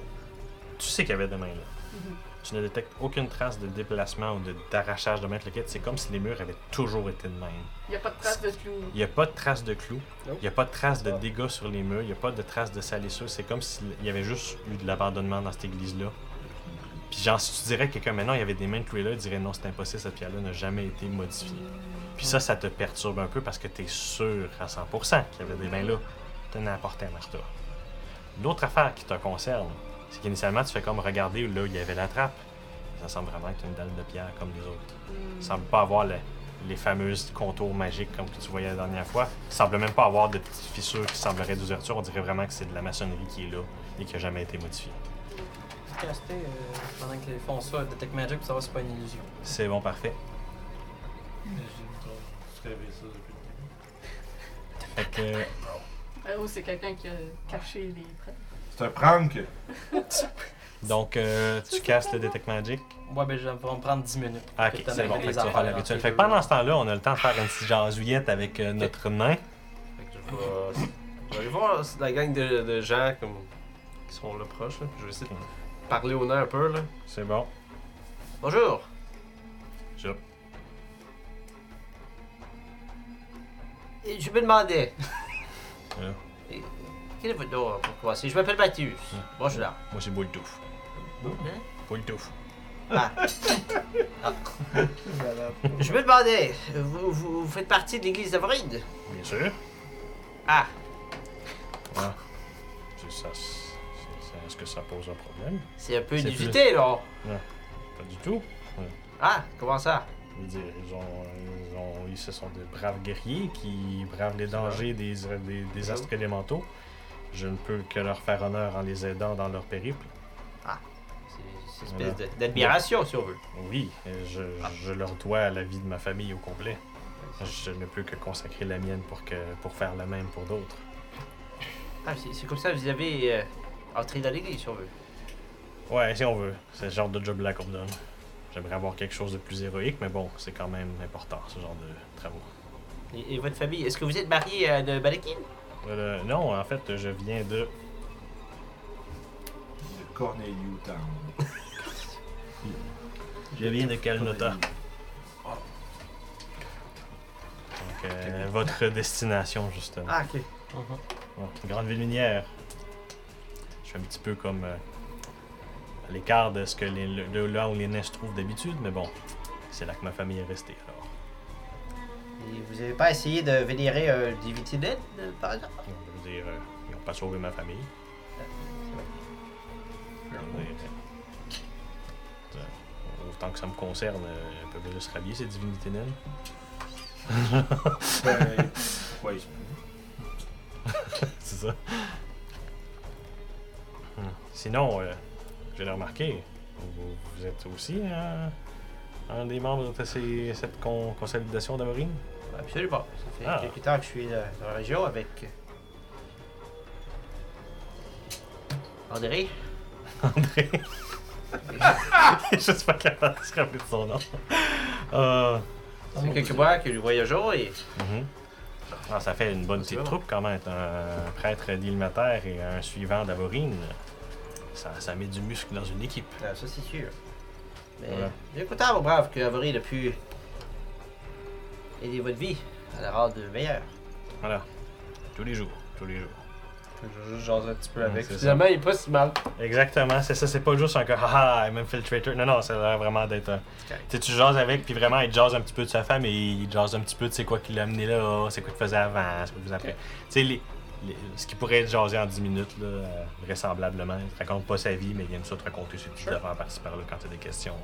B: tu sais qu'il y avait des mains là. Tu ne détectes aucune trace de déplacement ou de- d'arrachage de mains. le kit. C'est comme si les murs avaient toujours été de même.
E: Il n'y a pas de traces de clous.
B: Il n'y a pas de trace de clous.
D: Mm-hmm. Nope.
B: Il n'y a pas de trace de dégâts sur les murs. Il n'y a pas de trace de salissure. C'est comme s'il y avait juste eu de l'abandonnement dans cette église-là. Puis genre, si tu dirais que quelqu'un maintenant, il y avait des mains de clous là, il dirait non, c'est impossible, cette pierre-là n'a jamais été modifiée. Puis ça, ça te perturbe un peu parce que tu es sûr à 100% qu'il y avait des mains là. Tu apporté à Martha. L'autre affaire qui te concerne, c'est qu'initialement, tu fais comme regarder là où il y avait la trappe. Ça semble vraiment être une dalle de pierre comme les autres
E: Hmm.
B: semble pas avoir le- les fameuses contours magiques comme que tu voyais la dernière fois. Il semble même pas avoir de petites fissures qui sembleraient d'ouverture. On dirait vraiment que c'est de la maçonnerie qui est là et qui a jamais été modifiée.
C: Caster, euh, pendant qu'ils font ça, Detect Magic pour savoir si c'est pas une illusion.
B: C'est bon, parfait. Fait que,
E: Euh, Ou c'est quelqu'un qui a caché les traces.
A: C'est un prank.
B: donc, euh, tu casses le Detect Magic.
C: Moi, ben, je vais me prendre 10 minutes.
B: Ah, ok,
C: Peut-être
B: c'est bon.
C: avec
B: Fait
C: les
B: que tu vas faire
C: affaires
B: le rituel.
C: dans
B: Fait que
C: tes
B: pendant ce temps-là, on a le temps de faire une petite jasouillette avec euh, notre nain.
D: Fait que je vais. Je vais aller voir la gang de, de gens comme, qui sont là proches. Là. puis Je vais essayer de parler au nain un peu. là.
B: C'est bon.
D: Bonjour!
B: Jop.
F: Et Je me demandais.
B: Ouais.
F: Et Quel est votre nom pour commencer Je m'appelle Mathieu. Bonjour. là.
B: Moi, c'est Boule Touffe.
F: Hein?
B: Boule Touffe.
F: Je me demandais, vous, vous- vous faites partie de l'église d'Avride
B: Bien sûr.
F: Ah,
B: Ah. C'est ça. c'est- c'est- Est-ce que ça pose un problème?
F: c'est un peu
B: C'est
F: inusité, là.
B: Pas du tout.
F: Ah, comment ça
B: Je veux dire, ils, ont, ils, ont- ils- ce sont des braves guerriers qui bravent les dangers des, euh, des, des astres élémentaux. Je ne peux que leur faire honneur en les aidant dans leur périple.
F: C'est une espèce de- d'admiration, si on veut.
B: Oui, euh, je, je leur dois la vie de ma famille au complet. Je ne peux que consacrer la mienne pour, que, pour faire la même pour d'autres.
F: Ah, c'est c'est comme ça que vous avez euh, entré dans l'église, si on veut.
B: Ouais, si on veut. C'est le genre de job-là qu'on me donne. J'aimerais avoir quelque chose de plus héroïque, mais bon, c'est quand même important, ce genre de travaux.
F: Et, et votre famille, est-ce que vous êtes marié à de Balakine
B: Euh, non, en fait, je viens
A: De
B: de...
A: Corneliu Town.
B: Je viens de Calnota. Donc, euh, votre destination, justement.
D: Ah, ok.
B: Donc, une grande ville minière. Je suis un petit peu comme euh, à l'écart de ce que les, le- de là où les nains se trouvent d'habitude, mais bon, c'est là que ma famille est restée alors.
F: Et vous n'avez pas essayé de vénérer un divinité d'aide, euh, par exemple
B: Donc, Je veux dire, euh, ils n'ont pas sauvé ma famille. Je veux dire, euh, euh, Autant que ça me concerne, euh, elles peuvent juste rabier ces divinités naines.
A: Ben, ouais, ils sont-
B: C'est ça. Hmm. Sinon, euh, je l'ai remarqué, vous, vous êtes aussi un, un des membres de ces- cette con- consolidation d'Amorine?
F: Absolument. Ça fait
B: Ah.
F: quelques temps que je suis euh, dans la région avec. euh, André
B: André. Je suis pas capable de se rappeler de son nom. Euh,
F: Ça fait quelques mois que nous voyageons et.
B: mhm. Ah, ça fait une bonne petite troupe quand même. Un prêtre d'Ilmater et un suivant d'Avorine. Ça, ça met du muscle dans une équipe.
F: Ah, ça, c'est sûr. Mais
B: Voilà.
F: j'ai content, mon brave, que Avorine a pu aider votre vie à la rendre meilleure.
B: Voilà. Tous les jours. Tous les jours. Hum,
D: Je vais juste jaser un petit peu avec.
B: c'est ça.
D: Finalement, il est pas si mal.
B: Exactement, c'est ça, c'est pas juste un gars, haha, I'm infiltrator. Non, non, ça a l'air vraiment d'être un. Tu sais, tu jases avec, puis vraiment, il jase un petit peu de sa femme et il jase un petit peu de c'est quoi qui l'a amené là, c'est quoi qu'il faisait avant, c'est quoi qu'il faisait après. Tu sais, les- les- ce qui pourrait être jasé en 10 minutes, là, euh, vraisemblablement. Il te raconte pas sa vie, mais il aime ça te raconter ses petites affaires par-ci par-là quand t'as des questions.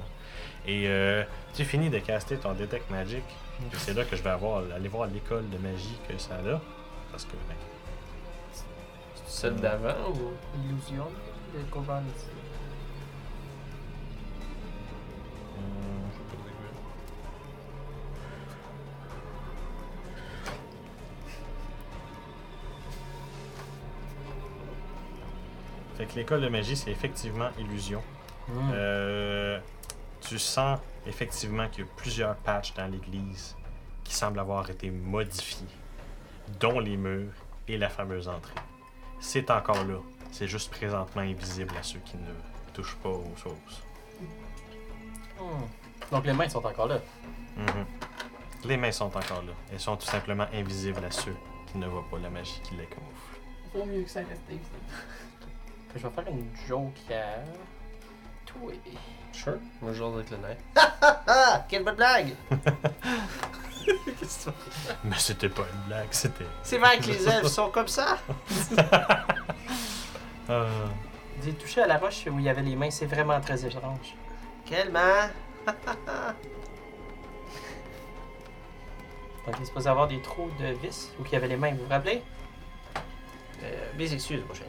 B: Et euh, tu finis de caster ton Detect Magic, puis c'est là que je vais avoir, aller voir l'école de magie que ça a. Parce que, ben,
D: Celle d'avant ou.
C: Oh, Illusion de Coban.
B: Fait que l'école de magie, c'est effectivement illusion. Euh, tu sens effectivement qu'il y a plusieurs patchs dans l'église qui semblent avoir été modifiés, dont les murs et la fameuse entrée. C'est encore là, c'est juste présentement invisible à ceux qui ne touchent pas aux choses.
F: Hmm.
C: Donc les mains sont encore là.
B: Mhm. Les mains sont encore là. Elles sont tout simplement invisibles à ceux qui ne voient pas la magie qui les camoufle.
E: Vaut mieux que ça reste invisible.
C: Je vais faire une joke à. Toi.
D: Sure. Moi, je jase avec le nain.
F: Ah, quelle bonne blague
B: Mais c'était pas une blague, c'était.
F: C'est vrai que les elfes sont comme ça
B: Euh,
C: J'ai touché à la roche où il y avait les mains, c'est vraiment très étrange.
F: Quelle main
C: Donc il est supposé avoir des trous de vis où il y avait les mains, vous vous rappelez
F: Euh, Mes excuses, mon cher.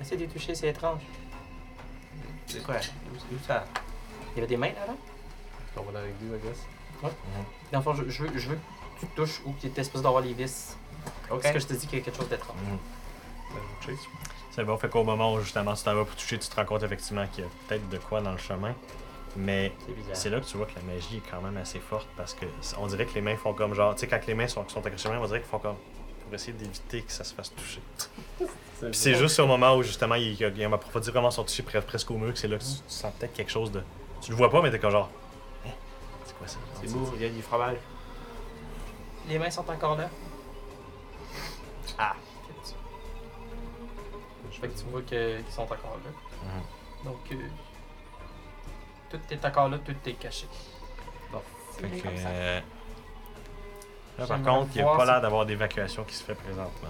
C: Essayez de les toucher, c'est étrange.
F: C'est quoi Où- où ça
C: Il y avait des mains là-bas
D: On va dans l'église, I guess.
F: Mhm.
C: Dans le fond, je, je veux, je veux que tu touches où il était supposé d'avoir les vis.
F: Ok.
C: Parce que je te dis qu'il y a quelque chose d'étrange.
D: Ben, je chase.
B: mhm. C'est bon, fait qu'au moment où justement tu t'en vas pour toucher, tu te rends compte effectivement qu'il y a peut-être de quoi dans le chemin. Mais
F: C'est bizarre.
B: c'est là que tu vois que la magie est quand même assez forte parce que c- on dirait que les mains font comme genre. Tu sais, quand les mains sont, sont accrochées aux mains, on dirait qu'ils font comme. pour essayer d'éviter que ça se fasse toucher. Puis c'est juste au moment où justement il, il, il approfondit vraiment son toucher pre- presque au mur que c'est là que tu, tu sens peut-être quelque chose de. Tu le vois pas, mais t'es comme genre. Hein? C'est quoi ça?
F: C'est beau, il y a du fromage.
C: Les mains sont encore là.
F: Ah.
C: Je Fait que tu vois que- qu'ils sont encore là. Donc, euh, tout est encore là, tout est caché.
B: Fait
E: C'est
B: que,
E: comme ça.
B: euh, Là, par
C: J'aimerais
B: contre, il n'y a
C: voir
B: pas
C: si-
B: l'air d'avoir d'évacuation qui se fait présentement.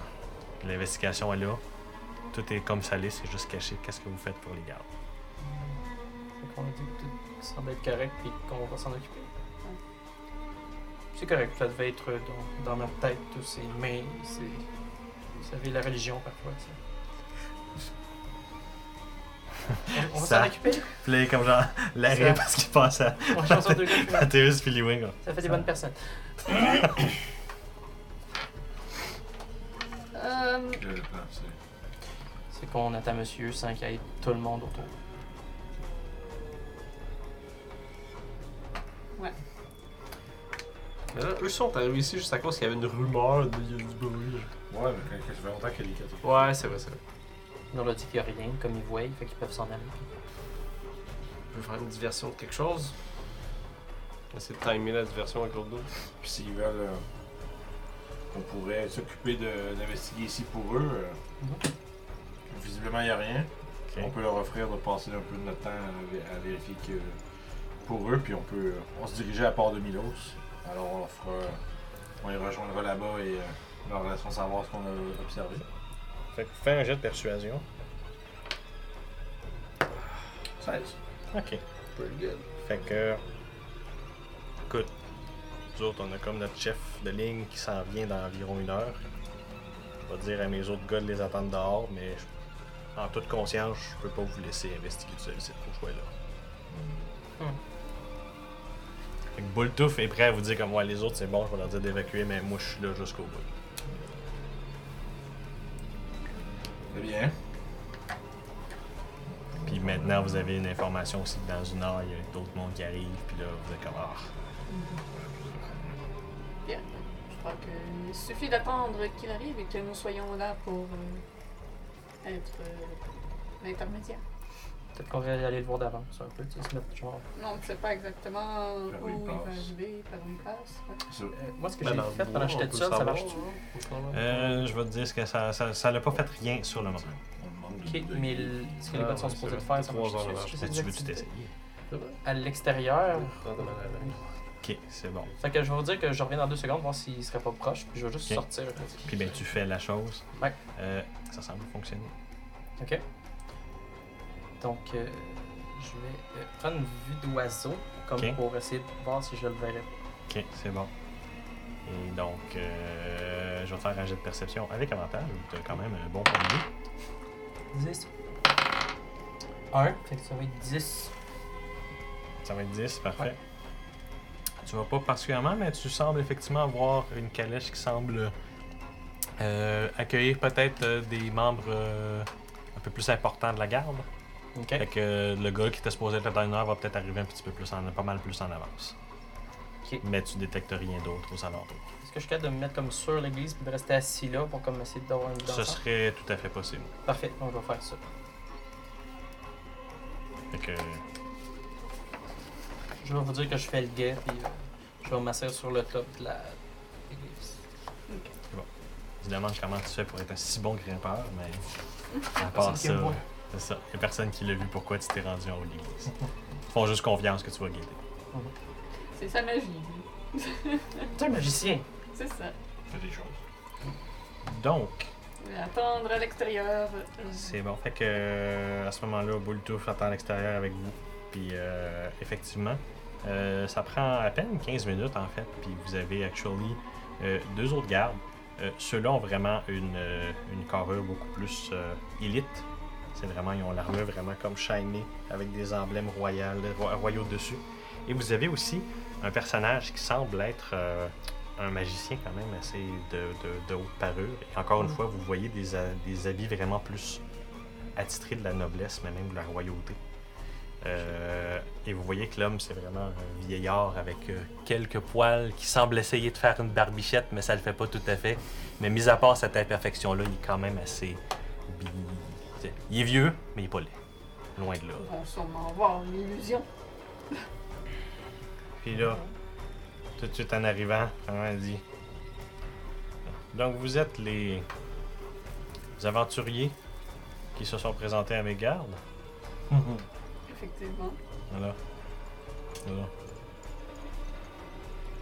B: L'investigation est là. Tout est comme ça l'est, c'est juste caché. Qu'est-ce que vous faites pour les gardes?
C: Fait qu'on a dit que tout semble être correct et qu'on va s'en occuper.
E: Ouais.
C: C'est correct, ça devait être dans, dans ma tête, tous ces mains, ces... Vous savez, la religion parfois, ça. On va
B: Ça-
C: s'en occuper,
B: Puis là, il est comme genre, l'arrêt
C: Ça-
B: parce qu'il pense à
C: on change en deux gars.
B: Mathéus puis Lee-Wing. là.
C: Ça fait des bonnes personnes.
E: Euh,
A: que le plan, c'est-
C: C'est qu'on attend monsieur sans qu'il y ait tout le monde autour.
D: Mais là, eux sont arrivés ici juste à cause qu'il y avait une rumeur de il y a du bruit.
A: Ouais, mais quand- quand ça fait longtemps qu'elle est catholique.
D: Ouais, c'est vrai, c'est vrai.
C: Nous, on leur dit qu'il n'y a rien, comme ils voient, fait qu'ils peuvent s'en aller.
D: On peut faire une diversion de quelque chose. On va essayer de timer la diversion avec l'autre dos.
A: Puis s'ils veulent euh, qu'on pourrait s'occuper de- d'investiguer ici pour eux, euh, visiblement il n'y a rien.
B: Ok.
A: On peut leur offrir de passer un peu de notre temps à, vé- à vérifier que pour eux, puis on peut euh, on se dirigeait à Port de Milos. Alors on leur fera, on les rejoindra là-bas et euh, on leur laissera savoir ce qu'on a observé.
B: Fait que fais un jet de persuasion.
A: 16.
B: Ok. Fait que. Écoute, nous autres, on a comme notre chef de ligne qui s'en vient dans environ une heure. Je vais dire à mes autres gars de les attendre dehors, mais je- en toute conscience, je peux pas vous laisser investiguer tout seul, c'est pour choix là.
C: Hmm.
B: Fait que Boultouf est prêt à vous dire comme moi, les autres, c'est bon, je vais leur dire d'évacuer, mais moi, je suis là jusqu'au bout.
A: Très bien.
B: Puis maintenant, vous avez une information aussi que dans une heure, il y a d'autres mondes qui arrivent, puis là, vous êtes comme ah.
E: bien. Je crois qu'il suffit d'attendre qu'il arrive et que nous soyons là pour euh, être euh, l'intermédiaire.
C: Peut-être qu'on va aller le voir d'avance un peu, tu sais, se mettre genre.
E: Non, on ne sait pas exactement
A: Par
E: où
A: où il
E: il va
A: passe.
E: arriver, par où il passe. Ouais.
A: Ça.
C: Euh, moi, ce que
D: Ben,
C: j'ai
D: dans le
C: fait
D: bois,
C: pendant que
D: on
C: j'étais
D: peut
C: seul, ça
D: savoir.
C: marche-tu?
B: Euh, je vais te dire que ça, ça, ça l'a pas fait rien sur le moment.
A: On demande
C: Ok,
A: de- de-
C: mais le- ce que les
D: Ah,
C: bots sont
D: ouais,
C: supposés de
D: c'est
C: faire,
D: vrai.
C: ça
D: Trois
C: marche
D: heures d'avance.
C: dessus.
B: Si tu veux tout essayer.
C: À l'extérieur.
B: Ok, c'est bon.
C: Fait que je vais vous dire que je reviens dans deux secondes, voir s'il serait pas proche, puis je vais juste
B: Ok.
C: sortir.
B: Puis ben tu fais la chose.
C: Ouais.
B: Euh, ça semble fonctionner.
C: Ok. Donc, euh, je vais euh, prendre une vue d'oiseau, comme
B: Ok.
C: pour essayer de voir si je le verrai.
B: Ok, c'est bon. Et donc, euh, je vais te faire un jet de perception avec avantage. Tu as quand même un bon point de vue.
C: 10. 1, fait que ça va être 10.
B: Ça va être 10, parfait.
C: Ouais.
B: Tu vois pas particulièrement, mais tu sembles effectivement voir une calèche qui semble euh, accueillir peut-être euh, des membres euh, un peu plus importants de la garde.
C: Ok.
B: Fait que euh, le gars qui était supposé être le dernier va peut-être arriver un petit peu plus en, pas mal plus en avance.
C: Ok.
B: Mais tu détectes rien d'autre aux alentours.
C: Est-ce que je suis capable de me mettre comme sur l'église puis de rester assis là pour comme essayer d'avoir une vue
B: Ce
C: d'ensemble?
B: serait tout à fait possible.
C: Parfait, donc je vais faire ça.
B: Fait que,
C: Je vais vous dire que je fais le guet, puis euh, je vais m'asseoir sur le top de la l'église.
B: je me demande comment tu fais pour être un si bon grimpeur, mais à part
C: qui
B: ça,
C: me voit.
B: c'est ça. Il a personne qui l'a vu pourquoi tu t'es rendu en haut de l'église. Ils font juste confiance que tu vas guider.
E: C'est sa magie.
C: T'es un magicien!
E: C'est ça.
A: Fais des choses.
B: Donc,
E: Mais Attendre à l'extérieur. euh,
B: c'est bon. Fait que euh, à ce moment-là, Bouletouf attend à l'extérieur avec vous. Puis euh, effectivement, euh, ça prend à peine 15 minutes en fait. Puis vous avez actually euh, deux autres gardes. Euh, Ceux-là ont vraiment une, euh, une carrure beaucoup plus euh, élite. C'est vraiment, ils ont l'armure vraiment comme shiny avec des emblèmes royales, ro- royaux dessus. Et vous avez aussi un personnage qui semble être euh, un magicien quand même assez de, de- de haute parure. Et encore une fois, vous voyez des, ha- des habits vraiment plus attitrés de la noblesse, mais même de la royauté. Euh, et vous voyez que l'homme, c'est vraiment un vieillard avec euh, quelques poils qui semble essayer de faire une barbichette, mais ça le fait pas tout à fait. Mais mis à part cette imperfection-là, il est quand même assez... bi- Il est vieux, mais il est pas laid. Loin de là.
E: Ils vont sûrement voir une illusion.
B: Puis là, tout de suite en arrivant, vraiment, elle dit Donc, vous êtes les... les aventuriers qui se sont présentés à mes gardes.
E: Effectivement.
B: Voilà. Voilà.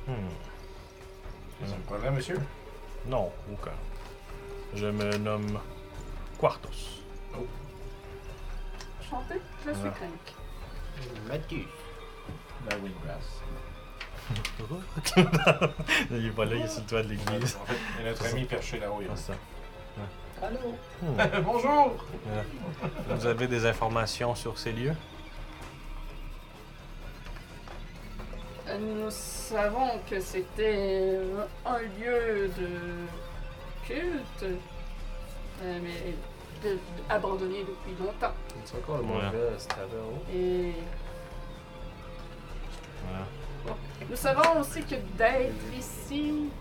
B: Hmm.
A: C'est un problème, monsieur?
B: Non, aucun. Je me nomme Quartos.
E: Chanter, je suis
B: Voilà.
E: crank.
F: Mathieu.
A: La Windgrass.
B: il est pas là, il est sur le toit de l'église.
A: En fait, il y a notre ami perché là-haut. il y a-
B: C'est ça.
C: Allô?
B: Hmm.
A: Bonjour!
B: Euh, Vous avez des informations sur ces lieux?
E: Euh, Nous savons que c'était euh, un lieu de culte, euh, mais de- de- abandonné depuis longtemps.
D: C'est encore le
B: Ouais.
D: mauvais, euh, cette taverne.
E: Et
B: Voilà.
E: nous savons aussi que d'être ici,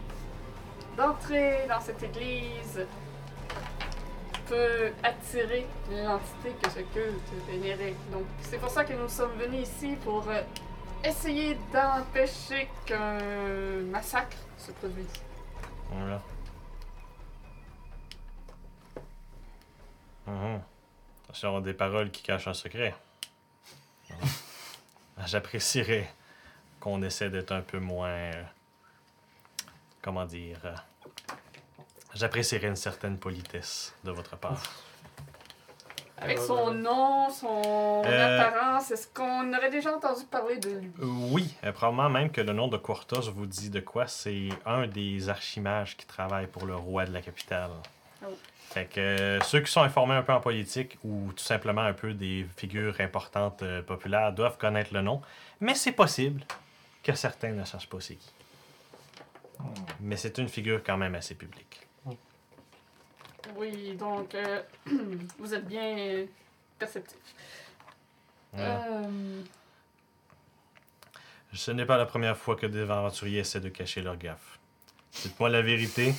E: d'entrer dans cette église, peut attirer l'entité que ce culte vénérait. Donc c'est pour ça que nous sommes venus ici pour euh, essayer d'empêcher qu'un massacre se produise.
B: Voilà. Mhm. Ce sont des paroles qui cachent un secret. Voilà. J'apprécierais qu'on essaie d'être un peu moins. euh, Comment dire. euh, J'apprécierais une certaine politesse de votre part.
E: Avec
D: Euh,
E: son nom, son
B: Euh,
E: apparence, est-ce qu'on aurait déjà entendu parler de lui?
B: Euh, Oui, euh, probablement même que le nom de Quartos vous dit de quoi. C'est un des archimages qui travaille pour le roi de la capitale.
E: Ah oui.
B: Fait que euh, ceux qui sont informés un peu en politique ou tout simplement un peu des figures importantes euh, populaires doivent connaître le nom, mais c'est possible que certains ne sachent pas c'est qui. Mais c'est une figure quand même assez publique.
E: Oui, donc euh, vous êtes bien euh, perceptif.
B: Voilà.
E: Euh,
B: Ce n'est pas la première fois que des aventuriers essaient de cacher leurs gaffes. Dites-moi la vérité.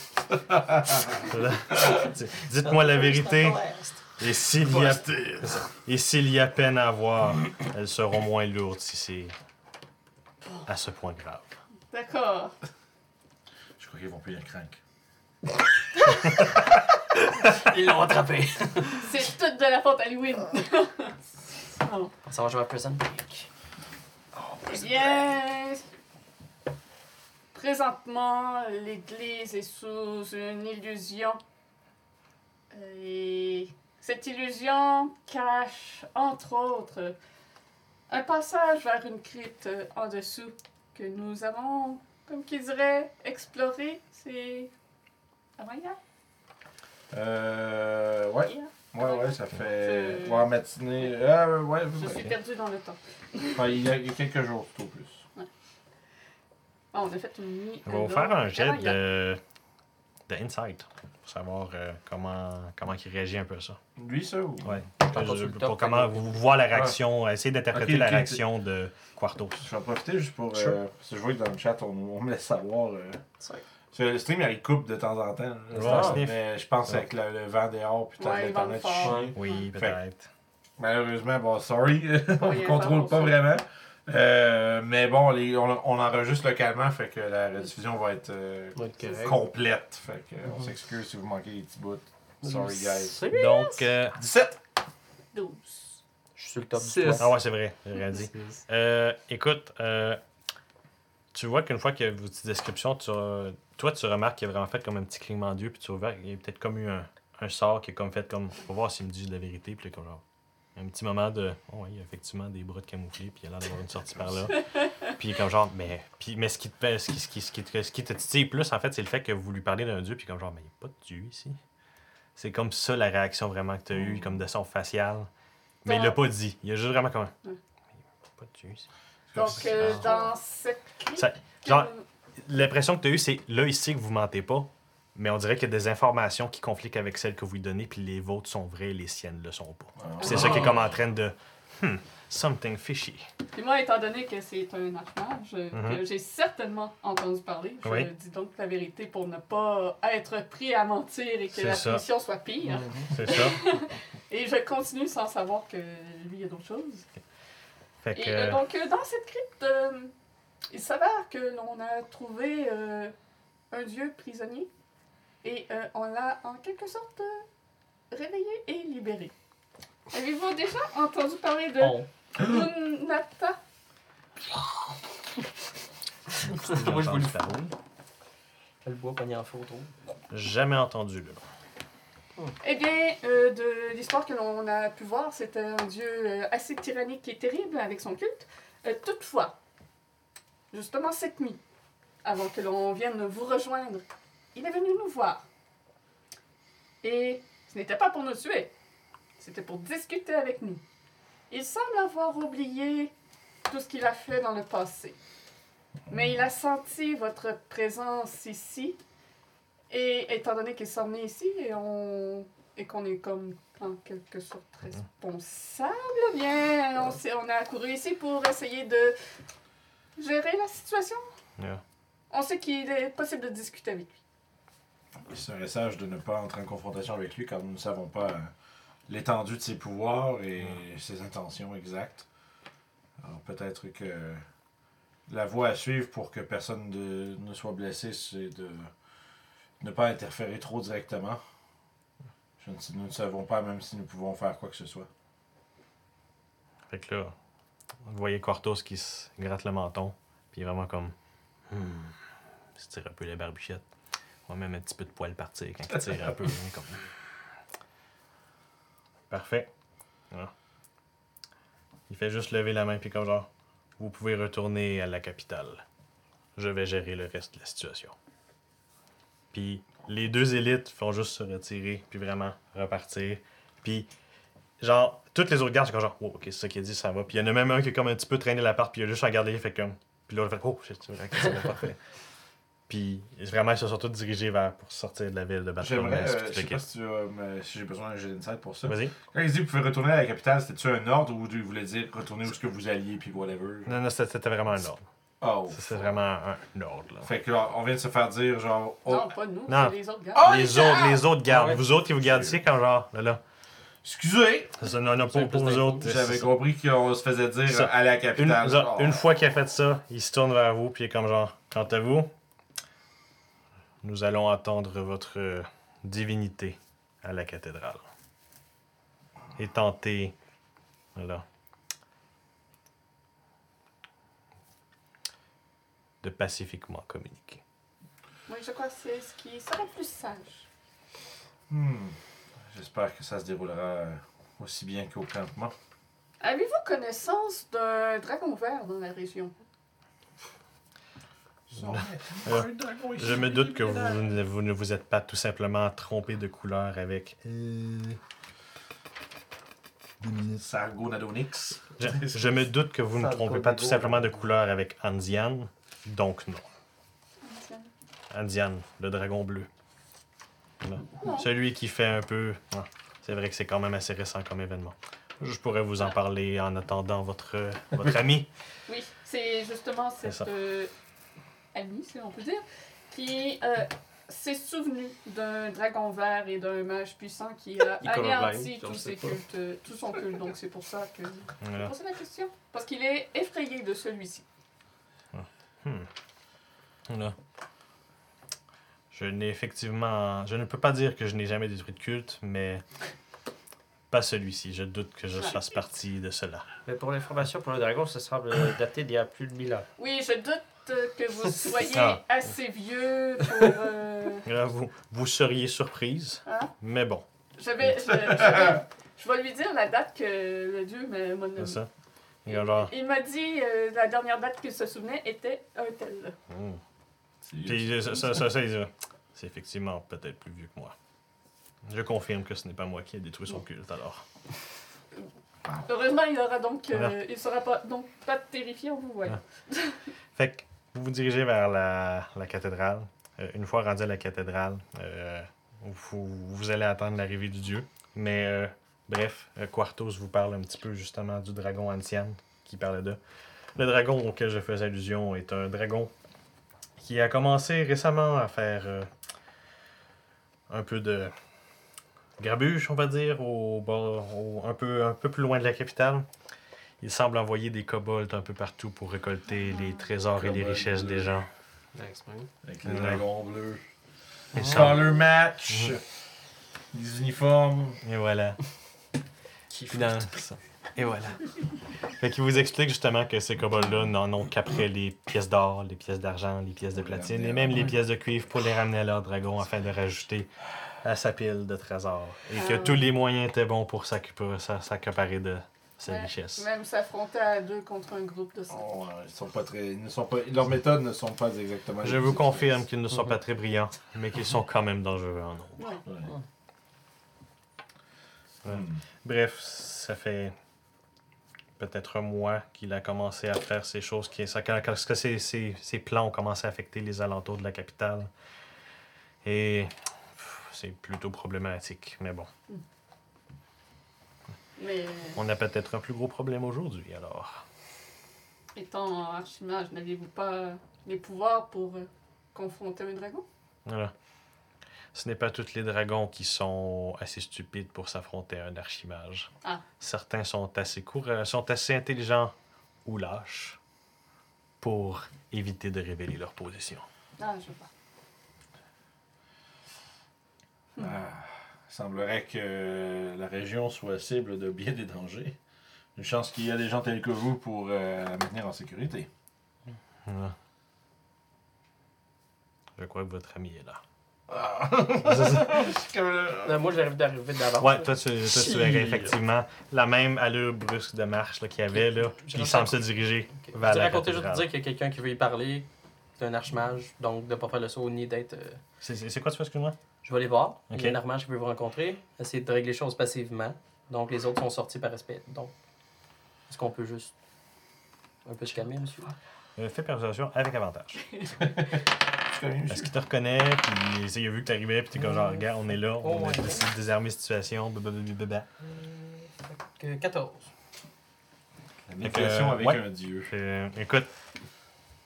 B: Dites-moi la vérité. Et s'il y a Et s'il y a peine à avoir, elles seront moins lourdes si c'est à ce point grave.
E: D'accord.
A: Je crois qu'ils vont payer un crank.
C: Ils l'ont attrapé.
E: C'est toute de la faute à Louis. Non.
C: Ça va jouer à Prison Break.
E: Bien. Présentement, l'Église est sous une illusion. Et cette illusion cache, entre autres, un passage vers une crypte en dessous que nous avons, comme qui dirait, exploré. C'est avant-hier.
A: Euh. Ouais.
E: hier.
A: Ouais, ouais, ça fait.
E: C'est-
A: Ouais, matinée. Euh, ouais,
E: Je
A: ouais.
E: suis perdue dans le temps.
A: Enfin, il y a il y a quelques jours, tout au plus.
E: Ah, on a fait une nuit.
B: On va vous faire un jet de, de insight pour savoir euh, comment comment il réagit un peu à ça.
A: Lui, ça ou.
B: Ouais.
C: T'es encore
B: Je-
C: sur le
B: pour
C: top,
B: comment
C: fait que-
B: vous voir la réaction, euh, essayer d'interpréter
A: Ok,
B: la
A: ok,
B: réaction de Quartos.
A: Je vais en profiter juste pour.
B: Sure.
A: Euh, parce que je vois que dans le chat, on, on me laisse savoir. euh,
C: C'est vrai.
A: parce que le stream, il coupe de temps en temps. là, c'est
B: Ouais,
A: ça,
B: sniff.
A: mais je pense
B: Ouais.
A: avec le, le vent dehors, putain,
E: Ouais, il va
A: l'internet
E: le faire.
A: chie.
B: Oui,
A: Fait-
B: peut-être.
A: Malheureusement, bon, sorry, on
E: Oui,
A: ne contrôle
E: pardon,
A: pas
E: ça.
A: vraiment. Euh, mais bon, les- on, on enregistre localement, fait que la rediffusion va être euh,
D: Notre correct.
A: complète. Fait que, on s'excuse si vous manquez des petits bouts. Sorry, guys.
D: C'est
B: Donc, euh,
A: 17!
E: 12.
C: Je suis sur le top
D: Six.
C: du toit.
B: ah ouais, c'est vrai, j'ai rien dit. Euh, écoute, euh, tu vois qu'une fois que vos petites descriptions, tu, re- toi, tu remarques qu'il y a vraiment fait comme un petit clignement d'yeux, puis tu as ouvert, il y a peut-être comme eu un, un sort qui est comme fait comme, faut voir s'il me dit de la vérité, puis là, comme genre, un petit moment de, oh oui, il y a effectivement des bras de camouflé, puis il a l'air d'avoir une sortie par là. puis comme genre, mais, puis, mais ce qui te fait, ce qui, ce qui, ce qui, te- ce qui te titille plus, en fait, c'est le fait que vous lui parlez d'un dieu, puis comme genre, mais il n'y a pas de dieu ici. C'est comme ça la réaction vraiment que tu as eue, comme de son facial. Mais il l'a pas dit. Il a juste vraiment comme. un,
E: Ouais.
B: Pas de dieu ici.
E: Donc, euh,
B: Ah.
E: dans cette crypte.
B: Ça- genre- L'impression que tu as eue, c'est là ici que vous mentez pas, mais on dirait qu'il y a des informations qui confliquent avec celles que vous lui donnez, puis les vôtres sont vraies, les siennes le sont pas.
A: euh,
B: Puis C'est ça qui est comme en train de. Hmm, something fishy.
E: Puis moi, étant donné que c'est un archimage, euh,
B: Mhm.
E: que j'ai certainement entendu parler, je
B: Oui.
E: dis donc la vérité pour ne pas être pris à mentir et que
B: C'est
E: la
B: ça. Mhm.
E: punition soit pire.
B: C'est ça.
E: Et je continue sans savoir que lui, il y a d'autres choses.
B: Fait
E: Et
B: que.
E: euh, donc, euh, dans cette crypte, euh, il s'avère que l'on a trouvé euh, un dieu prisonnier et euh, on l'a en quelque sorte euh, réveillé et libéré. Avez-vous déjà entendu parler de
C: On.
E: Lunata?
C: Moi, je vous le
B: entendu parler.
C: Elle boit pogné en photo.
B: Jamais entendu le nom.
E: Eh bien, euh, de l'histoire que l'on a pu voir, c'était un dieu euh, assez tyrannique et terrible avec son culte. Euh, toutefois, Justement cette nuit, avant que l'on vienne vous rejoindre, il est venu nous voir. Et ce n'était pas pour nous tuer, c'était pour discuter avec nous. Il semble avoir oublié tout ce qu'il a fait dans le passé. Mais il a senti votre présence ici. Et étant donné qu'il s'en est ici et, on... et qu'on est comme en quelque sorte responsable, bien, on, s'est- on a accouru ici pour essayer de gérer la situation.
B: Yeah.
E: On sait qu'il est possible de discuter avec lui.
A: Il serait sage de ne pas entrer en confrontation avec lui car nous ne savons pas euh, l'étendue de ses pouvoirs et ses intentions exactes. Alors peut-être que la voie à suivre pour que personne de- ne soit blessé, c'est de ne pas interférer trop directement. Je ne- nous ne savons pas même si nous pouvons faire quoi que ce soit.
B: Fait que là, vous voyez Cortos qui se gratte le menton, puis il est vraiment comme. Hmm. Il se tire un peu la barbichette. On va même un petit peu de poil partir quand il tire un peu. hein, comme... Parfait. Voilà. Il fait juste lever la main, puis comme genre, vous pouvez retourner à la capitale. Je vais gérer le reste de la situation. Puis les deux élites font juste se retirer, puis vraiment repartir. Puis Genre, toutes les autres gardes, c'est comme genre, wow, ok, c'est ça qu'il a dit, ça va. Puis il y en a même un qui a comme un petit peu traîné l'appart, puis il a juste regardé, il fait comme. Puis l'autre fait, oh, shit, c'est vrai que ça va parfait. Puis vraiment, ils se sont tous dirigés vers pour sortir de la ville de Barcelone.
A: J'aimerais, euh, je
B: puis
A: sais
B: tout le
A: pas
B: kit.
A: si, tu as- mais si j'ai besoin d'un jet d'insight pour ça.
B: Vas-y.
A: Quand il dit que vous pouvez retourner à la capitale, c'était-tu un ordre ou il voulait dire retourner où est-ce que vous alliez puis whatever?
B: Non, non, c'était c'était vraiment un ordre.
A: Oh.
B: Ça, C'est vraiment un ordre, là.
A: Fait que là, on vient de se faire dire genre. oh,
E: Non, pas nous,
B: Non.
E: c'est les autres gars.
A: Oh,
B: les,
A: les
B: autres, les autres gardes,
C: Ouais.
B: vous autres qui vous gardez ici, comme genre, là, là.
A: Excusez!
B: Ça, non, non,
C: C'est
B: pour, pour
C: plus
B: vous
C: d'infos.
B: autres. c'est-
A: J'avais compris qu'on se faisait dire
B: Ça.
A: à la
B: Une,
A: capitale.
B: genre,
A: Oh.
B: une fois qu'il a fait ça, il se tourne vers vous, puis il est comme genre, quant à vous, nous allons attendre votre euh, divinité à la cathédrale. Et tenter, voilà, de pacifiquement communiquer.
E: Moi, je crois que c'est ce qui serait le plus sage.
A: Hmm. J'espère que ça se déroulera euh, aussi bien qu'au campement.
E: Avez-vous connaissance d'un dragon vert dans la région?
B: Euh, Je me doute que vous, ne- vous ne vous êtes pas tout simplement trompé de couleur avec...
A: Sargonadonix.
B: Je, je me doute que vous ne
D: Ça,
B: trompez
D: c'est
B: pas
D: pas
B: tout
D: des
B: simplement
D: gros.
B: de couleur avec Andiane, donc non.
E: Tiens.
B: Andiane, le dragon bleu. Là.
E: Non.
B: Celui qui fait un peu. ouais, C'est vrai que c'est quand même assez récent comme événement. Je pourrais vous en parler en attendant votre, euh, votre ami.
E: Oui, c'est justement
B: C'est ça.
E: cette euh, amie, si on peut dire, qui euh, s'est souvenue d'un dragon vert et d'un mage puissant qui a
F: Il est colorblind,
E: anéanti
F: on
E: tout,
F: le sait
E: ses
F: pas.
E: cultes, euh, tout son culte. Donc c'est pour ça que je
B: Voilà.
E: pose la question. Parce qu'il est effrayé de celui-ci.
B: Voilà. Je n'ai effectivement. Je ne peux pas dire que je n'ai jamais détruit de culte, mais pas celui-ci. Je doute que je fasse partie de cela.
F: Mais pour l'information, pour le dragon, ça semble euh, daté d'il y a plus de 1000 ans.
E: Oui, je doute euh, que vous soyez
B: Ah.
E: assez vieux pour... euh,
B: Là, vous, vous seriez surprise,
E: hein?
B: mais bon,
E: Je vais... Je, je vais- je vais lui dire la date que le dieu m'a m'a
B: c'est
E: nommée.
B: ça. Et alors,
E: Il m'a dit euh, la dernière date qu'il se souvenait était un tel.
B: hmm. Puis euh, ça, ça, ça, ça, ils, euh, c'est effectivement peut-être plus vieux que moi. Je confirme que ce n'est pas moi qui ai détruit son culte alors.
E: Heureusement, il aura donc, euh,
B: Voilà.
E: il sera pas donc pas terrifié en vous voyant.
B: Fait que vous vous dirigez vers la, la cathédrale. Euh, une fois rendu à la cathédrale, euh, vous, vous allez attendre l'arrivée du dieu. Mais euh, bref, euh, Quartos vous parle un petit peu justement du dragon ancien qui parlait de. Le dragon auquel je faisais allusion est un dragon qui a commencé récemment à faire euh, un peu de grabuge, on va dire, au bord, au- un, peu, un peu plus loin de la capitale. Il semble envoyer des kobolds un peu partout pour récolter les trésors et les
A: Kobolds.
B: richesses des gens.
D: Nice, man.
A: Avec le
B: Ouais.
A: dragon bleu.
B: Et, ça-
A: Color match. Les uniformes.
B: et voilà. Puis dans- Et voilà. fait qu'il vous explique justement que ces kobolds-là n'en ont qu'après les pièces d'or, les pièces d'argent, les pièces de
A: Pour les
B: platine
A: ramener
B: et
A: à
B: même
A: leur-
B: les pièces de cuivre pour les ramener à leur dragon afin de rajouter à sa pile de trésors. Et que
E: Ah.
B: tous les moyens étaient bons pour s'accuper- s'a- s'accaparer de sa
E: Ouais,
B: richesse.
E: Même s'affronter à deux contre un groupe de cinq.
A: Oh, ils sont pas très. ils ne sont pas- leurs méthodes ne sont pas exactement.
B: Je
A: les
B: vous
A: plus
B: confirme
A: efficaces.
B: qu'ils ne sont pas très brillants, mais qu'ils sont quand même dangereux en nombre.
E: Ouais.
A: Hmm.
B: Bref, ça fait peut-être un mois qu'il a commencé à faire ces choses, qui, ça, quand, quand ce que ses, ses- ses plans ont commencé à affecter les alentours de la capitale. Et pff, c'est plutôt problématique, mais bon.
E: Mais euh,
B: On a peut-être un plus gros problème aujourd'hui, alors.
E: étant archimage, n'aviez-vous pas euh, les pouvoirs pour euh, confronter un dragon
B: Voilà. Ce n'est pas tous les dragons qui sont assez stupides pour s'affronter à un archimage.
E: Ah.
B: Certains sont assez courageux, sont assez intelligents ou lâches pour éviter de révéler leur position.
E: Ah, je vois.
A: Ah, il semblerait que la région soit cible de bien des dangers. Une chance qu'il y a des gens tels que vous pour euh, la maintenir en sécurité.
B: Voilà. Je crois que votre ami est là.
A: Ah.
C: Non, Euh, moi, j'arrive d'arriver d'avant.
B: Ouais, toi, tu, toi, tu verrais effectivement la même allure brusque de marche là, qu'il y avait, là.
C: Je
B: Il
C: raconte-
B: semble se diriger
C: Ok. Je
B: vers
C: dirais à
B: la
C: côté juste de dire
B: cathédrale.
C: qu'il y a quelqu'un qui veut y parler. C'est un archmage, donc de pas faire le saut ni d'être. euh,
B: C'est- C'est c'est quoi, tu fais, excuse-moi?
C: Je vais aller voir. Il y a
B: Ok.
C: un archmage qui veut vous rencontrer. Essayer de régler les choses passivement. Donc les autres sont sortis par respect. Donc, est-ce qu'on peut juste. Un peu se calmer, monsieur
B: Euh, fais persuasion avec avantage.
A: Je connais,
B: Est-ce
A: monsieur.
B: qu'il te reconnaît, puis il sait, il a vu que t'arrivais, puis t'es comme genre, regarde, on est là,
C: Ah.
B: on
C: Oh,
B: a
C: ouais.
B: décidé de désarmer la situation, blablabla.
C: Que 14.
A: La médiation
B: euh,
A: avec
B: ouais.
A: un dieu.
B: Euh, écoute,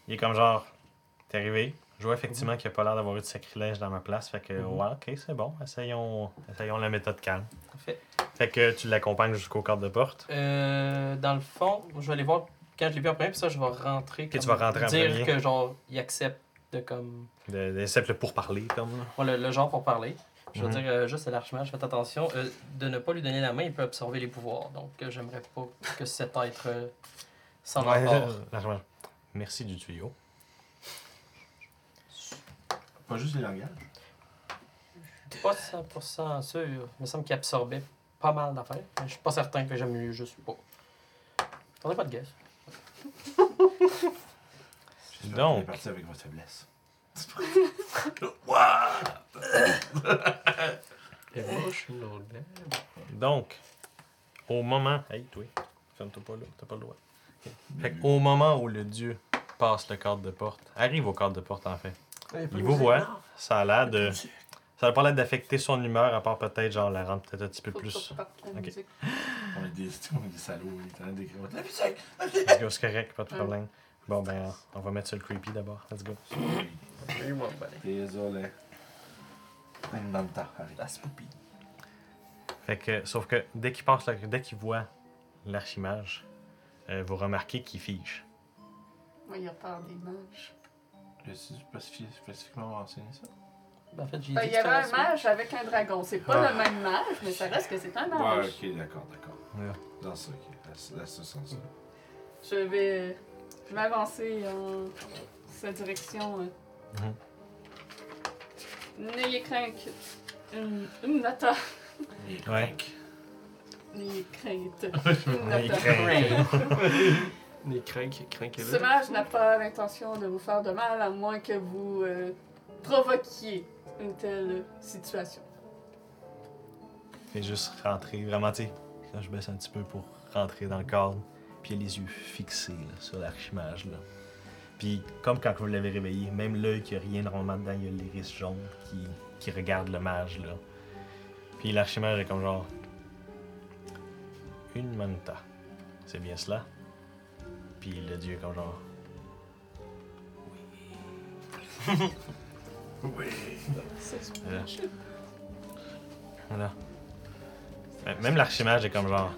B: il est comme genre, t'es arrivé, je vois effectivement qu'il a pas l'air d'avoir eu de sacrilège dans ma place, fait que, ouais, ok, c'est bon, essayons, essayons la méthode calme.
C: Parfait.
B: Fait que tu l'accompagnes jusqu'aux cordes de porte.
C: Euh, dans le fond, je vais aller voir quand je l'ai vu en premier, puis ça, je vais rentrer.
B: Que tu
C: comme-
B: vas rentrer en
C: Dire
B: premier.
C: que, genre, il accepte de comme.
B: De- de- Except le pourparler, comme là.
C: ouais, le, le genre pour parler. Je vais
B: Mhm.
C: dire euh, juste à l'archimage, faites attention euh, de ne pas lui donner la main, il peut absorber les pouvoirs. Donc, euh, j'aimerais pas que cet être euh, s'en
B: Ouais,
C: empare.
B: largement. Merci du tuyau.
A: Pas juste les langages.
C: Pas 100% sûr. Il me semble qu'il absorbait pas mal d'affaires. mais Je suis pas certain que j'aime mieux juste pas. T'en as pas de guess.
A: J'espère
B: Donc.
A: que vous êtes parti avec votre faiblesse. Ouah!
B: Donc, au moment. Hey, toi, ferme-toi pas là, t'as pas le droit. Fait au
E: Hmm.
B: moment où le dieu passe le cadre de porte, arrive au cadre de porte en fait,
E: Eh,
B: il vous voit, ça a l'air de. Ça a pas l'air d'affecter son humeur, à part peut-être genre la rendre peut-être un petit peu
E: Faut que
B: plus.
E: tu repartes en
B: Ok.
E: musique.
A: On est des, on est des salauds, il est en train d'écrire. La musique!
B: Let's go, c'est correct,
E: Hmm.
B: pas de problème. Bon, ben, on va mettre sur le creepy d'abord. Let's go.
A: Désolé. Une dans le temps, arrête.
C: La spoopy.
B: Fait que, sauf que dès qu'il passe, le- dès qu'il voit l'archimage, euh, vous remarquez qu'il fige.
E: Moi, il a peur des mages.
A: Je suis spécifi- spécifiquement renseigné ça.
C: Ben, en fait, j'ai
E: Ben,
C: dit
E: il
C: que
E: y avait
C: c'était
E: un
C: la
E: mage avec un dragon. C'est pas
A: Ah.
E: le même mage, mais ça reste que c'est un
A: Ouais,
E: mage.
A: ok, d'accord, d'accord.
B: Ouais.
A: Dans ce, ok. Dans ce sens-là.
E: Je vais euh, je vais m'avancer en cette direction. euh.
B: Mhm.
E: N'ayez crainte. Une, une nata.
B: Ouais.
E: N'ayez crainte. Une
B: Il
E: nata.
B: craint.
D: Les crinques, crinques
E: Ce mage n'a pas l'intention de vous faire de mal, à moins que vous euh, provoquiez une telle situation.
B: Fait juste rentrer, vraiment, tu sais, là, je baisse un petit peu pour rentrer dans le cadre, puis il a les yeux fixés là, sur l'archimage, là. Puis, comme quand vous l'avez réveillé, même l'œil qui a rien normalement dedans, il y a l'iris jaune qui, qui regarde le mage, là. Puis l'archimage est comme genre... Une manta. C'est bien cela? Puis le dieu est comme genre...
A: Oui.
E: C'est ce
B: Voilà.
E: mage.
B: euh, Voilà. Euh, Même l'archimage est comme genre...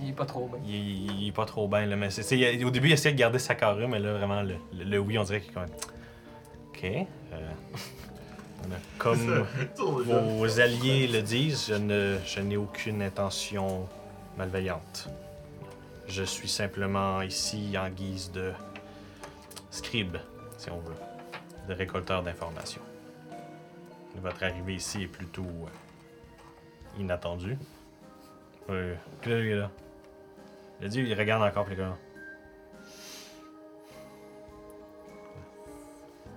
C: Il est pas trop bien.
B: Il, il- il est pas trop bien, là, mais c'est- c'est- il- au début, il essayait de garder sa carrure, mais là, vraiment, le, le- le oui, on dirait qu'il est comme. Ok. euh, on a comme vos alliés le disent, je ne- je n'ai aucune intention malveillante. Je suis simplement ici en guise de scribe, si on veut, de récolteur d'informations. Votre arrivée ici est plutôt euh, inattendue. Euh, là, il est là. Le dieu, il regarde encore, puis il est comme,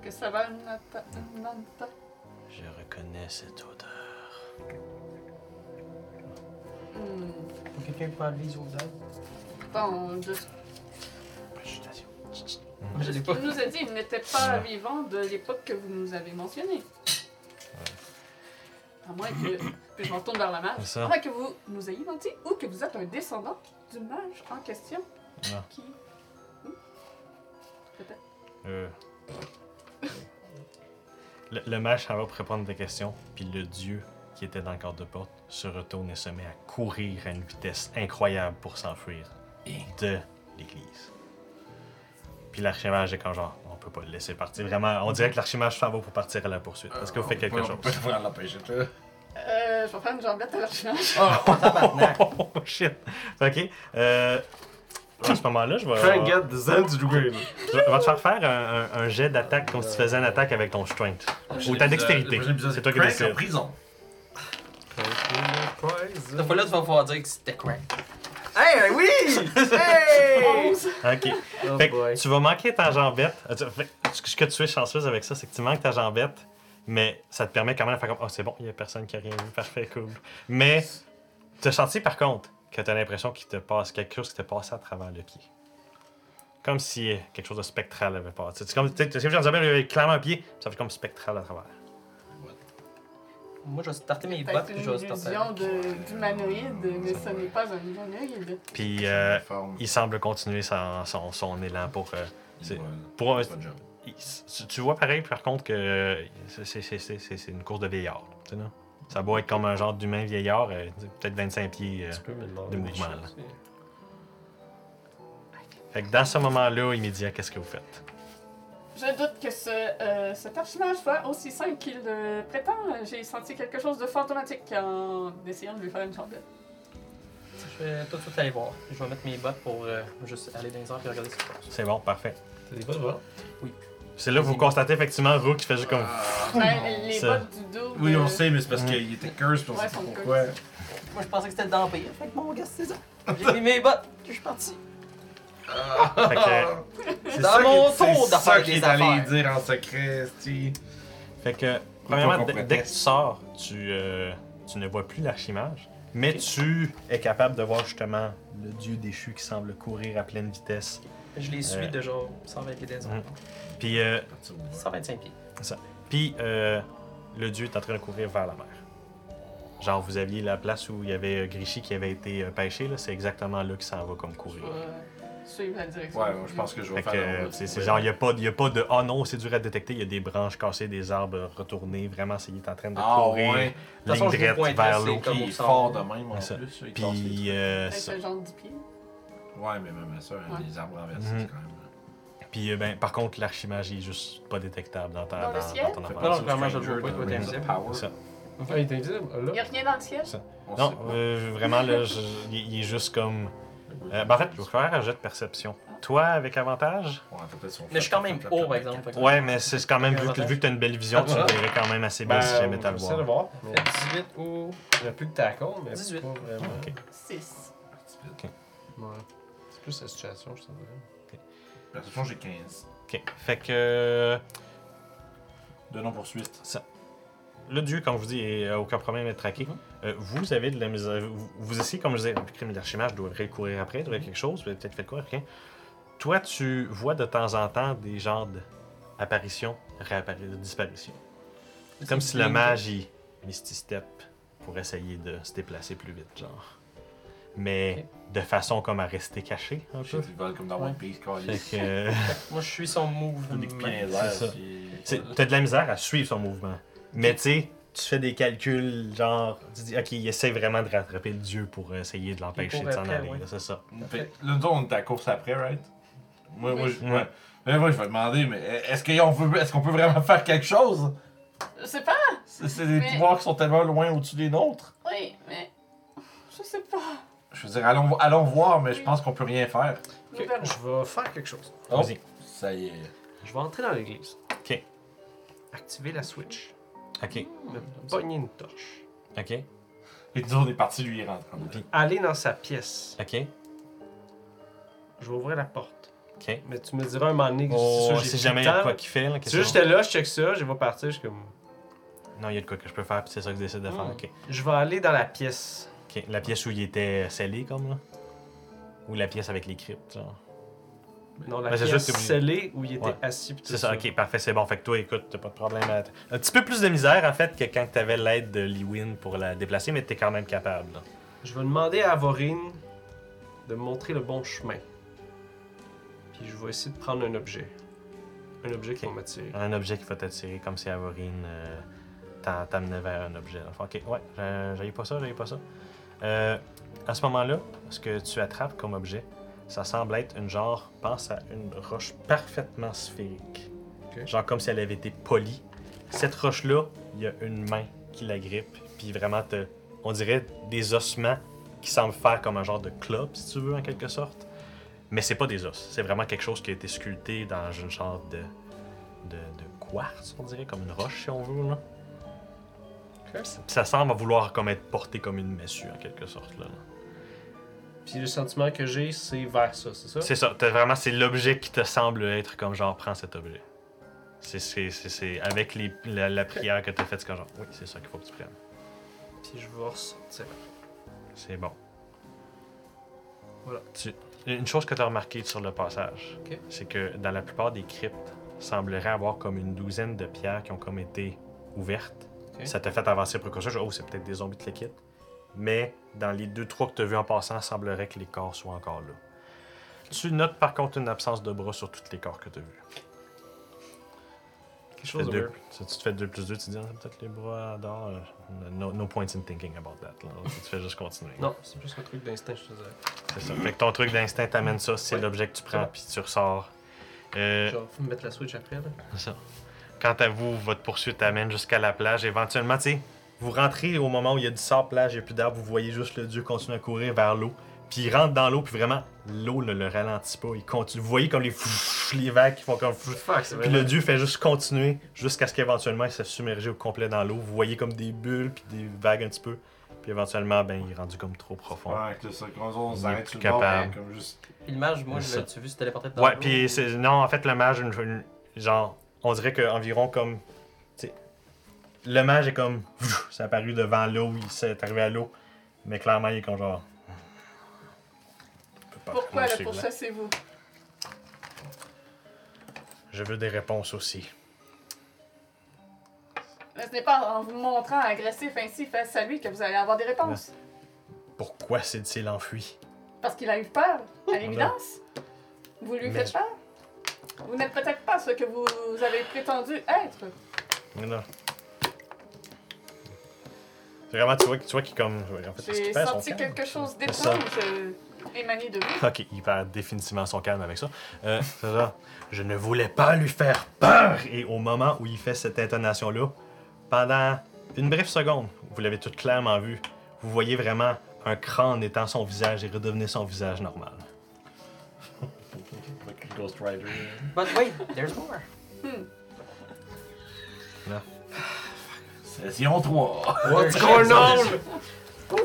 E: Que ça va, Nata- Nanta?
B: Je reconnais cette odeur.
E: Hmm.
F: Quelqu'un peut enlever les odeurs.
E: Bon, de ce
C: Je l'ai pas.
E: qu'il nous a dit, il n'était pas vivant de l'époque que vous nous avez mentionnée. À moins que. Puis je me retourne vers la mage.
B: C'est
E: À
B: ça.
E: moins que vous nous ayez menti ou que vous êtes un descendant du mage en question.
B: Ah.
E: Qui.
B: Euh. Le, le mage s'en va pour répondre à des questions, puis le dieu qui était dans le cadre de porte se retourne et se met à courir à une vitesse incroyable pour s'enfuir de l'église. Puis l'archimage est comme genre, on peut pas le laisser partir. Vraiment, on dirait que l'archimage s'en va pour partir à la poursuite. Est-ce que vous faites quelque
A: Euh, On peut
B: chose?
A: vraiment l'empêcher, là.
E: Euh, je vais faire une jambette à l'archimage.
B: Oh shit! Ok. Euh, à ce moment-là, je vais.
D: Try and get the Zen's Grail.
B: Je vais- on va te faire faire un, un- un jet d'attaque comme si tu faisais une attaque avec ton strength. Ou
A: euh,
B: ta dextérité. C'est toi qui
A: es en
B: décides.
A: prison.
C: Cette fois-là, tu vas pouvoir dire que c'était crank.
D: Hey, oui! Hey!
E: Onze.
B: Ok.
D: Oh
B: Fait
D: boy.
B: que tu vas manquer ta jambette. Euh, tu- fait que Ce que tu es chanceuse avec ça, c'est que tu manques ta jambette, mais ça te permet quand même de faire comme Oh, c'est bon, il n'y a personne qui a rien vu, parfait, cool. Mais tu as senti par contre que tu as l'impression qu'il te passe quelque chose qui te passe à travers le pied. Comme si euh, quelque chose de spectral avait passé. C'est comme, tu sais, tu sais, j'en disais, il y avait clairement un pied, puis ça fait comme spectral à travers.
C: Moi, je vais starter mes bottes
E: C'est
C: puis
E: une
C: je vais starter.
E: illusion de- d'humanoïde, mais ce n'est pas un humanoïde.
B: Puis euh,
A: Forme.
B: il semble continuer son, son, son élan pour. euh, c'est-
A: Voilà.
B: pour un-
A: Bonne job.
B: Il- tu- Tu vois pareil, par contre, que euh, c'est- c'est- c'est c'est- c'est une course de vieillard. là, tu sais, là. Ça doit être comme un genre d'humain vieillard, euh, tu sais, peut-être 25 pieds. euh.
D: peux me
B: des
D: demander
B: mouvements,
D: choses,
B: là.
D: c'est-
B: Fait que dans ce moment-là, immédiat, qu'est-ce que vous faites?
E: Je doute que ce, euh, cet archimage soit aussi simple qu'il le prétend. J'ai senti quelque chose de fantomatique en essayant de lui faire une jambette.
C: Je vais tout de suite aller voir. Je vais mettre mes bottes pour euh, juste aller dans les airs et regarder ce qui se passe.
B: C'est bon, parfait.
D: T'as des bonnes valeurs.
B: C'est là que vous constatez effectivement Rook qui fait juste comme.
A: Ah,
E: Ben, les
B: ça-
E: bottes du dos.
A: Oui,
E: de-
A: on sait, mais c'est parce qu'il était curse, puis on
E: Ouais,
A: sait
E: son
A: pas pourquoi.
C: Moi, je pensais que c'était le d'Empire. Fait que bon, regarde, c'est ça. J'ai mis mes bottes. Je suis parti.
A: Ah.
B: Fait que,
A: C'est
C: Dans
A: ça
C: mon
A: qu'il- c'est
C: tour d'affaire
A: ça qu'il
C: des
A: est allé
C: affaires.
A: dire en secret, c'ti.
B: fait que, premièrement,
A: qu'on
B: dès,
A: prête.
B: dès que tu sors, tu, euh, tu ne vois plus l'archimage, mais tu es capable de voir justement le dieu déchu qui semble courir à pleine vitesse.
C: Je les suis
B: Euh.
C: de genre 120 pieds dans les airs.
B: Puis euh,
A: Parti au bois.
C: 125 pieds.
B: Puis euh, le dieu est en train de courir vers la mer. Genre, vous aviez la place où il y avait euh, Grichy qui avait été euh, pêché, là, c'est exactement là qu'il s'en va comme courir.
E: Euh, Suivre la direction.
A: Ouais, ouais, je pense que je vais
B: Fait que,
A: faire.
B: euh,
A: un-
B: c'est c'est genre, il n'y a, pas de- il y a pas de « Ah non, c'est dur à détecter », il y a des branches cassées, des arbres retournés, vraiment, c'est il est en train de
A: Ah
B: courir,
A: ouais,
C: De toute façon,
B: ligne
C: je l'ai
B: droite
C: pointé,
B: vers
C: c'est
B: l'eau.
C: comme-
A: il est
C: au centre.
A: fort de même en
B: C'est ça.
A: plus. il casse les
B: Puis, euh,
E: Avec
B: ça-
E: le genre du pied.
A: trucs. Ouais, mais même à ça, hein,
E: Ouais.
A: les arbres renversés,
B: Mhm.
A: c'est quand même. hein.
B: puis, euh, ben, par contre, l'archimage il est juste pas détectable dans, ta,
E: Dans le ciel?
A: Fait
B: ton appareil.
A: pas
C: non,
A: ça,
C: clairement, je le
A: Stranger
C: vois pas, toi,
A: de
C: t'es
A: Rings of
C: invisible.
A: Power.
B: C'est ça.
D: Ah, il est invisible, là.
E: Il n'y a rien dans le ciel.
A: On sait
B: Non,
A: pas.
B: euh, vraiment, là, je- il il est juste comme... Euh, ben, en fait, je vais faire un jet de perception. Toi, avec avantage
A: Ouais, faut peut-être son
C: Mais je suis quand même haut, par exemple. fait que-
B: Ouais, mais c'est quand même, vu que, vu que t'as une belle vision, tu
D: Ah,
B: le
D: voilà. Ben,
B: verrais quand même assez bien Ben, si jamais t'as le
D: j'essaie de
B: voir.
D: voir. mais
C: Fait 18 ou.
D: J'ai plus de tacon, mais
C: 18.
D: pas vraiment.
B: Ok.
E: 6.
D: Ouais. C'est plus la situation, je te dirais.
A: De toute façon, j'ai 15.
B: Ok. Fait que. euh,
A: De non poursuite.
B: Le dieu, comme je vous dis, est- a aucun problème à être traqué. Euh, vous avez de la misère. Vous, vous essayez, comme je disais, le crime d'archimage devrait courir après, devrait quelque chose, vous avez peut-être fait quoi, rien. Toi, tu vois de temps en temps des genres d'apparitions, réapparitions, disparitions. Comme si la magie Misty-Step pour essayer de se déplacer plus vite, genre. Mais de façon comme à rester caché, un
A: J'ai
B: peu.
A: du vol comme dans One Piece,
B: Fait
A: Carlis.
B: que. euh,
C: Moi, je suis son move.
A: Des pieds dans les
B: C'est
A: airs,
B: ça.
A: puis-
B: Tu sais, T'as de la misère à suivre son mouvement. Mais tu sais, tu fais des calculs, genre, tu dis, ok, il essaie vraiment de rattraper le dieu pour essayer de l'empêcher
C: Il court
B: de s'en
C: après,
B: aller,
C: ouais.
B: là, c'est ça.
A: Fait, là, nous autres, on est à la course après, right? Moi, moi, je,
B: Oui.
A: ouais. Mais moi, je vais demander, mais est-ce qu'on peut, est qu'on peut vraiment faire quelque chose?
E: Je sais pas.
A: C'est c'est des
E: Mais-
A: pouvoirs qui sont tellement loin au-dessus des nôtres.
E: Oui, mais. Je sais pas.
A: Je veux dire, allons, allons voir, mais je pense qu'on peut rien faire.
E: Nous verrons.
D: Je vais faire quelque chose.
A: Oh,
B: Vas-y.
A: ça y est.
D: Je vais entrer dans l'église.
B: Ok.
D: Activer la switch.
B: Ok,
D: Me pogner une torche.
B: ok,
A: Et nous, on est parti lui il rentre.
B: Puis-
D: Aller dans sa pièce.
B: ok.
D: Je vais ouvrir la porte.
B: Ok.
D: Mais tu me diras un moment donné que
B: On sait
D: sûr, plus
B: Oh, jamais
D: le
B: il y a de
D: temps.
B: quoi qui fait. là,
D: Tu
B: qu'est-ce
D: sais,
B: que-
D: j'étais là, je check ça, je vais partir, je suis comme.
B: Non, il y a de quoi que je peux faire, puis c'est ça que je décide de faire.
D: Hmm.
B: Ok.
D: Je vais aller dans la pièce.
B: Ok, La pièce où il était scellé, comme là. Ou la pièce avec les cryptes, genre.
D: Non, la
B: Ben, c'est
D: pièce
B: sûr que t'es
D: scellée où il était
B: Ouais.
D: assis. pis tout
B: C'est ça, ok, parfait, c'est bon. Fait que toi, écoute, t'as pas de problème à. Un petit peu plus de misère, en fait, que quand t'avais l'aide de Liwin pour la déplacer, mais t'es quand même capable. là.
D: Je vais demander à Vorine de me montrer le bon chemin. Puis je vais essayer de prendre un objet. Un objet qui
B: Ok.
D: va m'attirer.
B: Un objet qui va t'attirer, comme si Avorine euh, t'a- t'amenait vers un objet. dans le fond. Ok, ouais, j'a- j'avais pas ça, j'avais pas ça. Euh, à ce moment-là, ce que tu attrapes comme objet, ça semble être une genre, pense à une roche parfaitement sphérique.
D: Ok.
B: Genre comme si elle avait été polie. Cette roche-là, il y a une main qui la grippe, puis vraiment, te- on dirait des ossements qui semblent faire comme un genre de club, si tu veux, en quelque sorte. Mais c'est pas des os, c'est vraiment quelque chose qui a été sculpté dans une sorte de de, de quartz, on dirait, comme une roche si on veut. Là.
D: Ok.
B: Ça, ça semble vouloir comme être porté comme une massue en quelque sorte. Là, là.
D: Puis le sentiment que j'ai, c'est vers ça, c'est ça?
B: C'est ça, t'as vraiment c'est l'objet qui te semble être comme genre prends cet objet. C'est- C'est c'est- c'est avec les, la, la prière que t'as faite, c'est comme genre oui, c'est ça qu'il faut que tu prennes.
D: Puis je vais ressortir.
B: C'est bon.
D: Voilà.
B: Tu- une chose que tu as remarqué sur le passage,
D: Ok.
B: c'est que dans la plupart des cryptes, semblerait avoir comme une douzaine de pierres qui ont comme été ouvertes.
D: Ok.
B: Ça t'a fait avancer pour que ça, genre, oh, c'est peut-être des zombies qui les quittent. Mais dans les deux, trois que tu as vus en passant, semblerait que les corps soient encore là. Tu notes par contre une absence de bras sur tous les corps que tu as vus.
D: Quelque
B: Tu fais
D: chose de
B: deux-
D: weird.
B: tu- tu te fais 2 plus 2, tu te dis, Ah, c'est peut-être les bras dehors. euh, No, no point in thinking about that. là. Tu fais juste continuer.
D: Non, c'est plus un truc d'instinct, je te dirais.
B: C'est ça. Fait que ton truc d'instinct t'amène ça, c'est
D: Ouais.
B: l'objet que tu
D: C'est
B: prends,
D: bon.
B: puis tu ressors. Euh,
D: Je vais vous mettre la switch après, là.
B: c'est ça. Quant à vous, votre poursuite amène jusqu'à la plage. Éventuellement, tu sais, vous rentrez au moment où il y a du sable, plage, il n'y a plus d'arbres, vous voyez juste le dieu continuer à courir vers l'eau. Puis il rentre dans l'eau, puis vraiment, l'eau ne le ralentit pas. Il continue. Vous voyez comme les, fou- les vagues qui font comme. fou-
D: Fuck, c'est
B: puis le
D: vrai.
B: dieu fait juste continuer jusqu'à ce qu'éventuellement il s'est submergé au complet dans l'eau. Vous voyez comme des bulles, puis des vagues un petit peu. Puis éventuellement, ben, il est rendu comme trop profond.
A: Ouais, que ça, quand on
B: Il est
A: s'arrête
B: plus
A: sur le bord,
B: capable.
A: hein, comme juste.
C: Puis le mage, moi,
B: C'est
C: je
B: ça.
C: l'ai-tu vu se téléporter dans
B: Ouais,
C: l'eau?
B: puis c'est non, en fait, le mage, une, une- genre, on dirait que environ comme, tu sais, le mage est comme, pfff, c'est apparu devant l'eau, il s'est arrivé à l'eau, mais clairement, il est comme genre. Je peux pas
E: Pourquoi
B: prendre
E: la
B: celui-là.
E: pourchassez-vous?
B: Je veux des réponses aussi.
E: Ce n'est pas en vous montrant agressif ainsi face à lui que vous allez avoir des réponses.
B: Pourquoi s'est-il enfui
E: Parce qu'il a eu peur, à l'évidence. Vous lui
B: Ah ben. Mais-
E: faites peur. Vous n'êtes peut-être pas ce que vous avez prétendu être.
B: Mais non. Vraiment, tu vois, tu vois qu'il est comme. En fait, est-ce qu'il
E: J'ai
B: perd son
E: senti
B: calme?
E: quelque chose
B: C'est ça.
E: d'étrange euh, émaner de vous.
B: Ok, il perd définitivement son calme avec ça. Euh, c'est ça. Je ne voulais pas lui faire peur. Et au moment où il fait cette intonation-là, pendant une brève seconde, vous l'avez tout clairement vu, vous voyez vraiment un crâne étant son visage et redevenir son visage normal.
A: Fucking Ghost Rider.
C: But wait, there's more.
A: Session 3.
D: What's going on?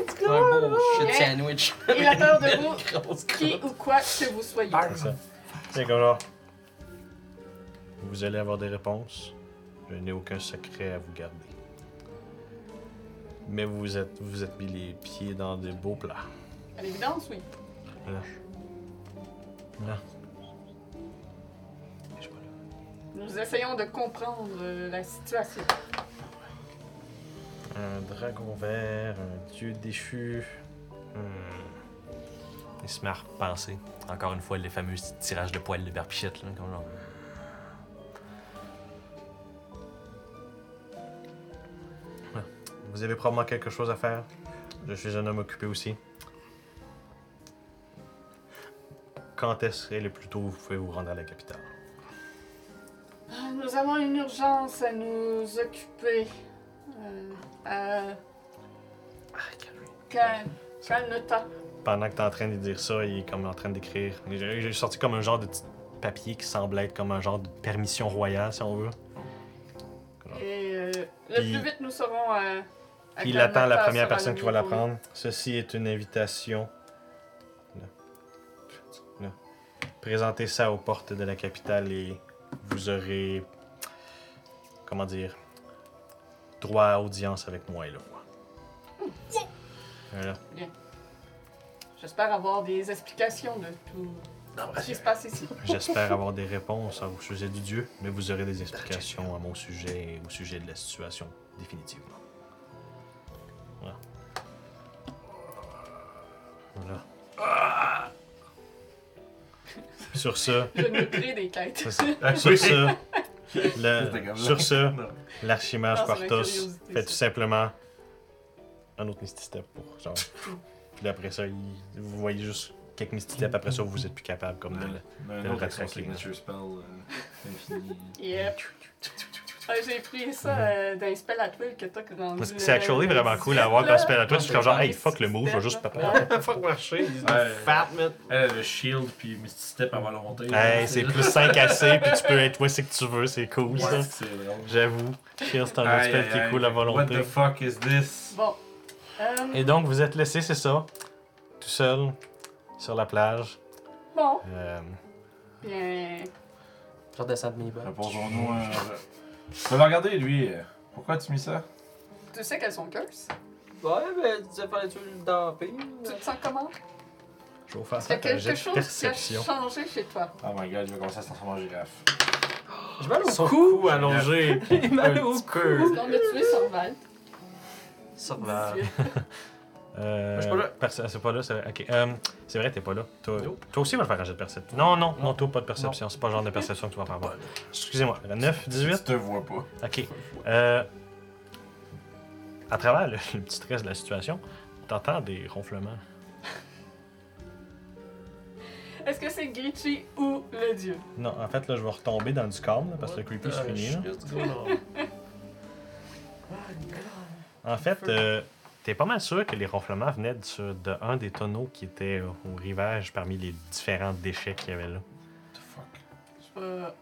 C: C'est un beau shit
E: Yeah.
C: sandwich.
E: Il a peur de
C: Une
E: vous,
C: grosse
E: qui
C: crotte.
E: ou quoi que vous soyez.
B: C'est ça. C'est comme genre. Vous allez avoir des réponses. Je n'ai aucun secret à vous garder. Mais vous êtes, vous êtes mis les pieds dans des beaux plats.
E: À l'évidence, oui. Nous essayons de comprendre euh, la situation.
B: Un dragon vert, un dieu déchu. Hmm. Il se met à repenser. Encore une fois, les fameux tirages de poils de Berpichette, là, comme genre. Ah. Vous avez probablement quelque chose à faire. Je suis un homme occupé aussi. Quand est-ce et le plus tôt vous pouvez vous rendre à la capitale?
E: Nous avons une urgence à nous occuper. Euh, à- Cal- Calme-toi.
B: pendant que t'es en train de dire ça, il est comme en train d'écrire. J'ai j'ai sorti comme un genre de petit papier qui semble être comme un genre de permission royale, si on veut.
E: Et euh, le
B: Puis-
E: plus vite nous serons à. à
B: Puis il attend la
E: Calmata
B: première
E: sera
B: personne
E: le
B: qui va
E: mieux
B: la
E: pour nous.
B: prendre. Ceci est une invitation. Là. Là. présentez ça aux portes de la capitale et vous aurez, comment dire, droit à audience avec moi et le roi. Voilà.
E: J'espère avoir des explications de tout ce qui se passe ici.
B: J'espère avoir des réponses au sujet du dieu, mais vous aurez des explications à mon sujet et au sujet de la situation, définitivement. Voilà. Voilà. Sur ce,
E: Je me crée des quêtes.
B: sur ce, le- sur ce,
A: Non.
E: Ah,
B: l'archimage
E: c'est la
B: Partos
E: curiosité,
B: fait
E: ça.
B: tout simplement un autre Misty Step pour genre. Puis après ça, il- vous voyez juste quelques Misty Step, après ça, vous êtes plus capable comme de le-
A: On a un
B: le
A: autre avec son
B: retraquer, là.
A: signature spell euh, infini.
E: Yep. Ah, euh, J'ai pris ça euh, d'un spell à tuile que t'as que dans
B: Moi,
E: le-
B: Mhm. C'est actually vraiment cool à voir
E: là.
B: quand spell à toi. Je suis comme genre, hey,
E: Dans
B: fuck le move, je vais juste
E: Misty
B: pas.
E: Step, là.
D: Ouais, Fuck marcher.
A: Ouais.
D: Fat, man.
A: Elle avait shield puis Misty Step avant la montée.
B: Hey, c'est plus 5 AC, puis tu peux être où c'est que tu veux, c'est cool ça.
A: Ouais, c'est drôle.
B: J'avoue. Shield, c'est un
A: Aïe,
B: autre spell
A: aïe,
B: qui est
A: aïe.
B: cool à
A: What
B: volonté.
A: the fuck is this?
E: Bon. Euh,
B: Et donc, vous êtes laissé, c'est ça, tout seul, sur la plage.
E: Bon.
B: Euh,
E: Bien.
C: Je redescends de mes bas.
A: Reposons-nous un. Je vais le regarder, lui. Pourquoi tu mis ça?
E: Tu sais qu'elles sont curse.
C: Ouais, mais tu disais, fallait-tu le damper?
E: Tu te sens comment?
B: je vais vous faire
E: Il y
B: faire
E: a
B: un jet
E: quelque
B: de
E: chose qui a
B: perception.
E: changé chez toi.
A: Oh my god, il va commencer à se transformer en girafe.
C: Je vais aller
D: Son
C: au cou.
D: cou allongé.
C: Il m'a
D: un
C: allé au
D: petit
C: cou.
D: peu.
E: On a tué Sorval.
F: Sorval.
E: 18.
B: Euh,
D: Je suis pas là.
B: perce- ah, C'est pas là, c'est vrai. Ok, euh, c'est vrai, t'es pas là. Toi,
D: Nope.
B: toi aussi, va le faire un jet de perception. Non, non, non,
C: Non.
B: toi, pas de perception. C'est pas le genre de perception que tu vas faire. Excusez-moi, 9, 18.
A: Tu te vois pas.
B: Ok. Euh, à travers le, le petit stress de la situation, t'entends des ronflements.
E: Est-ce que c'est Gritchy ou le dieu?
B: Non, en fait, là, je vais retomber dans du calme là, parce que le creepy c'est fini. là.
F: Let's go, là.
B: En fait, euh, t'es pas mal sûr que les ronflements venaient de, sur- de un des tonneaux qui était euh, au rivage parmi les différents déchets qu'il y avait là.
A: What the fuck?
E: Je vais-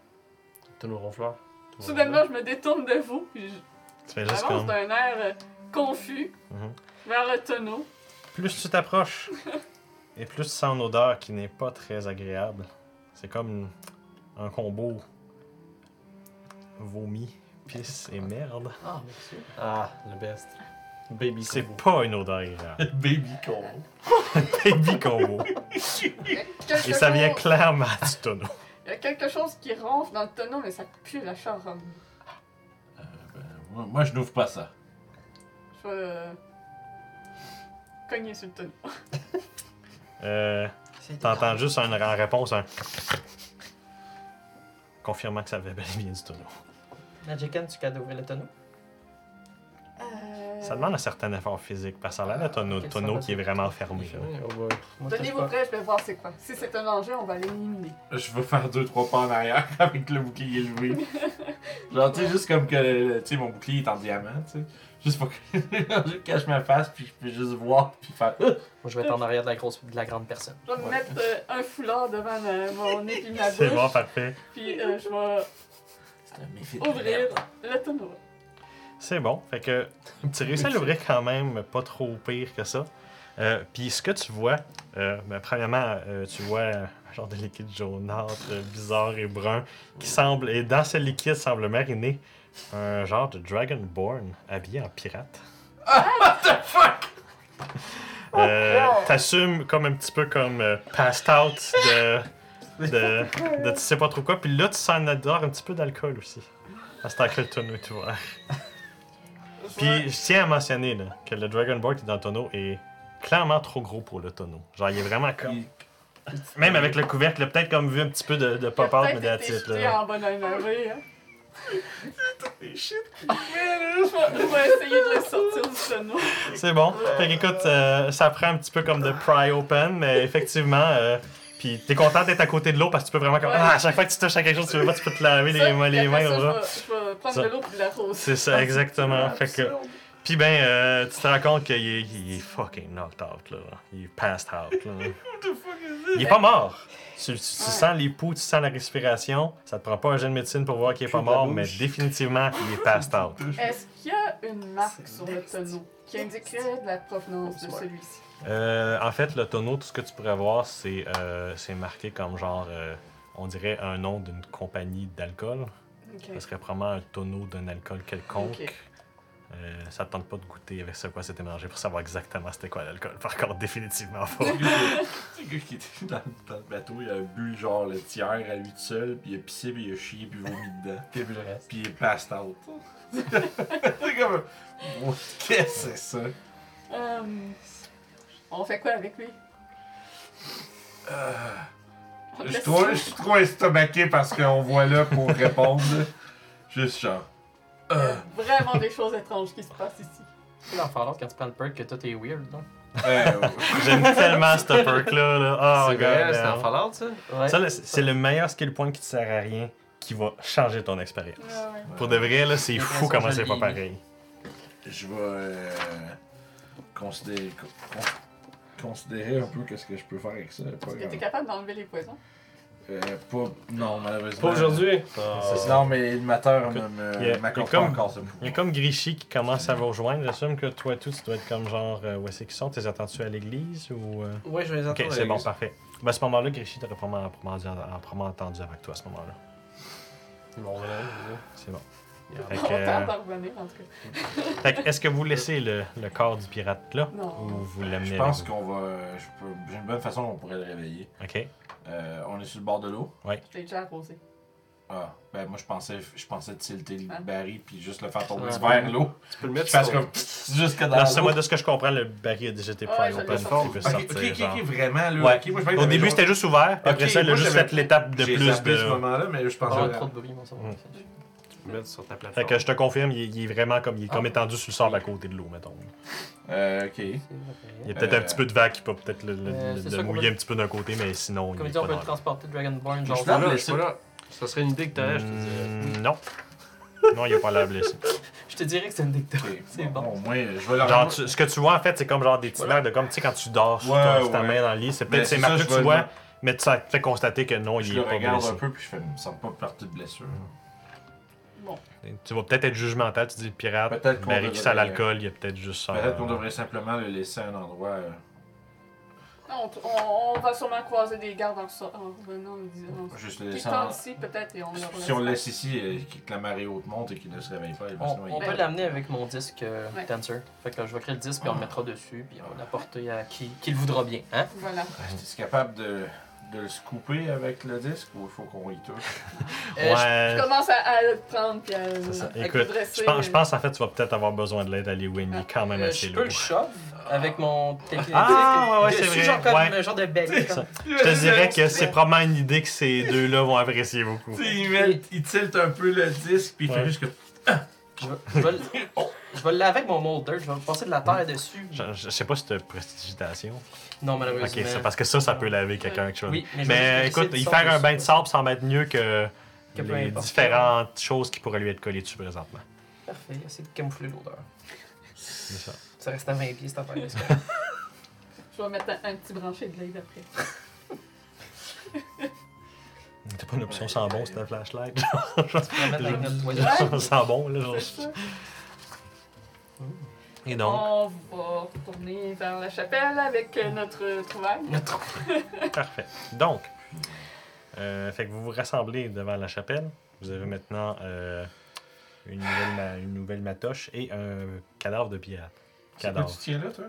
D: Tonneau ronfleur.
E: Soudainement, je me détourne de vous. puis je-
B: Tu fais juste
E: J'avance
B: comme.
E: d'un air euh, confus
B: Mhm.
E: vers le tonneau.
B: Plus tu t'approches, et plus tu sens une odeur qui n'est pas très agréable. C'est comme un combo vomi, pisse et merde.
F: Ah, merci.
D: Ah, le best. Baby
B: C'est
D: combo.
B: pas une odeur hein. agréable.
A: Baby con.
B: Baby combo.
E: Il y a quelque
B: Et ça vient
E: chose-
B: clairement du tonneau.
E: Il y a quelque chose qui ronfle dans le tonneau, mais ça pue la charogne.
A: Moi, moi, je n'ouvre pas ça.
E: Je vais euh, cogner sur le tonneau.
B: Euh, T'entends juste un- en réponse un. Confirmant que ça avait bel et bien du tonneau.
F: Magic Hand, tu cadres d'ouvrir le tonneau.
E: Euh,
B: Ça demande un certain effort physique, parce que ça a l'air d'un tonneau,
F: Quel
B: tonneau
F: sort de
B: qui est vraiment fermé. là.
D: Ouais, oh boy.
F: Moi, je touche
E: Tenez-vous
F: pas.
E: prêts, je vais voir c'est quoi. Si c'est un danger, on va l'éliminer.
A: Je vais faire deux, trois pas en arrière avec le bouclier levé. Genre, tu sais, juste comme que. Tu sais, mon bouclier est en diamant, tu sais. Juste pour que je cache ma face, puis je peux juste voir, puis faire.
C: Moi, je vais être en arrière de la grosse, de la grande personne.
E: Je vais me mettre euh, un foulard devant ma- mon nez et ma
B: C'est
E: bouche.
B: bon, parfait.
E: Puis euh, je vais
A: C'est un méfait de
E: ouvrir
A: merde.
E: le tonneau.
B: C'est bon. Fait que tu réussis à l'ouvrir quand même pas trop pire que ça. Euh, Puis ce que tu vois, euh, ben, premièrement, euh, tu vois un genre de liquide jaunâtre, euh, bizarre et brun, qui semble, et dans ce liquide semble mariner un genre de Dragonborn habillé en pirate. Ah, what the fuck! T'assumes comme un petit peu comme euh, passed out de, de, de tu sais pas trop quoi, puis là tu sens une odeur un petit peu d'alcool aussi. À ce temps que le tonneau est ouvert. Puis je tiens à mentionner là, que le Dragon Ball qui est dans le tonneau est clairement trop gros pour le tonneau. Genre, il est vraiment comme.
A: Il-
B: Même avec le couvercle, il a peut-être comme vu un petit peu de, de
E: Pas
B: pop-out, mais that's it, là.
E: en bonne année, hein. Je vais- je vais essayer de le sortir du tonneau.
B: C'est bon. Fait qu'écoute, euh, ça prend un petit peu comme de pry open, mais effectivement. euh, puis t'es content d'être à côté de l'eau parce que tu peux vraiment comme.
E: Ouais.
B: Ah, à chaque fois que tu touches à quelque chose, tu veux pas, tu peux te laver
E: Ça,
B: les mains, les
E: puis
B: mains,
E: après ça,
B: au bras.
E: je vais- Je vais prendre
B: Ça.
E: de l'eau pour de la rose.
B: C'est ça, exactement. Fait que. Puis ben, euh, tu te rends compte qu'il est, il est fucking knocked out, là. Il est passed out, là. Il
D: Ben,
B: est pas mort. Tu, tu- tu sens les poux, tu sens la respiration. Ça te prend pas un jeu de médecine pour voir qu'il est pas
D: Cul de la
B: mort,
D: bouche.
B: mais définitivement, il est passed out.
E: Est-ce qu'il y a une marque sur le tonneau qui indiquerait de la provenance de celui-ci?
B: Euh, en fait, le tonneau, tout ce que tu pourrais voir, c'est euh, c'est marqué comme genre, euh, on dirait un nom d'une compagnie d'alcool.
E: Ok.
B: Ce serait probablement un tonneau d'un alcool quelconque.
E: Ok.
B: Euh, ça te tente pas de goûter avec ce quoi c'était mélangé pour savoir exactement c'était quoi l'alcool. Par contre, définitivement pas.
A: Le gars qui était dans, dans le bateau, il a bu genre le tiers à lui tout seul, puis il a pissé, puis il a chié, puis il a vomi dedans.
D: Puis le reste.
A: Puis il est passed out. c'est comme. Oh, Qu'est-ce que c'est ça?
E: Euh, on fait quoi avec lui?
A: Euh,
E: On
A: je,
E: laisse-
A: suis trop, je suis trop estomaqué parce qu'on voit là pour répondre. Juste genre.
E: Il y a
A: euh,
E: Vraiment des choses étranges qui se passent ici.
C: Il va falloir quand tu prends le perk que tout est weird, non?
A: euh,
B: J'aime tellement ce perk-là. Là. Oh,
D: c'est
B: god.
D: vrai, c'est
B: damn.
D: en Fallout, ça?
C: Ouais.
B: Ça, là, c'est c'est le meilleur skill point qui te sert à rien qui va changer ton expérience.
D: Ah.
B: Pour de vrai, là, c'est
C: De toute
B: fou
C: façon,
B: comment
C: je
B: c'est pas
C: l'ai.
B: pareil.
A: je vais euh, considérer, con- con- considérer un peu qu'est-ce que je peux faire avec ça. Pas,
E: Est-ce que t'es
A: grand-
E: capable d'enlever les poisons?
A: euh, pas- non, malheureusement. euh,
D: Pas aujourd'hui.
A: C'est- Non, mais l'animateur me, me,
B: Il y a-
A: m'accorde
B: il y a
A: pas
B: comme-
A: encore ce
B: Il y a
A: pouvoir.
B: comme Grichy qui commence à vous rejoindre. J'assume que toi, tout, tu dois être comme genre, euh, où est-ce qu'ils sont T'es attendu à l'église ou. euh?
D: Ouais, je vais les
B: Ok, c'est bon, parfait. Ben, à ce moment-là, Grichy, t'aurais probablement, probablement, probablement entendu avec toi à ce moment-là.
D: Ils vont revenir, je veux dire.
B: C'est bon.
E: On
B: Fait que,
E: tente
B: euh,
E: d'en revenir, en tout cas.
B: fait que est-ce que vous laissez le, le corps du pirate là ou
E: Non.
B: vous l'amenez
A: Je pense
B: avec
A: qu'on va. je peux- J'ai une bonne façon on pourrait le réveiller.
B: vous? Ok.
A: Euh, on est sur le bord de l'eau.
E: Je t'ai déjà arrosé.
A: Ah, ben moi je pensais, je pensais tilter le
E: Ah.
A: baril puis juste le faire tomber
C: Ah.
A: vers l'eau.
D: Tu peux le
A: Puis
D: mettre
A: Parce
D: sur
A: que
D: ton...
A: jusque dans
B: Parce que moi,
A: l'eau.
B: de ce que je comprends, le baril a déjà été
E: Ouais,
B: point
E: je l'ai
B: open
E: sorti.
B: pour qu'il puisse
A: Ok, ok,
B: sortir.
A: ok,
B: genre.
A: ok, vraiment là.
B: Ouais.
A: ok, moi, je pensais que
B: Au
A: j'avais-
B: début, c'était juste ouvert, puis après
A: Ok,
B: ça, elle a
A: moi,
B: juste
A: j'avais-
B: fait l'étape de
A: J'ai
B: plus
A: zappé ce
B: de.
A: moment-là, mais je pensais.
C: Ah, trop de bruit, mon cerveau.
B: Mm.
D: Tu peux le mettre sur ta plateforme.
B: Fait que je te confirme, il, est- il est vraiment comme, il est
A: Ah.
B: comme étendu sur le sable à côté de l'eau, mettons.
A: Euh, ok.
B: Il y a peut-être
A: Euh,
B: un petit peu de vague qui peut peut-être le, le-
C: euh,
B: le-
C: c'est
B: le
C: ça qu'on
B: mouiller
C: veut-
B: un petit peu d'un côté, mais sinon,
C: Comme
B: il est
C: dit, on
B: pas
C: peut le
B: dans
C: transporter Dragonborn, genre.
A: Je
D: Non,
A: l'ai
D: non, je
A: laissé.
D: suis pas là. Ça serait une idée que t'aurais, je te dirais.
B: Mm, Non. Non, il a pas l'air blessé.
C: Je te dirais que c'est une dictature. C'est
A: Ok,
C: bon.
A: Au moins, je vais le
B: Genre, tu- ce que tu vois, en fait, c'est comme genre des petits verres de comme, tu sais, quand tu dors sur
A: Ouais,
B: ton- sur ta
A: ouais.
B: main dans le lit, c'est
A: Mais
B: peut-être
A: Ben, c'est
B: ces
A: ça,
B: marques
A: je
B: que tu
A: vois,
B: vois,
A: là.
B: mais ça te fait constater que non,
A: Je
B: il
A: le
B: est pas
A: regarde
B: blessé.
A: un peu puis je fais, il me semble pas partie de blessure.
E: Bon.
B: Tu vas peut-être être jugemental, tu dis le pirate,
A: Peut-être qu'on
B: Barry qui sent
A: devrait-
B: l'alcool, il y a peut-être juste ça.
A: Peut-être qu'on devrait simplement le laisser à un endroit. euh,
E: Non, on, on- on va sûrement croiser des gardes en, so- en revenant en disant.
A: Juste le
E: Qui
A: laisser
E: sont
A: en-
E: ici, peut-être, et on leur
A: Si on le laisse ici, euh, que la marée haute monte et qu'il ne se réveille pas, il va
C: On,
A: se
C: on
A: noyer.
C: peut l'amener avec mon disque euh,
E: Ouais.
C: Dancer. Fait que je vais créer le disque, puis on le mettra dessus, puis on va l'apporter à qui, qui le voudra bien, hein?
E: Voilà.
A: Est-ce Euh, capable de, de le scooper avec le disque ou il faut qu'on y touche
C: Euh, je-
E: Je commence à, à le prendre puis à,
B: C'est ça.
E: à le
B: Écoute, je
E: dresser.
B: pense, je pense en fait tu vas peut-être avoir besoin de l'aide à Lewin, il est quand même
C: euh,
B: assez
C: je peux
B: lourd.
C: le shove avec mon télékinétique.
B: Ah, ouais, ouais,
C: Dessus,
B: c'est vrai,
C: Genre comme
B: ouais.
C: un genre de bec. comme-
B: Je te dirais que c'est probablement une idée que ces deux-là vont apprécier beaucoup.
A: Tu sais, il, met- il tilte un peu le disque puis il
B: Ouais.
A: fait juste que.
C: Je vais- je vais le- oh, Je vais le laver avec mon molder, je vais passer de la terre dessus.
B: Je, je sais pas si t'as prestidigitation.
C: Non,
B: Ok,
C: malheureusement.
B: c'est parce que ça, ça peut laver quelqu'un quelque chose.
C: Oui, mais, je vais
B: Mais
C: juste
B: écoute,
C: essayer
B: y
C: de
B: faire un
C: sortir
B: bain de
C: ça.
B: sable semble être mieux que,
C: Que peu
B: les
C: importe.
B: différentes choses qui pourraient lui être collées dessus présentement.
C: Parfait, c'est de camoufler l'odeur.
B: C'est ça.
C: Ça reste à 20 pieds cette affaire. c'est correct.
E: Je vais mettre un, un petit branché de l'aide après.
B: T'as pas une option sans bon, c'est la flashlight.
C: Tu peux la mettre avec notre doigt.
E: Ouais.
B: sans bon, là, genre.
E: C'est ça.
B: Oh. Et donc,
E: On va retourner vers la chapelle avec euh, notre trouvaille.
C: Notre-
B: parfait. Donc, euh, fait que vous vous rassemblez devant la chapelle. Vous avez maintenant euh, une, nouvelle ma- une nouvelle matoche et un cadavre de pirate.
A: C'est quoi
B: Cadavre.
A: tu tiens là, toi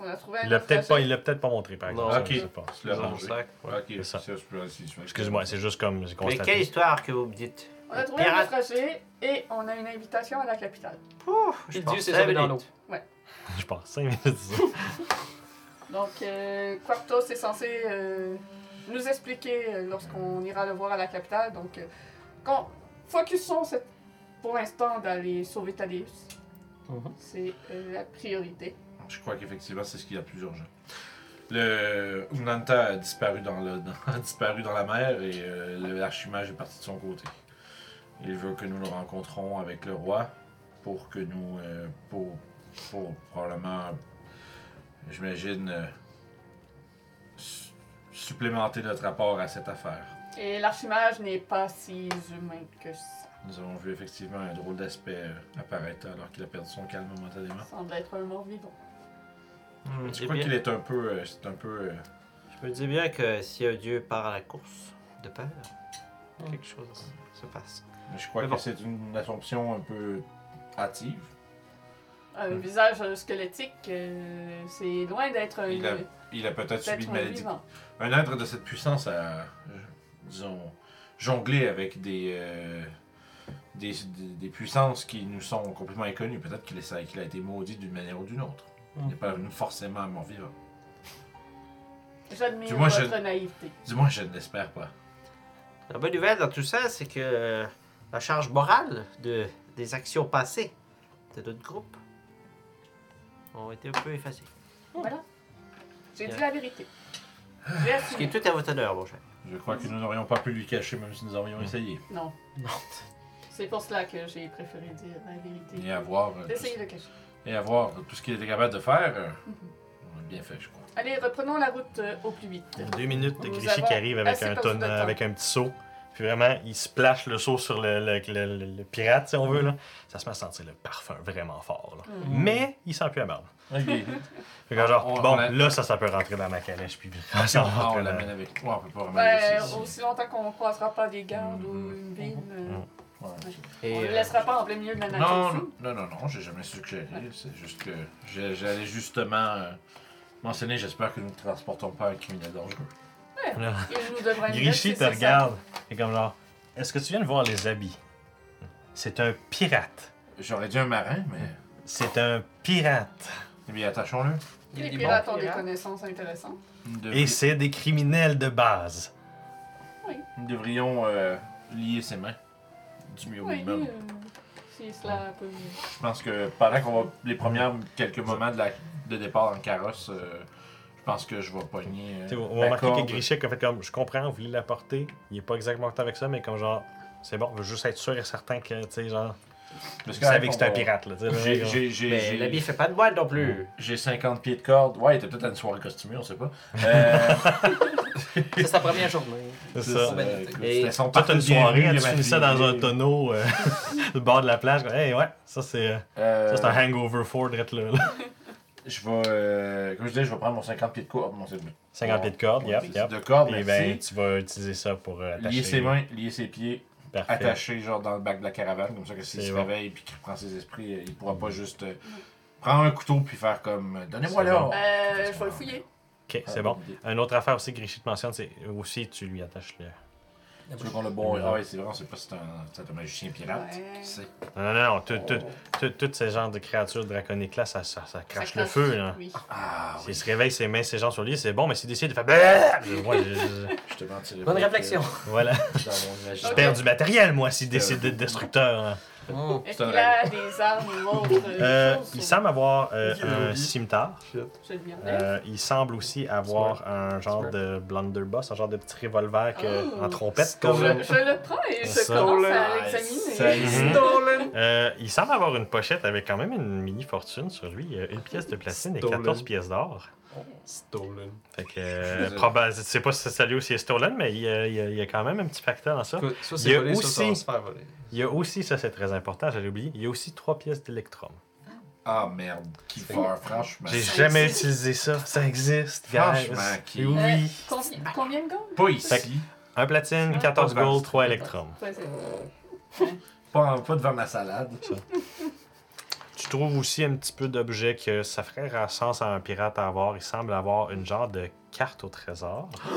E: On a trouvé un
B: Il l'a
E: autre
B: peut-être pas,
E: sachet.
B: il l'a peut-être pas montré, par exemple.
A: Non.
B: ça,
A: Ok.
B: je sais pas.
A: Tu l'as
D: Dans le
A: rangé.
D: sac.
A: Ok,
B: c'est ça.
A: je peux si tu veux.
B: Excuse-moi, c'est juste comme j'ai
F: Mais
B: constaté.
F: quelle histoire que vous me dites
E: On a trouvé un
F: Pirate.
E: autre sachet et on a une invitation à la capitale.
F: Pouf,
C: Et
F: je
C: Dieu
F: pense
C: s'est
F: cinq
C: sauvé dans l'eau.
F: minutes.
B: Je pense cinq minutes. c'est ça.
E: Donc, euh, Quartos est censé euh, nous expliquer euh, lorsqu'on ira le voir à la capitale. Donc, euh, qu'on- focusons cette- pour l'instant d'aller sauver Thaddeus.
C: Mhm.
E: C'est euh, la priorité.
A: Je crois qu'effectivement, c'est ce qu'il y a de plus urgent. Le Umnanta a disparu dans, le, dans- a disparu dans la mer et euh, le- l'archimage est parti de son côté. Il veut que nous le rencontrons avec le roi pour que nous euh, pour pour probablement, j'imagine, euh, su- supplémenter notre rapport à cette affaire.
E: Et l'archimage n'est pas si humain que ça.
A: Nous avons vu effectivement un drôle d'aspect euh, apparaître alors qu'il a perdu son calme momentanément.
E: Il semble être un mort-vivant.
A: Hmm,
F: Eh
A: je crois
F: bien.
A: qu'il est un peu. euh, c'est un peu. euh,
F: Je me dis bien que si un dieu part à la course de peur, quelque chose se passe.
A: je crois
F: Mais
A: que
F: bon.
A: c'est une assumption un peu hâtive.
E: Un
A: Hmm.
E: visage euh, squelettique, euh, c'est loin d'être un,
A: Il a
E: peut-être
A: Il a peut-être subi une
E: un
A: maladie.
E: vivant.
A: Un être de cette puissance a, euh, disons, jonglé avec des, euh, des, des- des puissances qui nous sont complètement inconnues. Peut-être qu'il est- qu'il a été maudit d'une manière ou d'une autre. Il n'est pas venu forcément à mort vivant.
E: J'admire
A: Du moins, je-
E: votre naïveté.
A: Du moins, je ne l'espère pas.
F: La bonne nouvelle dans tout ça, c'est que euh, la charge morale de, des actions passées de notre groupe ont été un peu effacées.
E: Voilà. J'ai
F: Bien.
E: dit la vérité. J'ai
F: Ce qui est
E: assumé.
F: tout à votre honneur, mon cher.
A: Je crois que nous n'aurions pas pu lui cacher, même si nous aurions essayé.
E: Non.
F: Non.
E: C'est pour cela que j'ai préféré dire la vérité.
A: Et avoir, euh, tout,
E: Essayez
A: ce-
E: de le cacher.
A: et avoir tout ce qu'il était capable de faire, euh,
E: Mhm.
A: on a bien fait, je crois.
E: Allez, reprenons la route euh, au plus vite.
B: Deux minutes de
E: Nous
B: Grichy qui
E: avons
B: arrive avec
E: assez
B: un,
E: perdu de
B: tonne-
E: temps.
B: avec un petit seau. Puis vraiment, il splash le seau sur le, le- le- le- le pirate, si on veut. Là. Ça se met à sentir le parfum vraiment fort. là.
E: Mm.
B: Mais il sent plus la barbe.
A: Ok.
B: Fait que genre,
A: On- on
B: bon,
A: la-
B: là, ça, ça peut rentrer dans ma calèche. Puis ça
A: Ah, on
B: rentre dans-
A: l'amène avec toi, on peut pas ramener
E: Ben,
A: ici.
E: aussi longtemps qu'on ne croisera pas des gardes ou
A: Mhm.
E: une ville, euh,
B: Mhm.
A: Ouais.
E: on ne
F: euh,
E: le laissera pas en plein milieu de la nature.
A: Non,
E: fou.
A: non, non, non, non, j'ai jamais suggéré. C'est juste que j'ai- j'allais justement euh, mentionner, j'espère que nous ne transportons pas un criminel dangereux.
B: Là.
E: Il nous devra une
B: Grichy
E: note,
B: te
E: c'est ça.
B: regarde. Et comme genre, est-ce que tu viens de voir les habits? C'est un pirate.
A: J'aurais dit un marin, mais.
B: C'est un pirate.
A: Eh bien, attachons-le.
F: il y a
E: Les
F: des
E: pirates
F: bons
E: ont des
F: pirates.
E: connaissances intéressantes.
A: Nous, devri-
B: Et c'est des criminels de base.
A: nous devrions euh, lier ses mains. Du mieux au
E: Oui,
A: minimum.
E: euh, si cela peut vous-
A: Je pense que pendant qu'on va. Les premières quelques moments de, la- de départ en carrosse, euh, je pense que je vais pogner. euh,
B: Tu sais, on
A: la
B: va remarquer que
A: corde.
B: Grichet a fait comme je comprends, vous voulez l'apporter. Il est pas exactement content avec ça, mais comme genre, c'est bon, on veut juste être sûr et certain que, tu sais, genre, vous
A: Parce que,
B: savez que c'est un
A: on-
B: pirate, là. tu sais, là,
A: J'ai-
B: genre.
A: j'ai- j'ai-
F: Mais
A: j'ai-
F: l'habit fait pas de moine non plus.
A: J'ai 50 pieds de corde. Ouais, il était peut-être à une soirée costumée, on sait pas. Euh,
C: C'est sa première journée.
B: C'est
A: c'est
B: ça.
A: ça, euh, écoute,
F: Et
A: C'était son
B: Toute
A: parti
B: une
A: de bienvenue,
B: soirée,
A: il
B: tu
A: avait
B: finis ça dans un
A: filé.
B: tonneau, euh, le bord de la plage. comme, Hey, ouais, ça c'est euh,
A: Euh,
B: ça, c'est un hangover Ford, drette là. là.
A: Je vais, euh, comme je disais, je vais prendre mon 50 pieds de corde. Mon
B: 50 pieds de corde, yep, yep.
A: De corde,
B: Et
A: merci.
B: ben, tu vas utiliser ça pour euh, attacher.
A: lier ses mains, lier ses pieds,
B: Parfait.
A: attacher genre dans le bac de la caravane, comme ça que s'il
B: C'est
A: se
B: bon.
A: réveille et qu'il prend ses esprits, euh, il pourra pas juste euh, prendre un couteau puis faire comme euh, Donnez-moi
B: C'est
A: là
B: bon.
E: Euh, je vais le fouiller.
B: Ok, c'est bon. Une autre affaire aussi que Grichy te mentionne, c'est aussi tu lui attaches le.
A: Tu veux qu'on le bon.
B: Ouais.
A: Ah ouais, c'est vrai, on sait pas si c'est un, c'est un magicien pirate.
E: Ouais.
A: Qui sait
B: Non, non, non, tout- tout- tout- toutes ces genres de créatures draconiques là, ça, ça, ça crache le feu, hein. là.
E: Oui.
A: Ah oui,
B: S'il se réveille, ses mains, ses jambes sur lui, c'est bon, mais s'il décide de faire. Bah! Je- ouais, je- je-
A: je te mentirais.
C: Bonne
A: pas que,
C: réflexion.
B: voilà.
A: euh, Dans mon
B: Je
A: imagination.
B: perds du matériel, moi, s'il décide d'être destructeur. hein.
C: Hum.
E: Est-ce
A: C'est
E: qu'il
A: vrai.
E: a des armes ou autre euh,
B: Euh,
E: chose
B: il
E: sur-
B: semble avoir euh,
D: Il a
B: un
D: oublié.
B: cimitar.
E: Je le demandais.
B: Euh, il semble aussi avoir un genre de blunderbuss, un genre de petit revolver que-
E: Oh.
B: en trompette.
E: je,
B: Comme...
E: je le prends et je
B: Ça.
E: commence
A: Ah,
E: à
A: ça
E: l'examiner.
B: Mhm.
A: existe.
B: Euh, il semble avoir une pochette avec quand même une mini fortune sur lui. Il y a Une pièce de platine et
D: Stolen.
B: 14 pièces d'or.
D: Stolen.
B: Fait que,
A: Je
B: euh,
A: sais.
B: proba- je sais pas si c'est salut ou si c'est stolen, mais il y, a, il y a- il y a quand même un petit facteur dans ça.
D: Ça,
B: Il y
D: c'est
B: a
D: volé, ça, ça va
B: aussi-
D: se faire voler.
B: Il y a aussi, ça c'est très important, j'allais oublier, il y a aussi trois pièces d'électrum.
A: Ah merde, qui fort, franchement.
B: J'ai
E: ça
B: jamais
E: existe.
B: utilisé ça, ça existe, guys.
A: Franchement, qui-
B: Et Oui.
E: Euh, Combien, combien de gommes?
A: Pas
B: Fait
A: ici,
B: Un platine, 14
A: Pas de
B: gold,
A: vaste.
B: 3 électrums.
E: Ouais, c'est-
A: pas, en- pas devant ma salade.
B: Tu trouves aussi un petit peu d'objets que ça ferait sens à un pirate à avoir. Il semble avoir une genre de carte au trésor. Et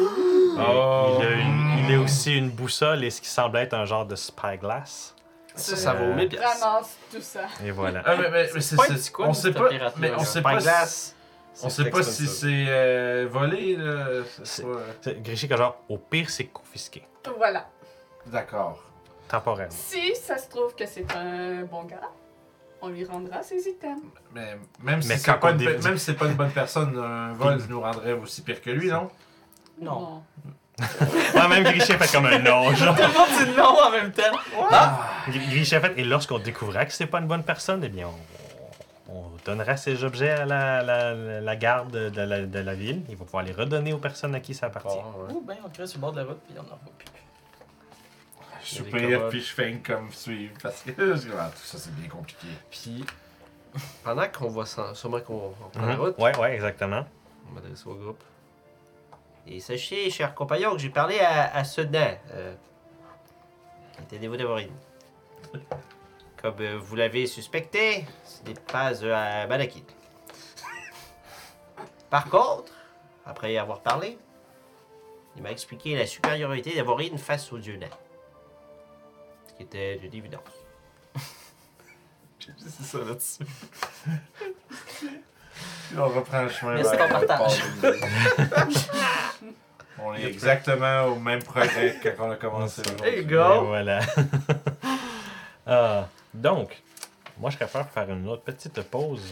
A: Oh.
B: Il, a une- il a aussi une boussole et ce qui semble être un genre de spyglass.
D: Ça, ça
B: Euh,
D: vaut 1000 piastres.
E: Ramasse tout ça.
B: Et voilà.
A: Ah, mais, mais, mais c'est,
C: pas
A: c'est-
C: un petit coup,
A: on sait
C: ce
A: pas,
C: pirate-là,
A: mais
D: hein.
C: là.
A: on sait pas, si,
B: Spyglass,
A: on sait
D: C'est
A: pas si
D: expensive.
A: c'est euh, volé là. C'est
B: C'est-
A: pas-
B: C'est- Grichy, que genre, au pire, c'est confisqué.
E: Voilà.
A: D'accord.
B: Temporairement.
E: Si ça se trouve que c'est un bon gars, on lui rendra ses items.
A: Mais même si
B: Mais
A: c'est
B: quand
A: pas
B: on
A: une,
B: dé-
A: même si c'est pas une bonne personne, un vol nous rendrait aussi pire que lui, non
C: Non.
E: Bon.
B: Ouais, même Grichet fait comme un non, genre.
C: Tout le monde dit non en même temps.
B: Grichet fait, et lorsqu'on découvrait que c'est pas une bonne personne, eh bien, on, On donnera ces objets à la, la- la- la garde de la, de la ville. Ils vont pouvoir les redonner aux personnes à qui ça appartient.
D: Ah,
C: Ou bien ben, on crée sur le bord de la route puis on en voit plus.
A: Je
D: Il y a des
A: soupire,
D: commodes.
A: puis je fais comme suivre, parce que je dis, Ah, tout ça, c'est bien compliqué.
D: Puis, pendant qu'on va s'en- sûrement qu'on on prend
B: Mhm.
D: la route,
B: Ouais, ouais, exactement.
D: on m'adresse au groupe.
F: Et sachez, chers compagnons, que j'ai parlé à, à ce nain. Euh, qui était dévoué de Maureen. Comme euh, vous l'avez suspecté, ce n'est pas euh, un malakite. Par contre, après y avoir parlé, il m'a expliqué la supériorité d'Avorine face aux dieux nains. Ce qui était une évidence.
A: C'est ça là-dessus. Puis on reprend le chemin.
C: Mais c'est
A: vers
C: ton
A: le
C: partage.
A: port de- on est exactement au même progrès que quand on a commencé. aujourd'hui.
D: Hey, go!
B: Et voilà. Ah, donc, moi, je préfère faire une autre petite pause.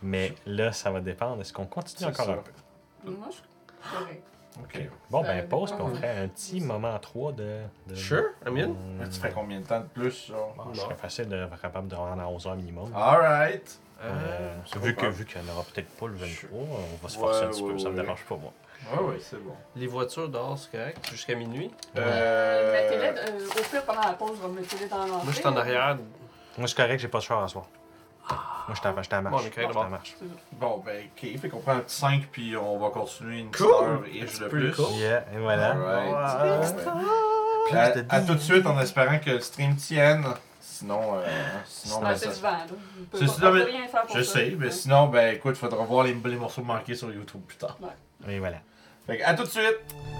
B: Mais là, ça va dépendre. Est-ce qu'on
A: C'est
B: continue
A: ça.
B: encore un peu?
E: Moi, je suis correct.
A: Ok.
B: Bon,
E: Ça
B: ben, pause, puis
E: dépend.
B: on ferait un petit moment à trois de. de-
D: Sure, Amine.
B: Hmm.
A: Mais tu ferais combien de temps de plus, genre?
B: Bon, je serais facile de capable de rendre à 11 h minimum.
D: Ah,
A: Alright!
B: Euh,
D: c'est
B: vu
D: bon.
B: que vu qu'il n'y en aura peut-être pas le 23, on va se
A: Ouais,
B: forcer un petit peu,
A: ouais,
B: ça me
A: ouais.
B: dérange pas moi.
A: Ouais, ouais, c'est bon.
D: Les voitures dehors, c'est correct, jusqu'à minuit.
E: Euh,
A: Euh,
E: mettez-les, euh, au pire, pendant la pause, on va mettez-les dans l'entrée.
D: Moi, je suis en arrière.
B: Moi c'est correct, j'ai pas de char à soir. Moi je t'en je t'en
D: Bon,
B: marche.
D: on est
B: Je
D: correct
B: t'en
D: de
B: marche.
A: Bon, ben, ok. Fait qu'on prend un petit 5 puis on va continuer une
D: Cool!
A: petite heure et
D: That's
A: je de
D: pretty
A: plus.
D: cool.
B: Yeah, et voilà.
A: Alright.
B: Ouais.
A: Bon, ben, à, à tout de suite en espérant que le stream tienne. Sinon, euh, sinon,
E: Ah,
A: ben,
E: c'est
A: ça-
E: du vent, là. On peut
A: C'est
E: pas-
A: ça,
E: on peut
A: mais-
E: rien faire pour
A: Je
E: ça.
A: sais, mais
E: Ouais.
A: sinon, ben écoute, faudra voir les, les morceaux manqués sur YouTube plus tard.
B: Et voilà.
A: Fait que à tout de suite!